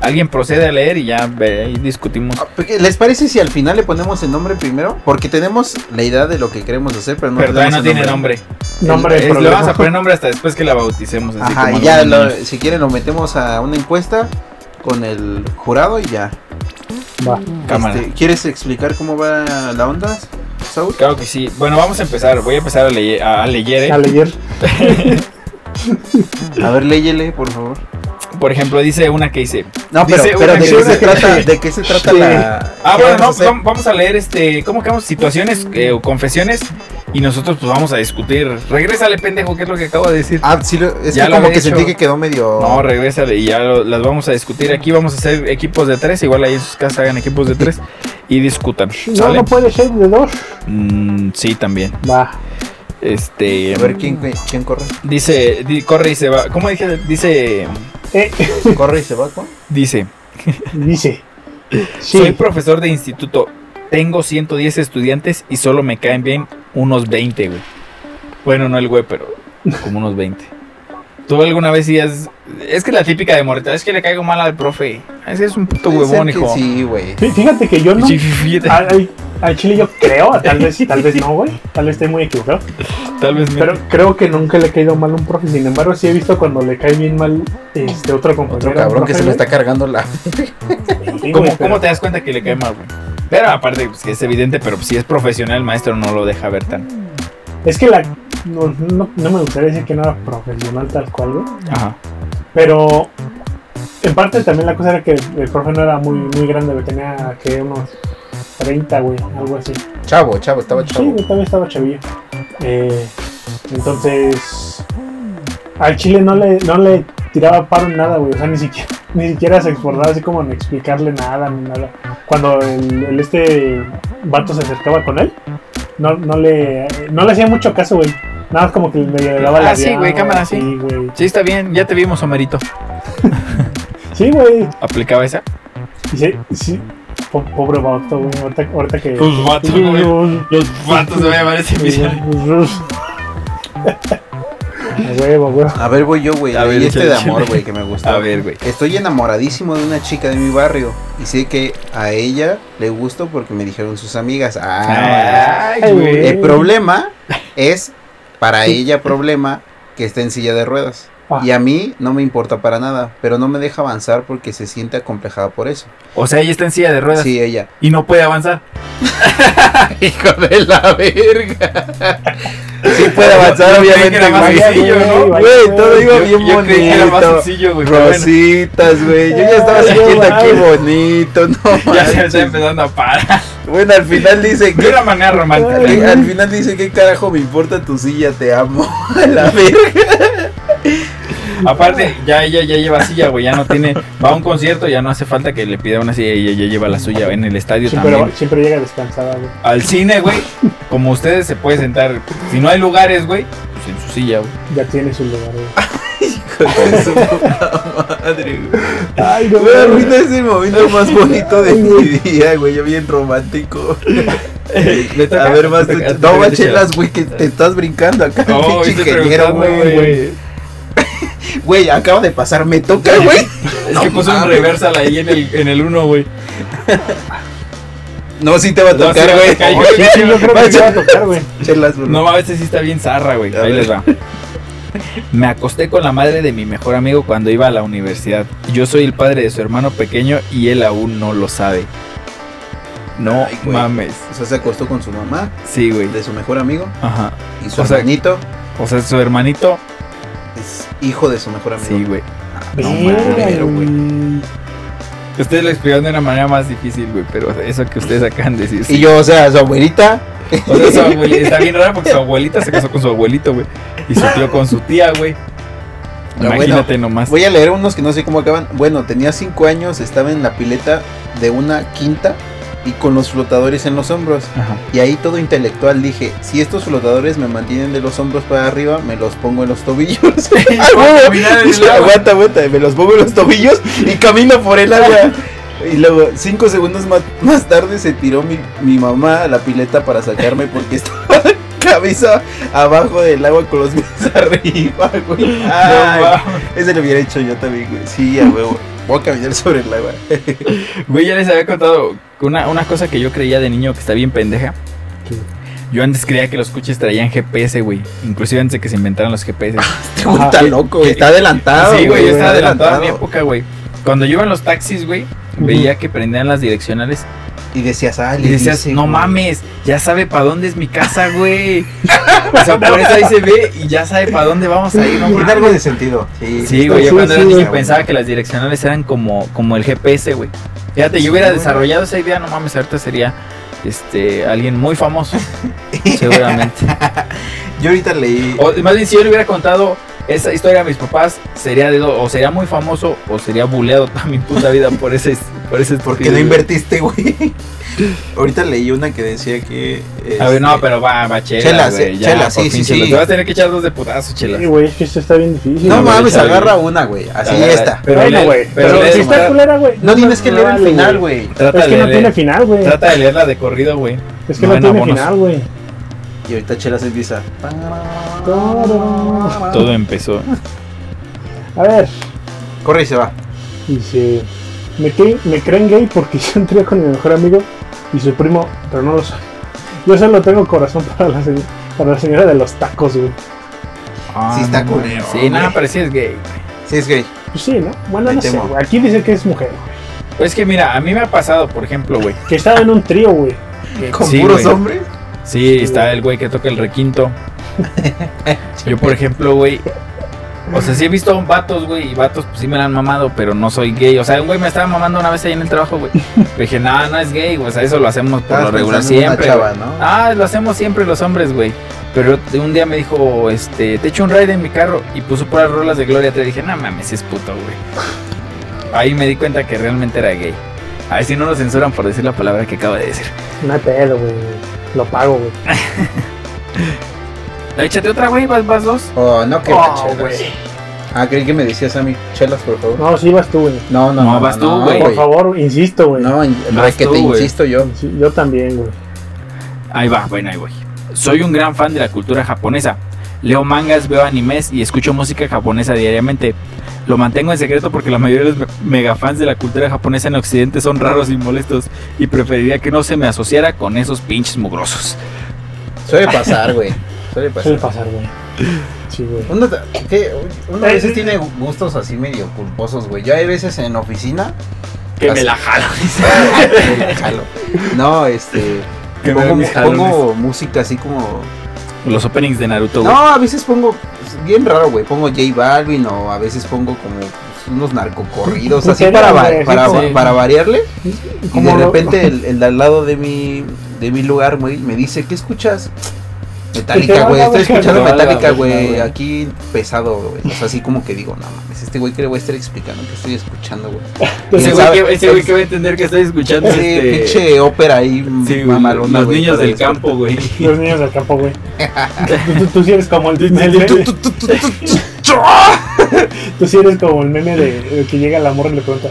Speaker 1: Alguien procede a leer y ya ve- ahí discutimos.
Speaker 3: Ah, porque, ¿Les parece si al final le ponemos el nombre primero? Porque tenemos la idea de lo que queremos hacer, pero no,
Speaker 1: Pero todavía
Speaker 3: tenemos
Speaker 1: no
Speaker 3: el
Speaker 1: tiene nombre.
Speaker 2: Nombre
Speaker 1: Es-
Speaker 2: del
Speaker 1: le vamos
Speaker 2: problema.
Speaker 1: a poner nombre hasta después que la bauticemos. así
Speaker 3: Ajá,
Speaker 1: como
Speaker 3: y ya
Speaker 1: algunos
Speaker 3: lo-
Speaker 1: niños.
Speaker 3: si quieren lo metemos a una encuesta con el jurado y ya.
Speaker 2: Va.
Speaker 1: Cámara.
Speaker 3: Este, ¿Quieres explicar cómo va la onda, Saúl?
Speaker 1: Claro que sí. Bueno, vamos a empezar. Voy a empezar a, leye- a leer. ¿eh?
Speaker 2: A leer.
Speaker 3: A ver, léyele, por favor.
Speaker 1: Por ejemplo, dice una que dice.
Speaker 3: No, pero,
Speaker 1: Dice
Speaker 3: pero
Speaker 1: una
Speaker 3: ¿de,
Speaker 1: que
Speaker 3: qué se
Speaker 1: dice-
Speaker 3: trata, ¿de qué se trata
Speaker 2: Sí.
Speaker 3: la...?
Speaker 1: Ah,
Speaker 3: qué
Speaker 1: bueno,
Speaker 3: vamos a
Speaker 1: no,
Speaker 3: hacer?
Speaker 1: vam- vamos a leer este. ¿Cómo que vamos? Situaciones eh, o confesiones. Y nosotros, pues vamos a discutir. Regrésale, pendejo, que es lo que acabo de decir.
Speaker 3: Ah, sí, lo- es
Speaker 1: Ya
Speaker 3: que
Speaker 1: lo
Speaker 3: como
Speaker 1: había
Speaker 3: que sentí
Speaker 1: hecho.
Speaker 3: que quedó medio...
Speaker 1: No, regrésale y ya lo- las vamos a discutir. Aquí vamos a hacer equipos de tres. Igual ahí en sus casas hagan equipos de tres y discutan.
Speaker 2: No,
Speaker 1: ¿sale?
Speaker 2: no puede ser de dos.
Speaker 1: Mm, sí, también.
Speaker 2: Va.
Speaker 1: Este.
Speaker 3: a ver, ¿quién, quién corre?
Speaker 1: Dice. di- corre y se va. ¿Cómo dije? Dice.
Speaker 2: Eh,
Speaker 3: ¿Corre y se va, Juan?
Speaker 1: Dice.
Speaker 2: dice.
Speaker 1: Soy
Speaker 2: Sí.
Speaker 1: profesor de instituto. Tengo 110 estudiantes y solo me caen bien unos 20, güey. Bueno, no el güey, pero como unos 20. ¿Tú alguna vez decías, es que la típica de morrita, es que le caigo mal al profe? Ah, Ese es un puto
Speaker 3: Puede ser
Speaker 1: huevón,
Speaker 3: que
Speaker 1: hijo.
Speaker 3: Sí, güey.
Speaker 2: Fí- Fíjate que yo no.
Speaker 1: Sí, fíjate,
Speaker 2: Al, al- Ah, al chile yo creo, tal vez, tal vez no, güey. Tal vez estoy muy equivocado.
Speaker 1: tal vez
Speaker 2: Pero creo que nunca le ha caído mal a un profe. Sin embargo, sí he visto cuando le cae bien mal este otro compañero.
Speaker 3: Otro cabrón que se me está cargando la...
Speaker 1: me- ¿Cómo, cómo te das cuenta que le cae mal, güey? Pero aparte, pues, que es evidente, pero si es profesional, el maestro no lo deja ver tan.
Speaker 2: Es que la. No, no- no me gustaría decir que no era profesional tal cual, güey.
Speaker 1: Ajá.
Speaker 2: Pero. En parte también la cosa era que el profe no era muy, muy grande, güey. Tenía que unos 30, güey, algo así.
Speaker 3: Chavo, chavo, estaba
Speaker 2: Sí,
Speaker 3: chavo.
Speaker 2: yo también estaba chavillo. Eh, entonces, al chile no le, no le tiraba paro en nada, güey. O sea, ni siquiera, ni siquiera se esforzaba así como en explicarle nada ni nada. Cuando el, el este vato se acercaba con él, no, no, le, no le hacía mucho caso, güey. Nada más como que medio le daba la
Speaker 1: Ah, sí, güey, cámara, sí.
Speaker 2: Sí, güey.
Speaker 1: Sí, está bien, ya te vimos, Homerito.
Speaker 2: Sí, güey.
Speaker 1: ¿Aplicaba esa?
Speaker 2: Y sí, sí. Po- Pobre vato, güey. Ahorita, ahorita que.
Speaker 1: Los vatos, güey. Los vatos se va a llamar ese episodio.
Speaker 2: A huevo, a huevo.
Speaker 3: A ver, voy yo, güey.
Speaker 1: A ver,
Speaker 3: Y este
Speaker 1: échale,
Speaker 3: de
Speaker 1: échale.
Speaker 3: amor, güey, que me gusta.
Speaker 1: A ver, güey.
Speaker 3: Estoy enamoradísimo de una chica de mi barrio y sé que a ella le gusto porque me dijeron sus amigas. Ah,
Speaker 1: Ay, güey.
Speaker 3: el problema es para ella problema que está en silla de ruedas.
Speaker 2: Ah.
Speaker 3: Y a mí no me importa para nada, pero no me deja avanzar porque se siente acomplejada por eso.
Speaker 1: O sea, ella está en silla de ruedas
Speaker 3: Sí, ella.
Speaker 1: y no puede avanzar.
Speaker 3: Hijo de la verga. Sí puede
Speaker 1: Yo creí
Speaker 3: avanzar,
Speaker 1: que
Speaker 3: obviamente,
Speaker 1: era más
Speaker 3: güey.
Speaker 1: sencillo, ¿no?
Speaker 2: Güey,
Speaker 3: Güey, todo iba
Speaker 1: Yo,
Speaker 3: bien
Speaker 1: yo creí que era más
Speaker 3: bonito.
Speaker 1: sencillo, güey. pero bueno,
Speaker 3: Rositas, güey. Yo ya estaba
Speaker 2: Ay,
Speaker 3: sintiendo
Speaker 2: no
Speaker 3: aquí
Speaker 2: mames.
Speaker 3: bonito, no
Speaker 1: ya se
Speaker 3: manches.
Speaker 1: está empezando a parar.
Speaker 3: Bueno, al final dice
Speaker 1: De
Speaker 3: que.
Speaker 1: una manera romántica.
Speaker 2: Ay, güey.
Speaker 3: Al final dice que carajo me importa tu silla, te amo. A la verga.
Speaker 1: Aparte, ya ella ya lleva silla, güey. Ya no tiene. Va a un concierto, ya no hace falta que le pida una silla. Ella ya lleva la suya en el estadio
Speaker 2: Siempre,
Speaker 1: también.
Speaker 2: siempre llega descansada, güey.
Speaker 1: Al cine, güey. Como ustedes se puede sentar. Si no hay lugares, güey, pues en su silla, güey.
Speaker 2: Ya tiene su lugar, güey.
Speaker 3: Su puta madre, güey.
Speaker 2: Ay, no,
Speaker 3: Güey, arruina ese momento más bonito de mi día, güey. Yo bien romántico.
Speaker 1: Le toca-
Speaker 3: A ver, más.
Speaker 1: le toca-
Speaker 3: No,
Speaker 1: le toca-
Speaker 3: bachelas, güey, que te estás brincando acá.
Speaker 1: No,
Speaker 3: pinche
Speaker 1: estoy
Speaker 3: ingeniero,
Speaker 1: preguntando,
Speaker 3: güey.
Speaker 1: güey.
Speaker 3: Güey, acaba de pasar, me toca, güey.
Speaker 1: Es que
Speaker 3: No
Speaker 1: puso un
Speaker 3: mames.
Speaker 1: reversal ahí en el, en el 1, güey.
Speaker 3: No, sí te va a
Speaker 1: No, sí
Speaker 3: tocar,
Speaker 1: va a
Speaker 3: güey.
Speaker 1: tocar,
Speaker 2: Oh, sí, sí, yo creo que se va a tocar, güey.
Speaker 3: Chelas, güey.
Speaker 1: No, a veces sí está bien zarra, güey.
Speaker 3: A
Speaker 1: Ahí
Speaker 3: ver.
Speaker 1: les va. Me acosté con la madre de mi mejor amigo cuando iba a la universidad. Yo soy el padre de su hermano pequeño y él aún no lo sabe. No
Speaker 3: Ay, güey.
Speaker 1: mames.
Speaker 3: O sea, se acostó con su mamá,
Speaker 1: Sí, güey.
Speaker 3: de su mejor amigo,
Speaker 1: Ajá.
Speaker 3: y su
Speaker 1: O sea-
Speaker 3: hermanito
Speaker 1: O sea, su hermanito.
Speaker 3: es hijo de su mejor amigo.
Speaker 1: Sí, güey.
Speaker 3: No
Speaker 2: Verga,
Speaker 3: mames, güey.
Speaker 2: güey.
Speaker 1: Ustedes lo explicaron de una manera más difícil, güey. Pero eso que ustedes acaban de decir.
Speaker 3: Y
Speaker 1: sí.
Speaker 3: yo, o sea, su abuelita.
Speaker 1: O sea, su abueli- está bien raro porque su abuelita se casó con su abuelito, güey. Y su tío con su tía, güey.
Speaker 3: Pero bueno,
Speaker 1: Imagínate nomás.
Speaker 3: Voy a leer unos que no sé cómo acaban. Bueno, tenía cinco años, estaba en la pileta de una quinta y con los flotadores en los hombros.
Speaker 1: Ajá.
Speaker 3: Y ahí todo intelectual dije, si estos flotadores me mantienen de los hombros para arriba, me los pongo en los tobillos. Ay, güey,
Speaker 1: caminar en el agua.
Speaker 3: aguanta, aguanta, me los pongo en los tobillos y camino por el agua. Y luego, cinco segundos más, más tarde, se tiró mi, mi mamá a la pileta para sacarme porque estaba cabeza abajo del agua con los pies arriba, güey. Ay,
Speaker 1: No,
Speaker 3: ese lo hubiera hecho yo también, güey. Sí, a huevo. Voy a caminar sobre el agua.
Speaker 1: Güey, ya les había contado una, una cosa que yo creía de niño que está bien pendeja.
Speaker 2: ¿Qué?
Speaker 1: Yo antes creía que los coches traían GPS, güey. Inclusive antes de que se inventaran los GPS.
Speaker 3: Este güey está loco, güey. Está adelantado,
Speaker 1: sí, güey, yo estaba adelantado a mi
Speaker 3: Ah, adelantado.
Speaker 1: época, güey. Cuando yo iba en los taxis, güey, veía que prendían las direccionales
Speaker 3: Y decías, ah,
Speaker 1: y
Speaker 3: le
Speaker 1: decías,
Speaker 3: dice,
Speaker 1: no
Speaker 3: güey".
Speaker 1: mames, ya sabe para dónde es mi casa, güey. o sea, por eso ahí se ve y ya sabe para dónde vamos a ir, no
Speaker 3: Tiene
Speaker 1: mames.
Speaker 3: algo de sentido. Sí,
Speaker 1: Sí, güey, yo
Speaker 2: Sí,
Speaker 1: cuando
Speaker 2: sí,
Speaker 1: era niño
Speaker 2: güey.
Speaker 1: pensaba que las direccionales eran como, como el GPS, güey. Fíjate, yo hubiera desarrollado esa idea, no mames, ahorita sería este alguien muy famoso, seguramente.
Speaker 3: Yo ahorita leí.
Speaker 1: O más bien, si yo le hubiera contado esa historia a mis papás, sería de do- o sería muy famoso o sería buleado toda mi puta vida por ese por ese
Speaker 3: ¿Por qué
Speaker 1: estúpido,
Speaker 3: no
Speaker 1: güey.
Speaker 3: invertiste, güey? Ahorita leí una que decía que.
Speaker 1: A ver, no,
Speaker 3: este,
Speaker 1: pero va, va, chela,
Speaker 3: Chela,
Speaker 1: güey,
Speaker 3: sí,
Speaker 1: ya,
Speaker 3: chela,
Speaker 1: por
Speaker 3: sí,
Speaker 1: fin,
Speaker 3: sí,
Speaker 1: chela.
Speaker 3: sí.
Speaker 1: Te vas a tener que echar dos de putazo, chela.
Speaker 2: Sí, güey, es que esto está bien difícil.
Speaker 3: No
Speaker 1: Sí,
Speaker 3: mames,
Speaker 1: aprovecha,
Speaker 3: agarra
Speaker 1: güey.
Speaker 3: una, güey. Así
Speaker 1: Agarra-
Speaker 3: esta.
Speaker 1: Pero
Speaker 2: bueno,
Speaker 1: lee-
Speaker 2: güey.
Speaker 1: pero
Speaker 2: Pero,
Speaker 1: lee
Speaker 2: si
Speaker 1: de
Speaker 2: está
Speaker 1: manera-
Speaker 2: culera, güey.
Speaker 3: No tienes que leer el
Speaker 2: vale,
Speaker 3: final, güey.
Speaker 1: Trata
Speaker 2: Es que
Speaker 1: de
Speaker 2: no
Speaker 1: leer-
Speaker 2: tiene final, güey.
Speaker 1: Trata de leerla de corrido, güey.
Speaker 2: Es que
Speaker 1: no
Speaker 2: no,
Speaker 1: en
Speaker 2: tiene
Speaker 1: abonos.
Speaker 2: final, güey.
Speaker 3: Y ahorita Chela se empieza. Ah.
Speaker 2: Todo.
Speaker 1: Todo empezó.
Speaker 2: A ver,
Speaker 3: Corre y se va.
Speaker 2: dice. Me, cre- me creen gay porque yo entré con mi mejor amigo y su primo, pero no lo soy. Yo solo tengo corazón para la, se- para la señora de los tacos, güey.
Speaker 3: Sí está
Speaker 1: no,
Speaker 3: culero,
Speaker 1: Sí, nada,
Speaker 3: güey.
Speaker 1: pero sí es gay.
Speaker 3: Sí, es gay.
Speaker 2: Pues sí, ¿no? Bueno,
Speaker 3: Me
Speaker 2: no sé,
Speaker 3: temo.
Speaker 2: güey. Aquí dice que es mujer.
Speaker 1: Pues es que mira, a mí me ha pasado, por ejemplo, güey.
Speaker 2: Que estaba en un trío, güey.
Speaker 3: Con
Speaker 1: Sí,
Speaker 3: puros
Speaker 1: güey.
Speaker 3: hombres.
Speaker 1: Sí, está el güey que toca el requinto. Yo, por ejemplo, güey. O sea, sí he visto vatos, güey, y vatos pues, sí me la han mamado, pero no soy gay. O sea, un güey me estaba mamando una vez ahí en el trabajo, güey. Le Dije, no, no es gay, güey. O sea, eso lo hacemos por lo
Speaker 3: Estabas
Speaker 1: regular
Speaker 3: pensando en una
Speaker 1: siempre.
Speaker 3: chava,
Speaker 1: güey.
Speaker 3: ¿no?
Speaker 1: Ah, lo hacemos siempre los hombres, güey. Pero un día me dijo, este, te echo un ride en mi carro y puso puras rolas de Gloria. Te dije, no mames, es puto, güey. Ahí me di cuenta que realmente era gay. A ver si no nos censuran por decir la palabra que acabo de decir.
Speaker 2: No hay pedo, güey. Lo pago, güey.
Speaker 1: Échate otra, güey, vas, vas dos.
Speaker 3: Oh, no, que
Speaker 2: Oh,
Speaker 3: chelas.
Speaker 2: güey.
Speaker 3: Ah, creí que me decías a mí, chelas, por favor.
Speaker 2: No, sí vas tú, güey.
Speaker 3: No, no,
Speaker 1: No, vas tú, güey.
Speaker 2: Por favor, insisto, güey.
Speaker 3: No, en-
Speaker 1: Vas
Speaker 3: re que
Speaker 1: tú,
Speaker 3: te
Speaker 1: güey.
Speaker 3: insisto yo.
Speaker 2: Sí, yo también, güey.
Speaker 1: Ahí va, bueno, ahí voy. Soy un gran fan de la cultura japonesa. Leo mangas, veo animes y escucho música japonesa diariamente. Lo mantengo en secreto porque la mayoría de los me- megafans de la cultura japonesa en Occidente son raros y molestos y preferiría que no se me asociara con esos pinches mugrosos.
Speaker 3: Suele pasar, güey. Suele
Speaker 2: Suele
Speaker 3: pasar.
Speaker 2: pasar, güey. Sí, güey.
Speaker 3: Uno, ta- que, uno a
Speaker 2: Eh,
Speaker 3: veces
Speaker 2: eh,
Speaker 3: tiene gustos así medio culposos, güey. Yo hay veces en oficina.
Speaker 1: Que me
Speaker 3: Así-
Speaker 1: la jalo.
Speaker 3: jalo. No, este.
Speaker 1: Que me
Speaker 3: pongo,
Speaker 1: den mis
Speaker 3: pongo música así como.
Speaker 1: Los openings de Naruto, güey.
Speaker 3: No, a veces pongo. es Bien raro, güey. Pongo J Balvin o a veces pongo como pues, unos narcocorridos.
Speaker 2: ¿En
Speaker 3: Así
Speaker 2: serio,
Speaker 3: para, va-
Speaker 2: güey?
Speaker 3: para,
Speaker 1: Sí.
Speaker 3: para variarle. Y
Speaker 2: ¿Cómo
Speaker 3: de
Speaker 2: no?
Speaker 3: repente el, el de al lado de mi, de mi lugar, güey, me dice, ¿qué escuchas?
Speaker 2: Que te
Speaker 3: Metallica,
Speaker 2: valga,
Speaker 3: güey. Estoy
Speaker 2: güey, que
Speaker 3: escuchando
Speaker 1: te valga,
Speaker 3: Metallica,
Speaker 1: güey,
Speaker 3: güey.
Speaker 1: güey.
Speaker 3: Aquí pesado, güey. O sea, así como que digo, no mames, este güey que le voy a estar explicando que estoy escuchando, güey.
Speaker 1: Ese
Speaker 3: ¿Quién
Speaker 1: güey
Speaker 3: sabe?
Speaker 1: que, ese güey que va a entender que estoy escuchando
Speaker 3: pues, Sí,
Speaker 1: este-
Speaker 3: pinche ópera ahí,
Speaker 1: Sí, güey,
Speaker 3: mamalona,
Speaker 1: los
Speaker 3: güey,
Speaker 1: niños
Speaker 3: para
Speaker 1: del
Speaker 3: despertar.
Speaker 1: campo, güey.
Speaker 2: Los niños del campo, güey. Tú, tú- tú sí eres como el meme.
Speaker 3: Tu, tu, tu, tu, tu.
Speaker 2: Tú sí eres como el meme de, de que llega la morra y le pregunta.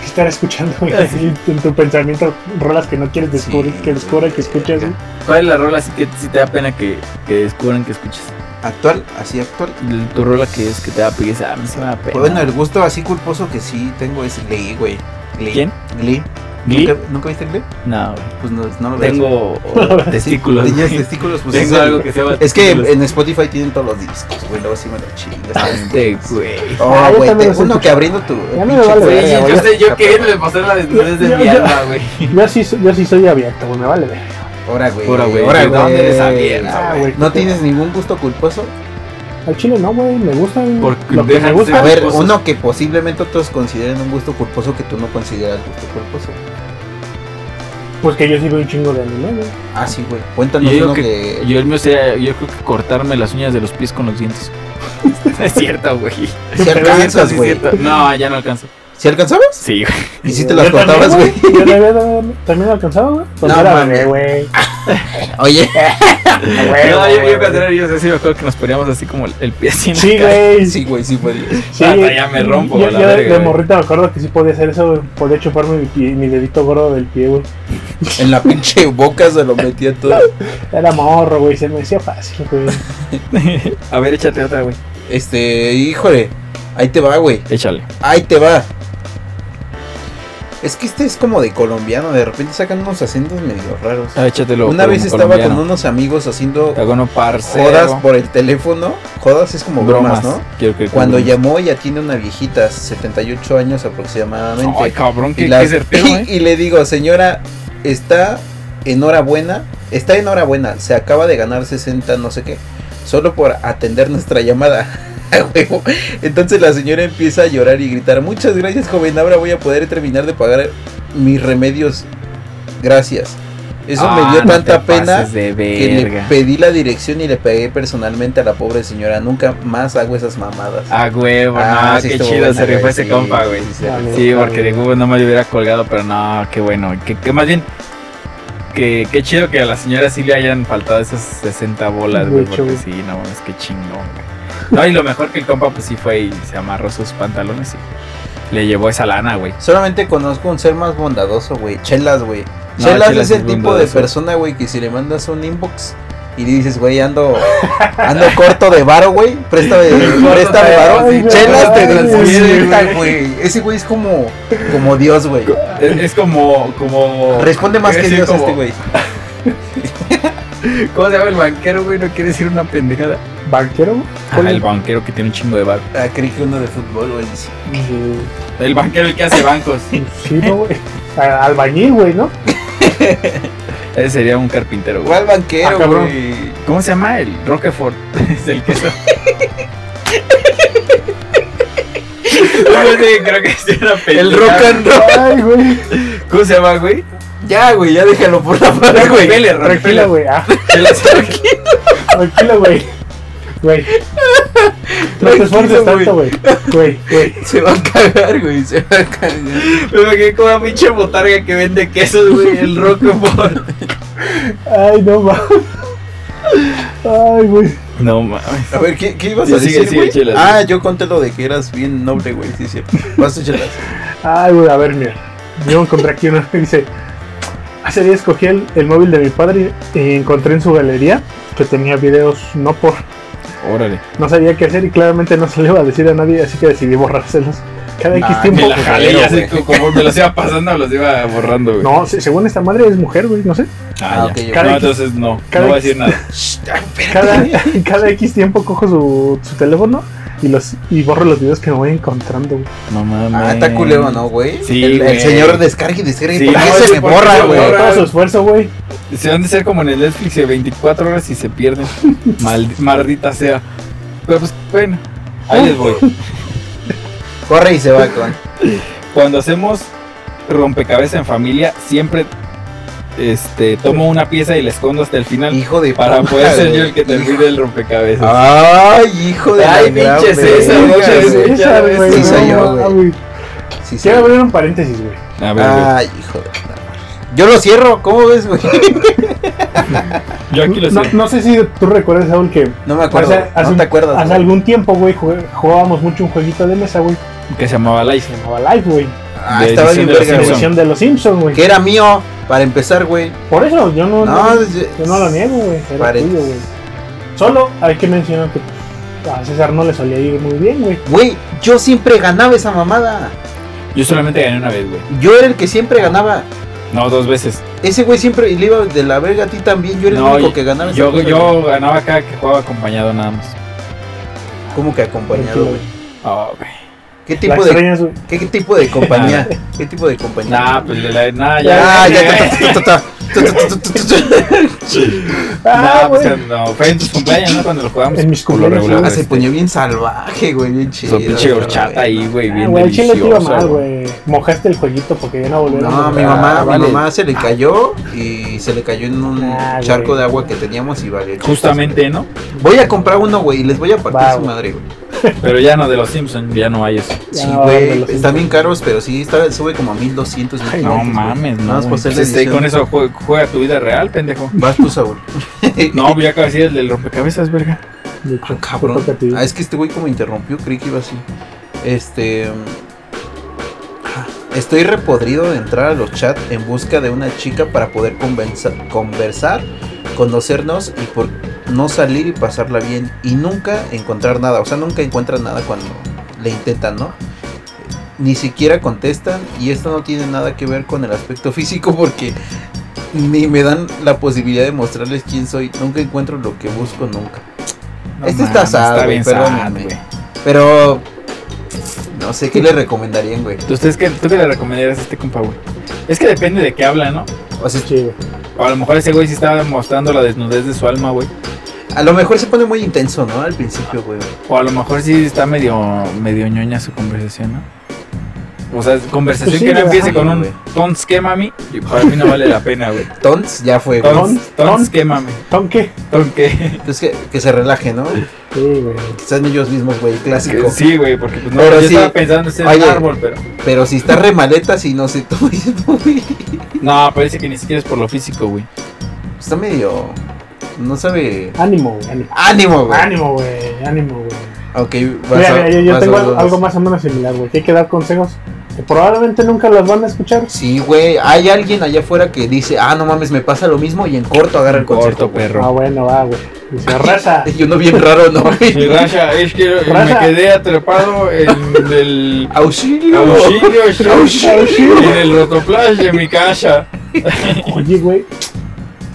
Speaker 2: ¿Qué estar escuchando? güey? Así, en tu pensamiento, rolas que no quieres descubrir,
Speaker 3: Sí,
Speaker 2: que descubra que escuchas. güey.
Speaker 1: ¿Cuál es la rola así que sí te da pena que, que descubran que escuches?
Speaker 3: actual, así actual.
Speaker 1: El- Tu rola que es que te da pereza. A mí sí me da pena.
Speaker 3: Bueno, el gusto así culposo que sí tengo es Glee, güey. Glee.
Speaker 1: ¿Quién?
Speaker 3: Glee.
Speaker 1: Glee.
Speaker 3: ¿Nunca, nunca viste Glee?
Speaker 1: No,
Speaker 3: Pues no, no lo veas.
Speaker 1: tengo
Speaker 3: Sí,
Speaker 1: testículos.
Speaker 3: tenías
Speaker 1: güey.
Speaker 3: testículos, pues
Speaker 1: Tengo
Speaker 3: es el-
Speaker 1: algo que se llama
Speaker 3: Es que
Speaker 1: testículos.
Speaker 3: en Spotify tienen todos los discos, güey, luego sí me lo chingas.
Speaker 1: Este, güey.
Speaker 3: Oh,
Speaker 2: Ah, yo
Speaker 3: güey,
Speaker 2: también
Speaker 3: te-
Speaker 2: los
Speaker 3: uno
Speaker 2: escucho.
Speaker 3: que abriendo tu...
Speaker 2: Ya
Speaker 3: pinche
Speaker 2: me vale
Speaker 1: Güey,
Speaker 2: verga,
Speaker 1: yo,
Speaker 2: güey.
Speaker 1: sé, yo queriéndole pasar la desnudez de
Speaker 2: Yo-
Speaker 1: mi
Speaker 2: yo-
Speaker 1: alma, güey.
Speaker 2: Yo sí, so- yo sí soy abierto, güey, me vale. güey.
Speaker 3: Ahora, güey.
Speaker 1: Ahora, güey,
Speaker 3: Ahora,
Speaker 1: ¿de dónde eres
Speaker 3: güey.
Speaker 1: abierta,
Speaker 3: Ah,
Speaker 2: güey?
Speaker 3: ¿No tienes ningún gusto culposo?
Speaker 2: Al chile no, güey, me gusta. güey.
Speaker 1: Porque
Speaker 2: Lo que
Speaker 1: dejan
Speaker 2: me
Speaker 1: de
Speaker 2: gusta.
Speaker 3: A
Speaker 1: ser-
Speaker 3: ver,
Speaker 1: Culposos.
Speaker 3: uno que posiblemente otros consideren un gusto culposo que tú no consideras gusto culposo.
Speaker 2: Pues que yo sí veo un chingo de anime, güey.
Speaker 3: Ah, sí, güey. Cuéntanos
Speaker 1: Yo digo
Speaker 3: uno
Speaker 1: que-
Speaker 3: que...
Speaker 1: Yo el mío sería, yo creo que cortarme las uñas de los pies con los dientes. es cierto, güey.
Speaker 3: Si alcanzas, güey.
Speaker 1: No, ya no alcanzo.
Speaker 3: ¿Si alcanzabas?
Speaker 1: Sí, güey.
Speaker 3: ¿Y si te
Speaker 2: Yo
Speaker 3: las
Speaker 2: también,
Speaker 3: cortabas, güey?
Speaker 2: Yo también, también, también alcanzaba, güey. Pues
Speaker 3: No,
Speaker 2: era
Speaker 3: mames.
Speaker 2: bebé, güey.
Speaker 3: Oye.
Speaker 1: No, yo, yo cuando era niño, sí me acuerdo que nos poníamos así como el, el pie así. en la
Speaker 2: Sí,
Speaker 1: cara.
Speaker 2: güey.
Speaker 3: Sí, güey, sí podía.
Speaker 2: Sí.
Speaker 1: Hasta ya me rompo,
Speaker 2: Yo,
Speaker 1: la
Speaker 2: yo de-
Speaker 1: verga,
Speaker 2: de
Speaker 1: güey.
Speaker 2: morrito me acuerdo que sí podía hacer eso, güey. Podía chuparme mi, pie- mi dedito gordo del pie, güey.
Speaker 3: En la pinche boca se lo metía todo.
Speaker 2: Era morro, güey. Se me hacía fácil, güey.
Speaker 1: A ver, échate otra, güey.
Speaker 3: Este, híjole. Ahí te va, güey.
Speaker 1: Échale.
Speaker 3: Ahí te va. Es que este es como de colombiano. De repente sacan unos acentos medio raros.
Speaker 1: Ah, échatelo.
Speaker 3: Una
Speaker 1: como
Speaker 3: vez estaba
Speaker 1: colombiano.
Speaker 3: con unos amigos haciendo
Speaker 1: Tagono parcero.
Speaker 3: jodas por el teléfono. Jodas es como bromas, ¿no?
Speaker 1: Quiero que
Speaker 3: Cuando llamó y atiende una viejita, 78 años aproximadamente.
Speaker 1: Ay, cabrón,
Speaker 3: y,
Speaker 1: qué,
Speaker 3: la-
Speaker 1: qué certero, ¿eh?
Speaker 3: y le digo, señora, está enhorabuena, está enhorabuena, se acaba de ganar 60 no sé qué, solo por atender nuestra llamada. A huevo. Entonces la señora empieza a llorar y gritar, muchas gracias joven, ahora voy a poder terminar de pagar mis remedios. Gracias. Eso
Speaker 1: Ah,
Speaker 3: me dio
Speaker 1: no
Speaker 3: tanta
Speaker 1: te
Speaker 3: pena
Speaker 1: pases de
Speaker 3: que le
Speaker 1: verga.
Speaker 3: pedí la dirección y le pegué personalmente a la pobre señora. Nunca más hago esas mamadas.
Speaker 1: A huevo,
Speaker 3: Ah,
Speaker 1: no,
Speaker 3: sí
Speaker 1: qué
Speaker 3: estuvo
Speaker 1: chido
Speaker 3: buena,
Speaker 1: se rifó
Speaker 3: güey,
Speaker 1: ese
Speaker 3: sí,
Speaker 1: compa, güey.
Speaker 3: sí, sí, sí.
Speaker 2: Dale.
Speaker 1: Sí, porque de Google no me lo hubiera colgado, pero no, qué bueno. Que, que más bien, que, qué chido que a la señora sí le hayan faltado esas 60 bolas, güey.
Speaker 2: Mucho,
Speaker 1: Porque
Speaker 2: güey.
Speaker 1: sí, no mames, qué chingón, güey. No, y lo mejor que el compa, pues sí fue y se amarró sus pantalones y le llevó esa lana, güey.
Speaker 3: Solamente conozco un ser más bondadoso, güey. Chelas, güey.
Speaker 1: No,
Speaker 3: Chelas,
Speaker 1: Chelas
Speaker 3: es el
Speaker 1: es
Speaker 3: tipo de
Speaker 1: bondadoso.
Speaker 3: persona, güey, que si le mandas un inbox y le dices, güey, ando, ando corto de varo, güey. Préstame,
Speaker 1: Corto
Speaker 3: préstame
Speaker 1: de
Speaker 3: varo.
Speaker 2: varo, sí,
Speaker 3: Chelas te
Speaker 2: güey.
Speaker 3: transfiere, güey. Ese güey es como, como Dios, güey.
Speaker 1: Es, es como, como.
Speaker 3: Responde más
Speaker 1: quiero
Speaker 3: que
Speaker 1: decir,
Speaker 3: Dios
Speaker 1: como-
Speaker 3: este güey.
Speaker 1: ¿Cómo se llama el banquero, güey? No quiere decir una pendejada.
Speaker 2: ¿Banquero? güey?
Speaker 1: Ah, el banquero que tiene un chingo de bar.
Speaker 3: Ah, creí que uno de fútbol, güey. dice.
Speaker 2: Sí.
Speaker 1: El banquero el que hace bancos.
Speaker 2: Sí, no, güey. A- Albañil, güey, ¿no?
Speaker 1: Ese sería un carpintero, güey.
Speaker 3: ¿Cuál banquero,
Speaker 2: Ah, cabrón.
Speaker 3: güey?
Speaker 1: ¿Cómo se llama? El Roquefort. Es el queso. No sé, creo que sí era
Speaker 3: El
Speaker 1: rock
Speaker 3: rock and roll.
Speaker 2: Ay, güey.
Speaker 1: ¿Cómo se llama, güey?
Speaker 3: Ya, güey, ya déjalo por la par, güey.
Speaker 1: Rockefeller,
Speaker 2: Tranquila,
Speaker 1: Rockefeller.
Speaker 2: güey. Ah,
Speaker 1: El azar-
Speaker 2: tranquila, güey. Güey. No te esfuerces tanto,
Speaker 3: Tranquilo,
Speaker 2: güey. Güey, güey.
Speaker 3: Se va a cagar, güey. Se va a cagar.
Speaker 1: Me imagino como una pinche botarga que vende quesos, güey. El Roquefort.
Speaker 2: Ay, no va. Ay, güey.
Speaker 1: No mames.
Speaker 3: A ver, ¿qué, qué ibas
Speaker 1: Sí,
Speaker 3: a
Speaker 1: sigue,
Speaker 3: decir,
Speaker 1: sigue,
Speaker 3: güey?
Speaker 1: chelas.
Speaker 3: Ah, yo conté lo de que eras bien noble, güey, sí, sí. Vas a chelas.
Speaker 2: Ay, güey, a ver, mira. Yo encontré aquí una que dice: Hace días cogí el, el móvil de mi padre y encontré en su galería que tenía videos no por.
Speaker 1: Órale.
Speaker 2: No sabía qué hacer y claramente no se le iba a decir a nadie, así que decidí borrárselos. Cada X
Speaker 3: Nah,
Speaker 2: tiempo.
Speaker 1: Me la jalé ya
Speaker 3: güey.
Speaker 1: sé que como me los iba pasando, los iba borrando, güey.
Speaker 2: No, se- según esta madre es mujer, güey, no sé.
Speaker 1: Ah, ya.
Speaker 3: Ah, ok, ok.
Speaker 1: No, entonces no.
Speaker 2: Cada-
Speaker 1: No voy a decir nada.
Speaker 2: Cada, cada X tiempo cojo su, su teléfono y los y borro los videos que me voy encontrando, güey.
Speaker 1: No mames.
Speaker 3: Ah, está culero, ¿no, güey?
Speaker 1: Sí,
Speaker 3: el, el
Speaker 1: güey.
Speaker 3: señor descarga y descarga.
Speaker 1: Sí,
Speaker 3: y ¿Por qué
Speaker 1: no,
Speaker 3: se
Speaker 1: sí,
Speaker 3: me
Speaker 1: ¿por qué
Speaker 3: borra,
Speaker 1: se
Speaker 3: güey?
Speaker 1: borra?
Speaker 2: Todo su esfuerzo, güey.
Speaker 1: Se han de ser como en el Netflix de 24 horas y se pierden. Maldi- maldita sea. Pero pues bueno, ahí les voy.
Speaker 3: Corre y se va con.
Speaker 1: Cuando hacemos rompecabezas en familia, siempre este, tomo una pieza y la escondo hasta el final.
Speaker 3: Hijo de
Speaker 1: Para
Speaker 3: puta,
Speaker 1: poder ser
Speaker 3: güey.
Speaker 1: yo el que termine el
Speaker 3: Ah,
Speaker 1: rompecabezas.
Speaker 3: Ay, hijo de
Speaker 1: Ay,
Speaker 3: la gran
Speaker 1: pinche
Speaker 3: verga,
Speaker 1: César,
Speaker 3: güey.
Speaker 1: muchas
Speaker 2: Esa,
Speaker 1: veces.
Speaker 2: güey,
Speaker 3: Sí, soy yo,
Speaker 2: no,
Speaker 3: güey.
Speaker 2: güey.
Speaker 3: Sí, sí.
Speaker 2: Quiero abrir un paréntesis, güey.
Speaker 1: A ver,
Speaker 3: Ay, hijo de la- Yo lo cierro, ¿cómo ves, güey?
Speaker 1: güey, yo aquí lo
Speaker 2: No,
Speaker 1: sé.
Speaker 2: no sé si tú recuerdas, Saúl, que pues,
Speaker 3: No me acuerdo.
Speaker 2: Hace- hace
Speaker 3: no
Speaker 2: un-
Speaker 3: te acuerdas.
Speaker 2: hace
Speaker 3: güey.
Speaker 2: algún tiempo, güey, jugué- jugábamos mucho un jueguito de mesa, güey.
Speaker 1: Que se llamaba
Speaker 2: Se
Speaker 1: Life.
Speaker 2: llamaba Live, güey.
Speaker 3: Ah,
Speaker 1: de
Speaker 3: estaba
Speaker 1: edición de
Speaker 3: bien
Speaker 1: los
Speaker 3: verga, güey.
Speaker 1: Simpsons.
Speaker 2: Versión de los Simpsons, güey.
Speaker 3: Que era mío, para empezar, güey.
Speaker 2: Por eso, yo no,
Speaker 3: No,
Speaker 2: no- yo no lo niego, güey. Era
Speaker 3: Pare-
Speaker 2: tuyo, güey. Solo hay que mencionar que pues, a César no le solía ir muy bien, güey.
Speaker 3: Güey, yo siempre ganaba esa mamada.
Speaker 1: Yo solamente gané una vez, güey.
Speaker 3: Yo era el que siempre ganaba.
Speaker 1: No, dos veces.
Speaker 3: Ese güey siempre le iba de la verga a ti también. Yo era
Speaker 1: No,
Speaker 3: el único
Speaker 1: yo-
Speaker 3: que ganaba. esa
Speaker 1: Yo,
Speaker 3: cosa,
Speaker 1: yo ganaba cada que jugaba acompañado nada más.
Speaker 3: güey. ¿Cómo que acompañado, güey?
Speaker 1: Ah, güey.
Speaker 3: ¿Qué
Speaker 2: La
Speaker 3: tipo de,
Speaker 2: extrañas, güey.
Speaker 3: qué, qué tipo de compañía? ¿Qué tipo de compañía?
Speaker 1: Nah, pues de la. Nah, ya. Ah,
Speaker 3: Ah, ya,
Speaker 1: ya,
Speaker 3: ya, ta, ta, ta, ta, ta, ta, ta, ta, ta, ta.
Speaker 2: Ah,
Speaker 1: Nah, pues,
Speaker 2: güey.
Speaker 1: no, fue en tus cumpleaños, ¿no? Cuando lo jugamos.
Speaker 2: En mis
Speaker 1: por lo
Speaker 2: cumpleaños,
Speaker 1: regular,
Speaker 3: Ah,
Speaker 2: güey.
Speaker 3: se
Speaker 1: este,
Speaker 3: ponía bien salvaje, güey, bien chido.
Speaker 1: Su pinche
Speaker 3: güey.
Speaker 1: horchata ahí, güey,
Speaker 2: Ah,
Speaker 1: bien
Speaker 2: güey, al chile te iba
Speaker 1: deliciosa,
Speaker 2: mal, güey. Mojaste el jueguito porque ya no volvieron
Speaker 3: No,
Speaker 2: a
Speaker 3: mi
Speaker 2: jugar.
Speaker 3: mamá,
Speaker 1: Ah,
Speaker 3: mi
Speaker 1: vale.
Speaker 3: mamá se le cayó y se le cayó en un
Speaker 2: Ah,
Speaker 3: charco
Speaker 2: güey.
Speaker 3: de agua que teníamos y valió.
Speaker 1: Justamente, ¿no?
Speaker 3: Voy a comprar uno, güey, y les voy a partir
Speaker 2: Va,
Speaker 3: su
Speaker 2: güey.
Speaker 3: madre, güey.
Speaker 1: Pero ya no, de los Simpsons, ya no hay eso.
Speaker 2: Ya
Speaker 3: Sí,
Speaker 2: no va a haber de
Speaker 3: güey,
Speaker 2: los
Speaker 3: están bien caros, pero sí, está, sube como a 1200.
Speaker 2: Ay,
Speaker 1: No
Speaker 3: 1500, güey.
Speaker 1: mames,
Speaker 3: Nada
Speaker 1: no.
Speaker 3: más
Speaker 1: güey.
Speaker 3: por ser la
Speaker 1: Entonces,
Speaker 3: edición.
Speaker 1: con eso jue- juega tu vida real, pendejo.
Speaker 3: Vas tú, Saúl.
Speaker 1: No, pues ya acabas de decir el del rompecabezas, verga.
Speaker 2: De hecho,
Speaker 3: Ah, cabrón.
Speaker 2: te toca a ti.
Speaker 3: Ah, es que este güey como interrumpió, creí que iba así. Este. ah, Estoy repodrido de entrar a los chats en busca de una chica para poder convenza- conversar, conocernos y por no salir y pasarla bien y nunca encontrar nada. O sea, nunca encuentran nada cuando le intentan, ¿no? Ni siquiera contestan y esto no tiene nada que ver con el aspecto físico porque ni me dan la posibilidad de mostrarles quién soy. Nunca encuentro lo que busco nunca.
Speaker 1: No
Speaker 3: Este está
Speaker 1: mames,
Speaker 3: sad, güey,
Speaker 1: sad,
Speaker 3: perdónenme.
Speaker 1: güey.
Speaker 3: Pero no sé qué le recomendarían, güey.
Speaker 1: ¿Ustedes qué, ¿Tú qué le recomendarías a este compa, güey? Es que depende de qué habla, ¿no?
Speaker 3: O sea,
Speaker 2: Sí, güey.
Speaker 1: O a lo mejor ese güey sí estaba mostrando la desnudez de su alma, güey.
Speaker 3: a lo mejor se pone muy intenso, ¿no? Al principio, güey.
Speaker 1: O a lo mejor sí está medio, medio ñoña su conversación, ¿no? O sea, conversación
Speaker 2: Pues sí,
Speaker 1: que no
Speaker 2: güey,
Speaker 1: empiece
Speaker 3: ajá,
Speaker 1: con
Speaker 3: güey.
Speaker 1: un tons que mami, y para mí no vale la pena, güey.
Speaker 3: Tons ya fue, güey.
Speaker 2: Tons.
Speaker 1: Tons, tons que mami,
Speaker 2: ¿Con qué?
Speaker 1: ton que.
Speaker 3: Entonces que, que se relaje, ¿no?
Speaker 2: Sí, güey.
Speaker 3: Que sean ellos mismos, güey, clásico.
Speaker 1: Sí, güey, porque pues no,
Speaker 3: Pero
Speaker 1: yo
Speaker 3: sí.
Speaker 1: estaba pensando en ser
Speaker 3: Oye.
Speaker 1: un árbol, pero.
Speaker 3: Pero si está re maleta, si no sé tú mismo, güey.
Speaker 1: No, parece que ni siquiera es por lo físico, güey.
Speaker 3: Está medio. No sabe.
Speaker 2: Ánimo, güey. Ánimo.
Speaker 3: ánimo, güey.
Speaker 2: Ánimo, güey. Ánimo, güey.
Speaker 3: Ok, vas
Speaker 2: Mira,
Speaker 3: a-
Speaker 2: mira, yo, yo
Speaker 3: vas a-
Speaker 2: tengo
Speaker 3: vas
Speaker 2: algo,
Speaker 3: a-
Speaker 2: algo más o menos similar, güey. Que hay que dar consejos que probablemente nunca los van a escuchar.
Speaker 3: Sí, güey. Hay alguien allá afuera que dice, ah, no mames, me pasa lo mismo y en corto agarra el
Speaker 1: Corto,
Speaker 3: corto, güey.
Speaker 2: Ah,
Speaker 1: perro.
Speaker 2: bueno, va, güey. Dice, raza.
Speaker 3: Y uno bien raro, ¿no?
Speaker 1: Sí, Rasha, es que eh, me
Speaker 2: Rasha.
Speaker 1: quedé atrapado en el
Speaker 3: Auxilio.
Speaker 1: auxilio,
Speaker 3: Auxilio.
Speaker 1: en el rotoplas de mi casa.
Speaker 2: Oye, güey,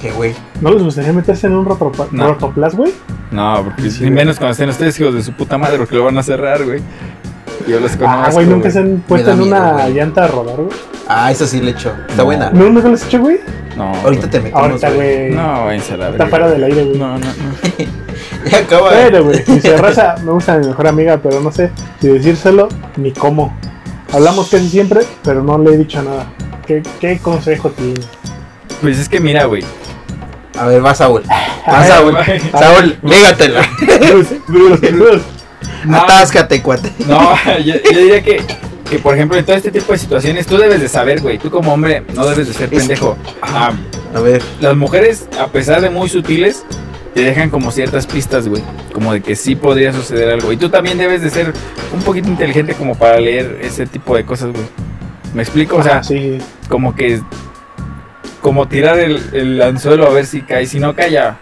Speaker 3: ¿Qué, güey?
Speaker 2: ¿no les gustaría meterse en un rotopa-
Speaker 1: No.
Speaker 2: rotoplas, güey?
Speaker 1: No, porque
Speaker 2: Sí,
Speaker 1: ni
Speaker 2: güey.
Speaker 1: menos cuando estén ustedes hijos de su puta madre, porque lo van a cerrar, güey. Yo los conozco.
Speaker 2: Ah, güey, nunca se han puesto
Speaker 3: da
Speaker 2: en
Speaker 3: miedo,
Speaker 2: una
Speaker 3: güey.
Speaker 2: llanta a rodar, güey.
Speaker 3: Ah, esa sí le echo. Está
Speaker 1: No.
Speaker 3: buena.
Speaker 2: ¿No nunca les he hecho, güey?
Speaker 1: No.
Speaker 3: Ahorita
Speaker 1: güey.
Speaker 3: te metemos.
Speaker 2: Ahorita, güey.
Speaker 1: No, váyanse a la
Speaker 2: Está
Speaker 1: verga.
Speaker 2: fuera del aire, güey.
Speaker 1: No, no, no.
Speaker 3: Ya acaba.
Speaker 2: Pero, güey, dice raza, me gusta mi mejor amiga, pero no sé si decírselo ni cómo. Hablamos casi siempre, pero no le he dicho nada. ¿Qué, qué consejo tiene?
Speaker 1: Pues es que mira, güey.
Speaker 3: A ver, va Saúl. Va
Speaker 2: Ah,
Speaker 1: ver,
Speaker 3: Saúl.
Speaker 1: güey.
Speaker 3: Saúl, lígatela.
Speaker 2: Bruce, Bruce, Bruce.
Speaker 1: No.
Speaker 3: Atáscate, cuate.
Speaker 1: No, yo, yo diría que, que, por ejemplo, en todo este tipo de situaciones, tú debes de saber, güey. Tú como hombre no debes de ser
Speaker 3: Es-
Speaker 1: pendejo. Ah,
Speaker 3: A ver.
Speaker 1: las mujeres, a pesar de muy sutiles, te dejan como ciertas pistas, güey. Como de que sí podría suceder algo. Y tú también debes de ser un poquito inteligente como para leer ese tipo de cosas, güey. ¿Me explico? O sea,
Speaker 2: sí,
Speaker 1: como que... Como tirar el, el anzuelo a ver si cae. Si no cae, ya,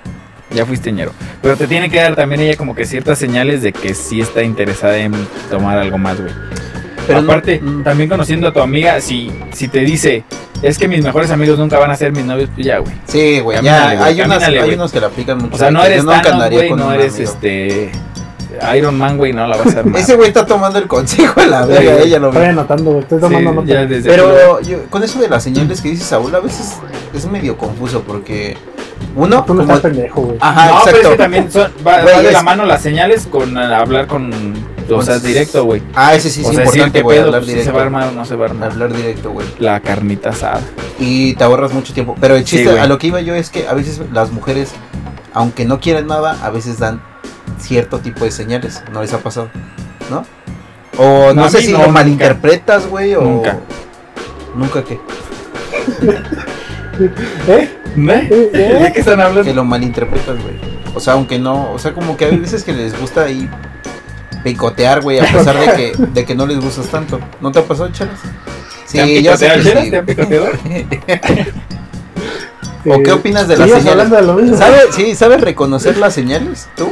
Speaker 1: ya fuiste ñero. Pero te tiene que dar también ella como que ciertas señales de que sí está interesada en tomar algo más, güey.
Speaker 3: Pero no-
Speaker 1: Aparte,
Speaker 3: mm.
Speaker 1: también conociendo a tu amiga, si, si te dice... Es que mis mejores amigos nunca van a ser mis novios, pues ya, güey.
Speaker 3: Sí, güey.
Speaker 1: Camínale, güey,
Speaker 3: Ya, hay, unas,
Speaker 1: camínale,
Speaker 3: hay
Speaker 1: güey.
Speaker 3: unos que la aplican mucho.
Speaker 1: O sea, no eres
Speaker 3: pues Yo nunca
Speaker 1: Thanos,
Speaker 3: andaría
Speaker 1: güey,
Speaker 3: con
Speaker 1: no
Speaker 3: un
Speaker 1: eres
Speaker 3: amigo.
Speaker 1: este Iron Man, güey, no la vas a armar.
Speaker 3: Ese güey está tomando el consejo a la verga.
Speaker 1: Sí.
Speaker 3: Ella lo
Speaker 2: estoy
Speaker 3: ve.
Speaker 2: anotando, güey, estoy
Speaker 1: Sí,
Speaker 2: tomando nota.
Speaker 1: ya desde
Speaker 3: Pero yo- con eso de las señales que dice Saúl, a veces es medio confuso porque. Uno,
Speaker 2: Tú no
Speaker 3: como-
Speaker 2: estás pendejo, güey.
Speaker 3: Ajá,
Speaker 1: no, pero es
Speaker 3: exacto.
Speaker 1: que también son, va,
Speaker 3: Güey,
Speaker 1: va de
Speaker 3: es-
Speaker 1: la mano las señales con eh, hablar con, o sea, directo, güey.
Speaker 3: Ah, ese sí es
Speaker 1: o sea, decir
Speaker 3: importante,
Speaker 1: qué
Speaker 3: güey.
Speaker 1: pedo,
Speaker 3: Hablar
Speaker 1: pues, si se va a
Speaker 3: directo.
Speaker 1: armar o no se va a armar.
Speaker 3: Hablar directo, güey.
Speaker 1: La carnita asada.
Speaker 3: y te ahorras mucho tiempo. Pero el
Speaker 1: Sí,
Speaker 3: chiste,
Speaker 1: güey.
Speaker 3: a lo que iba yo es que a veces las mujeres, aunque no quieren nada, a veces dan cierto tipo de señales. No les ha pasado, ¿no? O no,
Speaker 1: No, a
Speaker 3: sé
Speaker 1: mí
Speaker 3: si
Speaker 1: no,
Speaker 3: lo
Speaker 1: nunca.
Speaker 3: malinterpretas, güey, o.
Speaker 1: Nunca.
Speaker 3: Nunca que.
Speaker 2: ¿Eh?
Speaker 1: ¿Eh? ¿De qué están
Speaker 3: Que
Speaker 1: hablando?
Speaker 3: lo malinterpretas, güey. O sea, aunque no. O sea, como que hay veces que les gusta ahí picotear, güey, a pesar de que, de que no les gustas tanto. ¿No te ha pasado, Charas?
Speaker 1: ¿Te han
Speaker 3: Sí, yo sé
Speaker 1: picoteado,
Speaker 3: que sí,
Speaker 1: Chelas? ¿Te han picoteado?
Speaker 3: ¿O qué opinas de las
Speaker 2: este, ¿sigues
Speaker 3: señales?
Speaker 2: hablando de lo mismo?
Speaker 3: ¿Sabes? Sí, ¿sabes reconocer las señales? ¿Tú?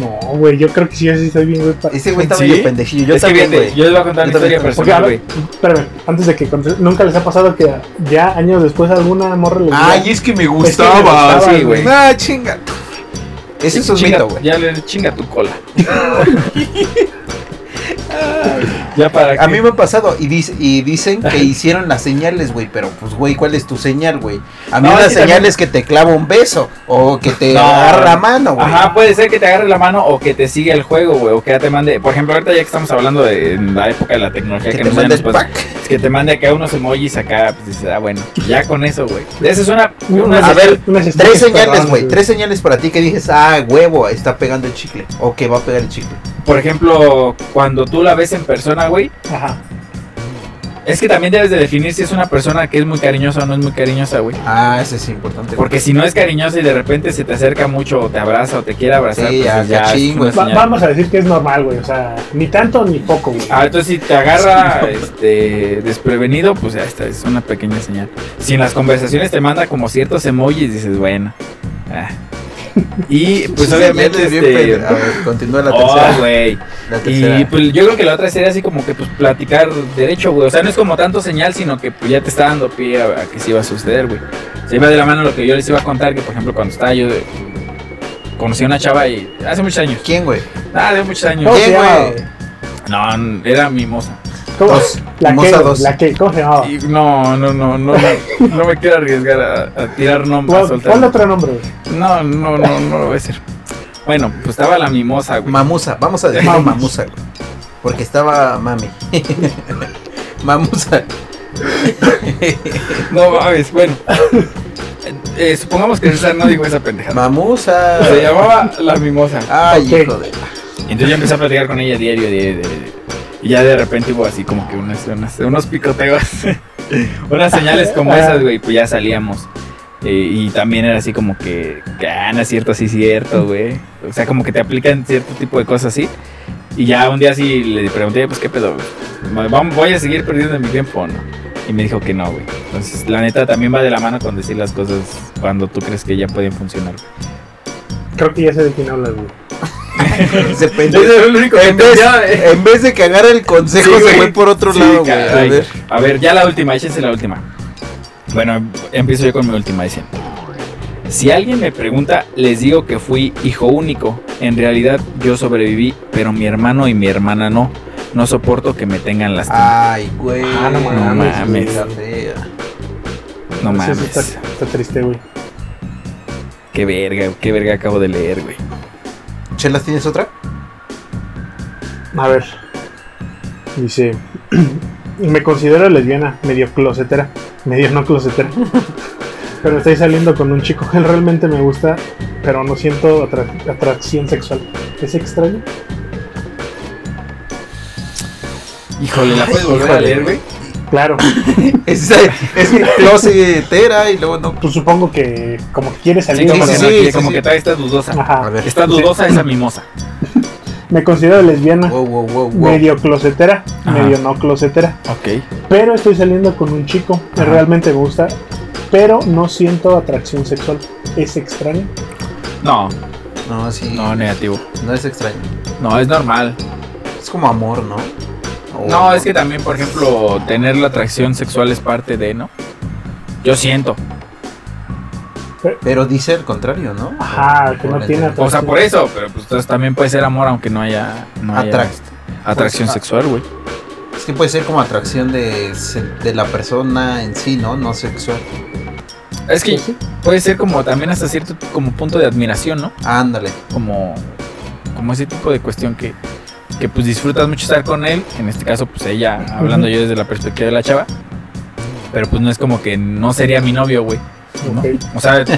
Speaker 2: No, güey, yo creo que sí, yo sí estoy bien, güey. para-
Speaker 3: Ese güey está
Speaker 1: ¿Sí?
Speaker 3: medio pendejillo. Yo también,
Speaker 1: fíjate,
Speaker 3: güey.
Speaker 1: yo les voy a contar
Speaker 3: Yo
Speaker 1: mi
Speaker 3: también
Speaker 1: historia
Speaker 2: Porque, a
Speaker 3: estoy-
Speaker 1: personal,
Speaker 2: ver,
Speaker 1: güey.
Speaker 2: espérame, antes de que contes- nunca les ha pasado que ya años después alguna morra les diga,
Speaker 3: Ay, es que me
Speaker 2: Es que me
Speaker 3: gustaba.
Speaker 2: gustaba,
Speaker 1: sí, güey.
Speaker 3: Ah, chinga. Ese es un
Speaker 1: Chinga-
Speaker 3: mito, güey.
Speaker 1: Ya le chinga tu cola. ya para
Speaker 3: A
Speaker 1: qué?
Speaker 3: mí me ha pasado y, dice- y dicen que hicieron las señales, güey, pero pues, güey, ¿cuál es tu señal, güey? A mí
Speaker 1: No,
Speaker 3: la
Speaker 1: es que
Speaker 3: señal
Speaker 1: también-
Speaker 3: es que te clava un beso o que te
Speaker 1: No.
Speaker 3: agarra la mano, güey.
Speaker 1: Ajá, puede ser que te agarre la mano o que te siga el juego, güey, o que ya te mande. Por ejemplo, ahorita ya que estamos hablando de en la época de la tecnología
Speaker 3: Que
Speaker 1: que, pues, nos
Speaker 3: te
Speaker 1: ya
Speaker 3: manda
Speaker 1: nos
Speaker 3: el
Speaker 1: pasa,
Speaker 3: pack.
Speaker 1: que te mande acá unos emojis acá, pues dices, ah, bueno, ya con eso, güey. Esa es una. una-
Speaker 2: unas-
Speaker 3: Uh, A ver,
Speaker 2: unas
Speaker 3: Tres
Speaker 2: estrellas
Speaker 3: señales,
Speaker 2: perronas,
Speaker 3: güey. Tres señales para ti que dices, ah, huevo, está pegando el chicle. O que va a pegar el chicle.
Speaker 1: por ejemplo, cuando tú la ves en persona, güey,
Speaker 2: Ajá.
Speaker 1: es que también debes de definir si es una persona que es muy cariñosa o no es muy cariñosa, güey.
Speaker 3: Ah, ese es importante. güey.
Speaker 1: Porque si no es cariñosa y de repente se te acerca mucho o te abraza o te quiere abrazar,
Speaker 3: Sí,
Speaker 1: pues
Speaker 3: ya,
Speaker 1: es ya
Speaker 3: cachín,
Speaker 1: es una
Speaker 3: güey.
Speaker 2: Va-
Speaker 1: señal.
Speaker 2: vamos a decir que es normal, güey. O sea, ni tanto ni poco, güey.
Speaker 1: Ah, entonces si te agarra este, desprevenido, pues ya está, es una pequeña señal. Si en las conversaciones te manda como ciertos emojis, dices, bueno. ah. Y pues
Speaker 3: Sus
Speaker 1: obviamente...
Speaker 3: señales bien
Speaker 1: Este,
Speaker 3: pende- A ver, continúa la
Speaker 1: oh,
Speaker 3: tercera.
Speaker 1: güey.
Speaker 3: La
Speaker 1: Y
Speaker 3: tercera.
Speaker 1: pues yo creo que la otra sería así como que pues platicar derecho, güey. O sea, no es como tanto señal, sino que pues, ya te está dando pie a, a que sí iba a suceder, güey. Se iba de la mano lo que yo les iba a contar, que por ejemplo cuando estaba yo... eh, Conocí a una chava y hace muchos años.
Speaker 3: ¿Quién, güey?
Speaker 1: Ah, de muchos años.
Speaker 2: ¿Cómo
Speaker 3: ¿Quién,
Speaker 2: se llama?
Speaker 3: güey?
Speaker 1: No, era mimosa.
Speaker 2: ¿Cómo?
Speaker 3: Dos.
Speaker 2: La que,
Speaker 3: Hermosa dos.
Speaker 2: la que, ¿cómo se llamaba?
Speaker 1: Y No, no, no, no, no, no me quiero arriesgar a, a tirar nombres. a
Speaker 2: ¿Cuál,
Speaker 1: soltar
Speaker 2: cuál otro nombre, güey?
Speaker 1: No, no, no, no lo voy a decir. Bueno, pues estaba la mimosa, güey.
Speaker 3: Mamusa, vamos a decir
Speaker 2: Mamus.
Speaker 3: mamusa, güey. Porque estaba mami. mamusa.
Speaker 1: No mames, bueno. Eh, eh, supongamos que César no dijo esa pendejada.
Speaker 3: Mamusa.
Speaker 1: Se llamaba la mimosa.
Speaker 3: Ay,
Speaker 2: Ok.
Speaker 3: hijo de.
Speaker 1: Entonces yo empecé a platicar con ella diario, diario, diario, diario. Y ya de repente hubo así como que unas, unas- unos picoteos. unas señales como esas, güey. Pues ya salíamos. Eh, y también era así como que, que, ah, no es cierto, sí es cierto, güey. O sea, como que te aplican cierto tipo de cosas así. Y ya un día sí le pregunté, pues qué pedo, güey? ¿Vam- ¿Voy a seguir perdiendo mi tiempo o no? Y me dijo que no, güey. Entonces, la neta también va de la mano con decir las cosas cuando tú crees que ya pueden funcionar.
Speaker 2: Creo que ya sé de quién hablas, güey.
Speaker 3: Ese pendejo.
Speaker 1: Ese es el único que
Speaker 3: En vez,
Speaker 1: entendía, eh.
Speaker 3: en vez de cagar el consejo,
Speaker 1: Sí,
Speaker 3: se
Speaker 1: güey.
Speaker 3: fue por otro
Speaker 1: Sí,
Speaker 3: lado, güey. A
Speaker 1: caray.
Speaker 3: ver.
Speaker 1: A ver, ya la última, échense la última. Bueno, empiezo yo con mi última, dice. Si alguien me pregunta, les digo que fui hijo único. En realidad yo sobreviví, pero mi hermano y mi hermana no. No soporto que me tengan las
Speaker 3: Ay, güey.
Speaker 2: Ah, no mames,
Speaker 1: mames.
Speaker 3: Está fea.
Speaker 1: No
Speaker 3: pues
Speaker 2: Sí,
Speaker 1: mames.
Speaker 2: eso Está, está triste, güey.
Speaker 1: Qué verga, qué verga acabo de leer, güey.
Speaker 3: ¿Chelas tienes otra?
Speaker 2: A ver. Dice. Me considero lesbiana, medio closetera. Medio no closetera. pero estoy saliendo con un chico. Él realmente me gusta, pero no siento atra- atracción sexual. ¿Es extraño?
Speaker 1: Híjole, ¿la puedes volver a
Speaker 3: Híjole,
Speaker 1: leer, güey?
Speaker 2: Claro.
Speaker 3: Es, es que closetera y luego no.
Speaker 2: Pues supongo que como que quiere
Speaker 1: Sí,
Speaker 2: salir
Speaker 1: como,
Speaker 2: con
Speaker 1: que,
Speaker 3: sí,
Speaker 1: no,
Speaker 3: sí,
Speaker 1: que-
Speaker 3: sí,
Speaker 1: como
Speaker 3: sí. Ah.
Speaker 1: que todavía está dudosa.
Speaker 2: Ajá.
Speaker 3: A ver.
Speaker 1: Está dudosa esa mimosa.
Speaker 2: Me considero lesbiana,
Speaker 3: Wow, wow, wow, wow.
Speaker 2: medio closetera,
Speaker 1: Ajá.
Speaker 2: medio no closetera.
Speaker 1: Ok.
Speaker 2: Pero estoy saliendo con un chico que
Speaker 1: Ajá.
Speaker 2: realmente me gusta, pero no siento atracción sexual. ¿Es extraño?
Speaker 1: No,
Speaker 3: No, sí.
Speaker 1: no, negativo.
Speaker 3: no es extraño.
Speaker 1: No, es normal.
Speaker 3: Es como amor, ¿no? Oh, O-
Speaker 1: No, es que también, por ejemplo, tener la atracción sexual es parte de, ¿no? Yo siento.
Speaker 3: Pero dice el contrario, ¿no?
Speaker 2: Ajá, que no
Speaker 3: Obviamente.
Speaker 2: tiene
Speaker 1: O sea, por eso, pero pues entonces también puede ser amor aunque no haya, no haya
Speaker 3: Atract.
Speaker 1: atracción
Speaker 3: Pues, ah.
Speaker 1: sexual, güey.
Speaker 3: Es que puede ser como atracción de, se- de la persona en sí, ¿no? No sexual.
Speaker 1: Es que
Speaker 2: Pues sí.
Speaker 1: puede ser como también hasta cierto como punto de admiración, ¿no?
Speaker 3: Ándale.
Speaker 1: Como, como ese tipo de cuestión que, que pues disfrutas mucho estar con él. En este caso, pues ella, hablando yo desde la perspectiva de la chava. Pero pues no es como que no sería mi novio, güey. ¿no?
Speaker 2: Ok.
Speaker 1: O sea,
Speaker 2: Sí,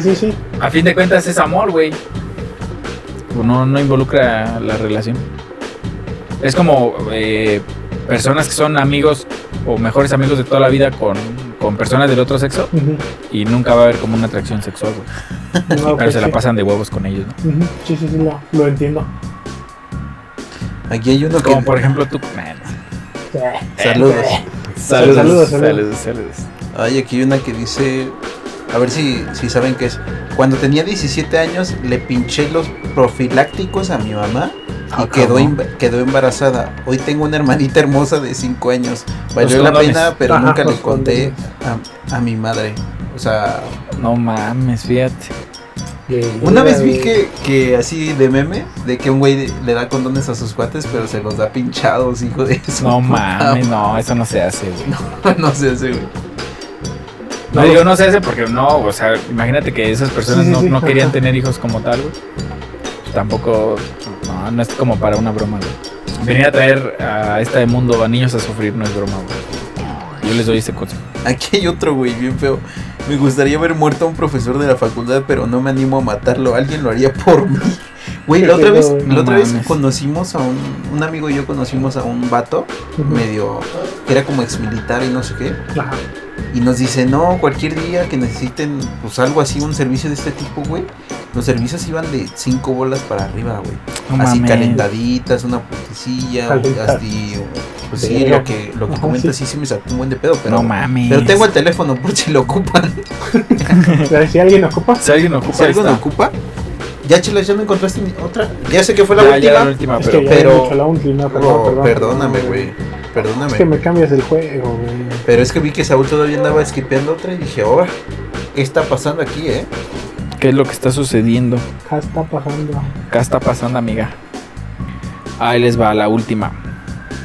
Speaker 2: sí, sí, sí.
Speaker 1: a fin de cuentas es amor, güey. Pues No, no involucra la relación. Es como eh, personas que son amigos o mejores amigos de toda la vida con, con personas del otro sexo
Speaker 2: Ujú.
Speaker 1: y nunca va a haber como una atracción sexual, güey.
Speaker 2: No,
Speaker 1: Pero
Speaker 2: pues
Speaker 1: se la
Speaker 2: sí.
Speaker 1: pasan de huevos con ellos, ¿no?
Speaker 2: Ujú. Sí, sí, sí, lo, lo entiendo.
Speaker 3: Aquí hay uno que.
Speaker 1: Como por ejemplo eh, tú. Man.
Speaker 3: Saludos.
Speaker 1: Saludos, saludos,
Speaker 2: Saludos, saludos.
Speaker 1: saludos.
Speaker 3: Ay, aquí hay una que dice. A ver si, si saben qué es. Cuando tenía 17 años le pinché los profilácticos a mi mamá y
Speaker 1: Ah,
Speaker 3: quedó,
Speaker 1: cabrón.
Speaker 3: emba- quedó embarazada. Hoy tengo una hermanita hermosa de 5 años. Valió
Speaker 1: Los
Speaker 3: la
Speaker 1: condones.
Speaker 3: pena, pero
Speaker 2: Ajá,
Speaker 3: nunca le
Speaker 2: los
Speaker 3: conté a, a mi madre. O sea,
Speaker 1: No mames, fíjate.
Speaker 2: Eh,
Speaker 3: una vez vi que, que así de meme, de que un güey le da condones a sus cuates, pero se los da pinchados, hijo de eso.
Speaker 1: No mames, no, eso no se hace, güey.
Speaker 3: no sé, ese güey.
Speaker 1: No, digo, no se hace porque no, o sea, imagínate que esas personas
Speaker 2: Sí, sí,
Speaker 1: no,
Speaker 2: sí,
Speaker 1: no querían
Speaker 2: ajá.
Speaker 1: tener hijos como tal, güey. Tampoco, no, no es como para una broma, güey. Venir a traer a este mundo a niños a sufrir no es broma, güey. Yo les doy este consejo.
Speaker 3: Aquí hay otro güey bien feo. Me gustaría ver muerto a un profesor de la facultad, pero no me animo a matarlo. Alguien lo haría por mí. Güey,
Speaker 2: Qué
Speaker 3: la otra
Speaker 2: pedo,
Speaker 3: vez,
Speaker 2: güey.
Speaker 3: la
Speaker 1: No
Speaker 3: otra vez
Speaker 1: mames.
Speaker 3: conocimos a un, un amigo y yo conocimos a un vato medio que era como exmilitar y no sé qué.
Speaker 2: Ajá.
Speaker 3: Y nos dice, no, cualquier día que necesiten pues algo así, un servicio de este tipo, güey. Los servicios iban de cinco bolas para arriba, güey.
Speaker 1: No
Speaker 3: así
Speaker 1: mames.
Speaker 3: calentaditas, una putecilla, o
Speaker 2: Calentaditas.
Speaker 3: así, o- pues sí,
Speaker 2: Verga.
Speaker 3: lo que, lo que
Speaker 2: Ajá,
Speaker 3: comentas sí. sí me sacó un buen de pedo, pero
Speaker 1: No mames.
Speaker 3: pero tengo el teléfono por si lo ocupan.
Speaker 2: Pero Si alguien ocupa,
Speaker 1: Si alguien ocupa
Speaker 3: Si alguien lo
Speaker 1: esta.
Speaker 3: ocupa. Ya chelas, ya no encontraste ni otra. Ya sé que fue la
Speaker 1: Ya, ya
Speaker 3: última.
Speaker 1: la última,
Speaker 2: es
Speaker 1: Ah, pero
Speaker 2: que ya
Speaker 3: pero-
Speaker 2: he hecho la última, perdón,
Speaker 3: Oh,
Speaker 2: perdón,
Speaker 3: perdóname,
Speaker 2: perdón,
Speaker 3: güey. Perdóname.
Speaker 2: Es que me cambias el juego, güey.
Speaker 3: Pero es que vi que Saúl todavía andaba skipeando otra y dije, oh, ¿qué está pasando aquí, eh?
Speaker 1: ¿Qué es lo que está sucediendo?
Speaker 2: Ya está pasando.
Speaker 1: Acá está pasando, amiga. Ahí les va la última.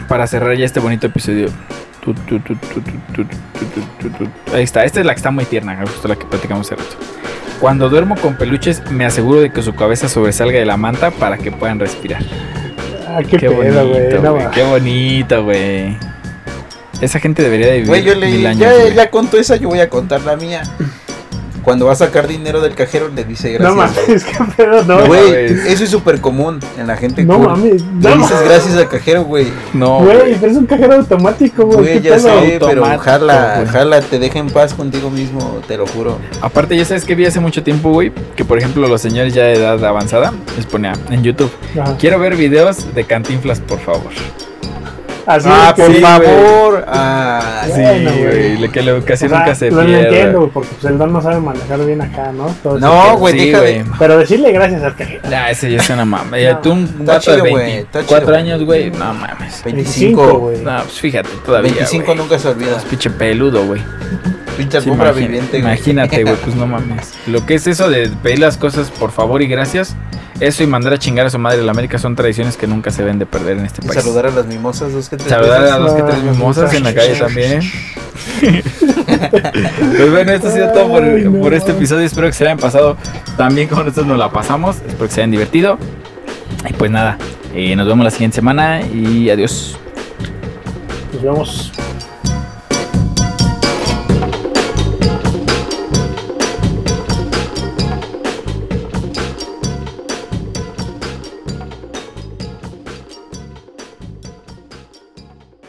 Speaker 1: Para cerrar ya este bonito episodio. Tu, tu, tu, tu, tu, tu, tu, tu, tu, tu. Ahí está. Esta es la que está muy tierna, justo la que platicamos hace rato. Cuando duermo con peluches, me aseguro de que su cabeza sobresalga de la manta para que puedan respirar.
Speaker 2: Ah, qué, pedo, güey. No,
Speaker 1: güey,
Speaker 2: va.
Speaker 1: Qué bonito, güey. Esa gente debería de vivir.
Speaker 3: Güey, yo leí,
Speaker 1: mil años,
Speaker 3: ya,
Speaker 1: güey.
Speaker 3: ya contó esa, yo voy a contar la mía. Cuando va a sacar dinero del cajero le dice
Speaker 2: no
Speaker 3: gracias.
Speaker 2: mames, qué pedo, no.
Speaker 1: Güey,
Speaker 3: Güey,
Speaker 1: mames.
Speaker 3: eso es súper común en la gente
Speaker 2: No
Speaker 3: cool.
Speaker 2: mames,
Speaker 3: Le
Speaker 2: no
Speaker 3: dices
Speaker 2: mames.
Speaker 3: gracias al cajero, güey.
Speaker 1: No,
Speaker 2: Güey,
Speaker 1: güey.
Speaker 2: pero es un cajero automático, güey.
Speaker 3: Güey,
Speaker 2: qué
Speaker 3: ya
Speaker 2: pedo.
Speaker 3: sé, pero
Speaker 1: automático,
Speaker 3: jala,
Speaker 1: güey.
Speaker 3: jala, te deja en paz contigo mismo, te lo juro.
Speaker 1: Aparte, ya sabes que vi hace mucho tiempo, güey, que por ejemplo los señores ya de edad avanzada les ponía en YouTube.
Speaker 2: Ajá.
Speaker 1: Quiero ver videos de Cantinflas, por favor.
Speaker 2: Así
Speaker 3: ah,
Speaker 2: es que
Speaker 3: por
Speaker 2: sí, güey.
Speaker 3: favor. Ah,
Speaker 2: Sí,
Speaker 3: sí.
Speaker 2: Bueno, güey.
Speaker 1: lo que la casi
Speaker 2: O sea,
Speaker 1: nunca se
Speaker 2: pues, no lo
Speaker 1: pierde.
Speaker 2: entiendo, güey, porque pues, el don no sabe manejar bien acá, ¿no? Todo ese
Speaker 3: No,
Speaker 2: pedo.
Speaker 3: güey,
Speaker 1: sí,
Speaker 3: deja de-
Speaker 1: güey.
Speaker 2: Pero decirle gracias al cajero.
Speaker 1: Nah, ese ya es una mama. Ya, Tú un
Speaker 3: Está
Speaker 1: vato de
Speaker 3: chido, güey, está
Speaker 1: 24
Speaker 3: chido.
Speaker 1: años, güey. No mames.
Speaker 3: 25,
Speaker 2: güey.
Speaker 1: No, pues fíjate, todavía.
Speaker 3: 25
Speaker 1: güey.
Speaker 3: nunca se olvida.
Speaker 1: Es pinche peludo, güey.
Speaker 3: Pinche
Speaker 1: Sí,
Speaker 3: alfombra
Speaker 1: imagina-
Speaker 3: viviente, güey.
Speaker 1: imagínate, güey, pues no mames. Lo que es eso de pedir las cosas por favor y gracias, eso y mandar a chingar a su madre a la América son tradiciones que nunca se deben de perder en este
Speaker 3: Y
Speaker 1: país.
Speaker 3: saludar a las mimosas, dos que tres
Speaker 1: Saludar
Speaker 3: veces.
Speaker 1: a los que tres
Speaker 2: Ah.
Speaker 1: mimosas en la calle también. pues bueno, esto ha sido todo por,
Speaker 2: Ay, no.
Speaker 1: por este episodio. Espero que se la hayan pasado también con nosotros nos la pasamos. Espero que se hayan divertido. Y pues nada, eh, nos vemos la siguiente semana y adiós.
Speaker 2: Nos vemos.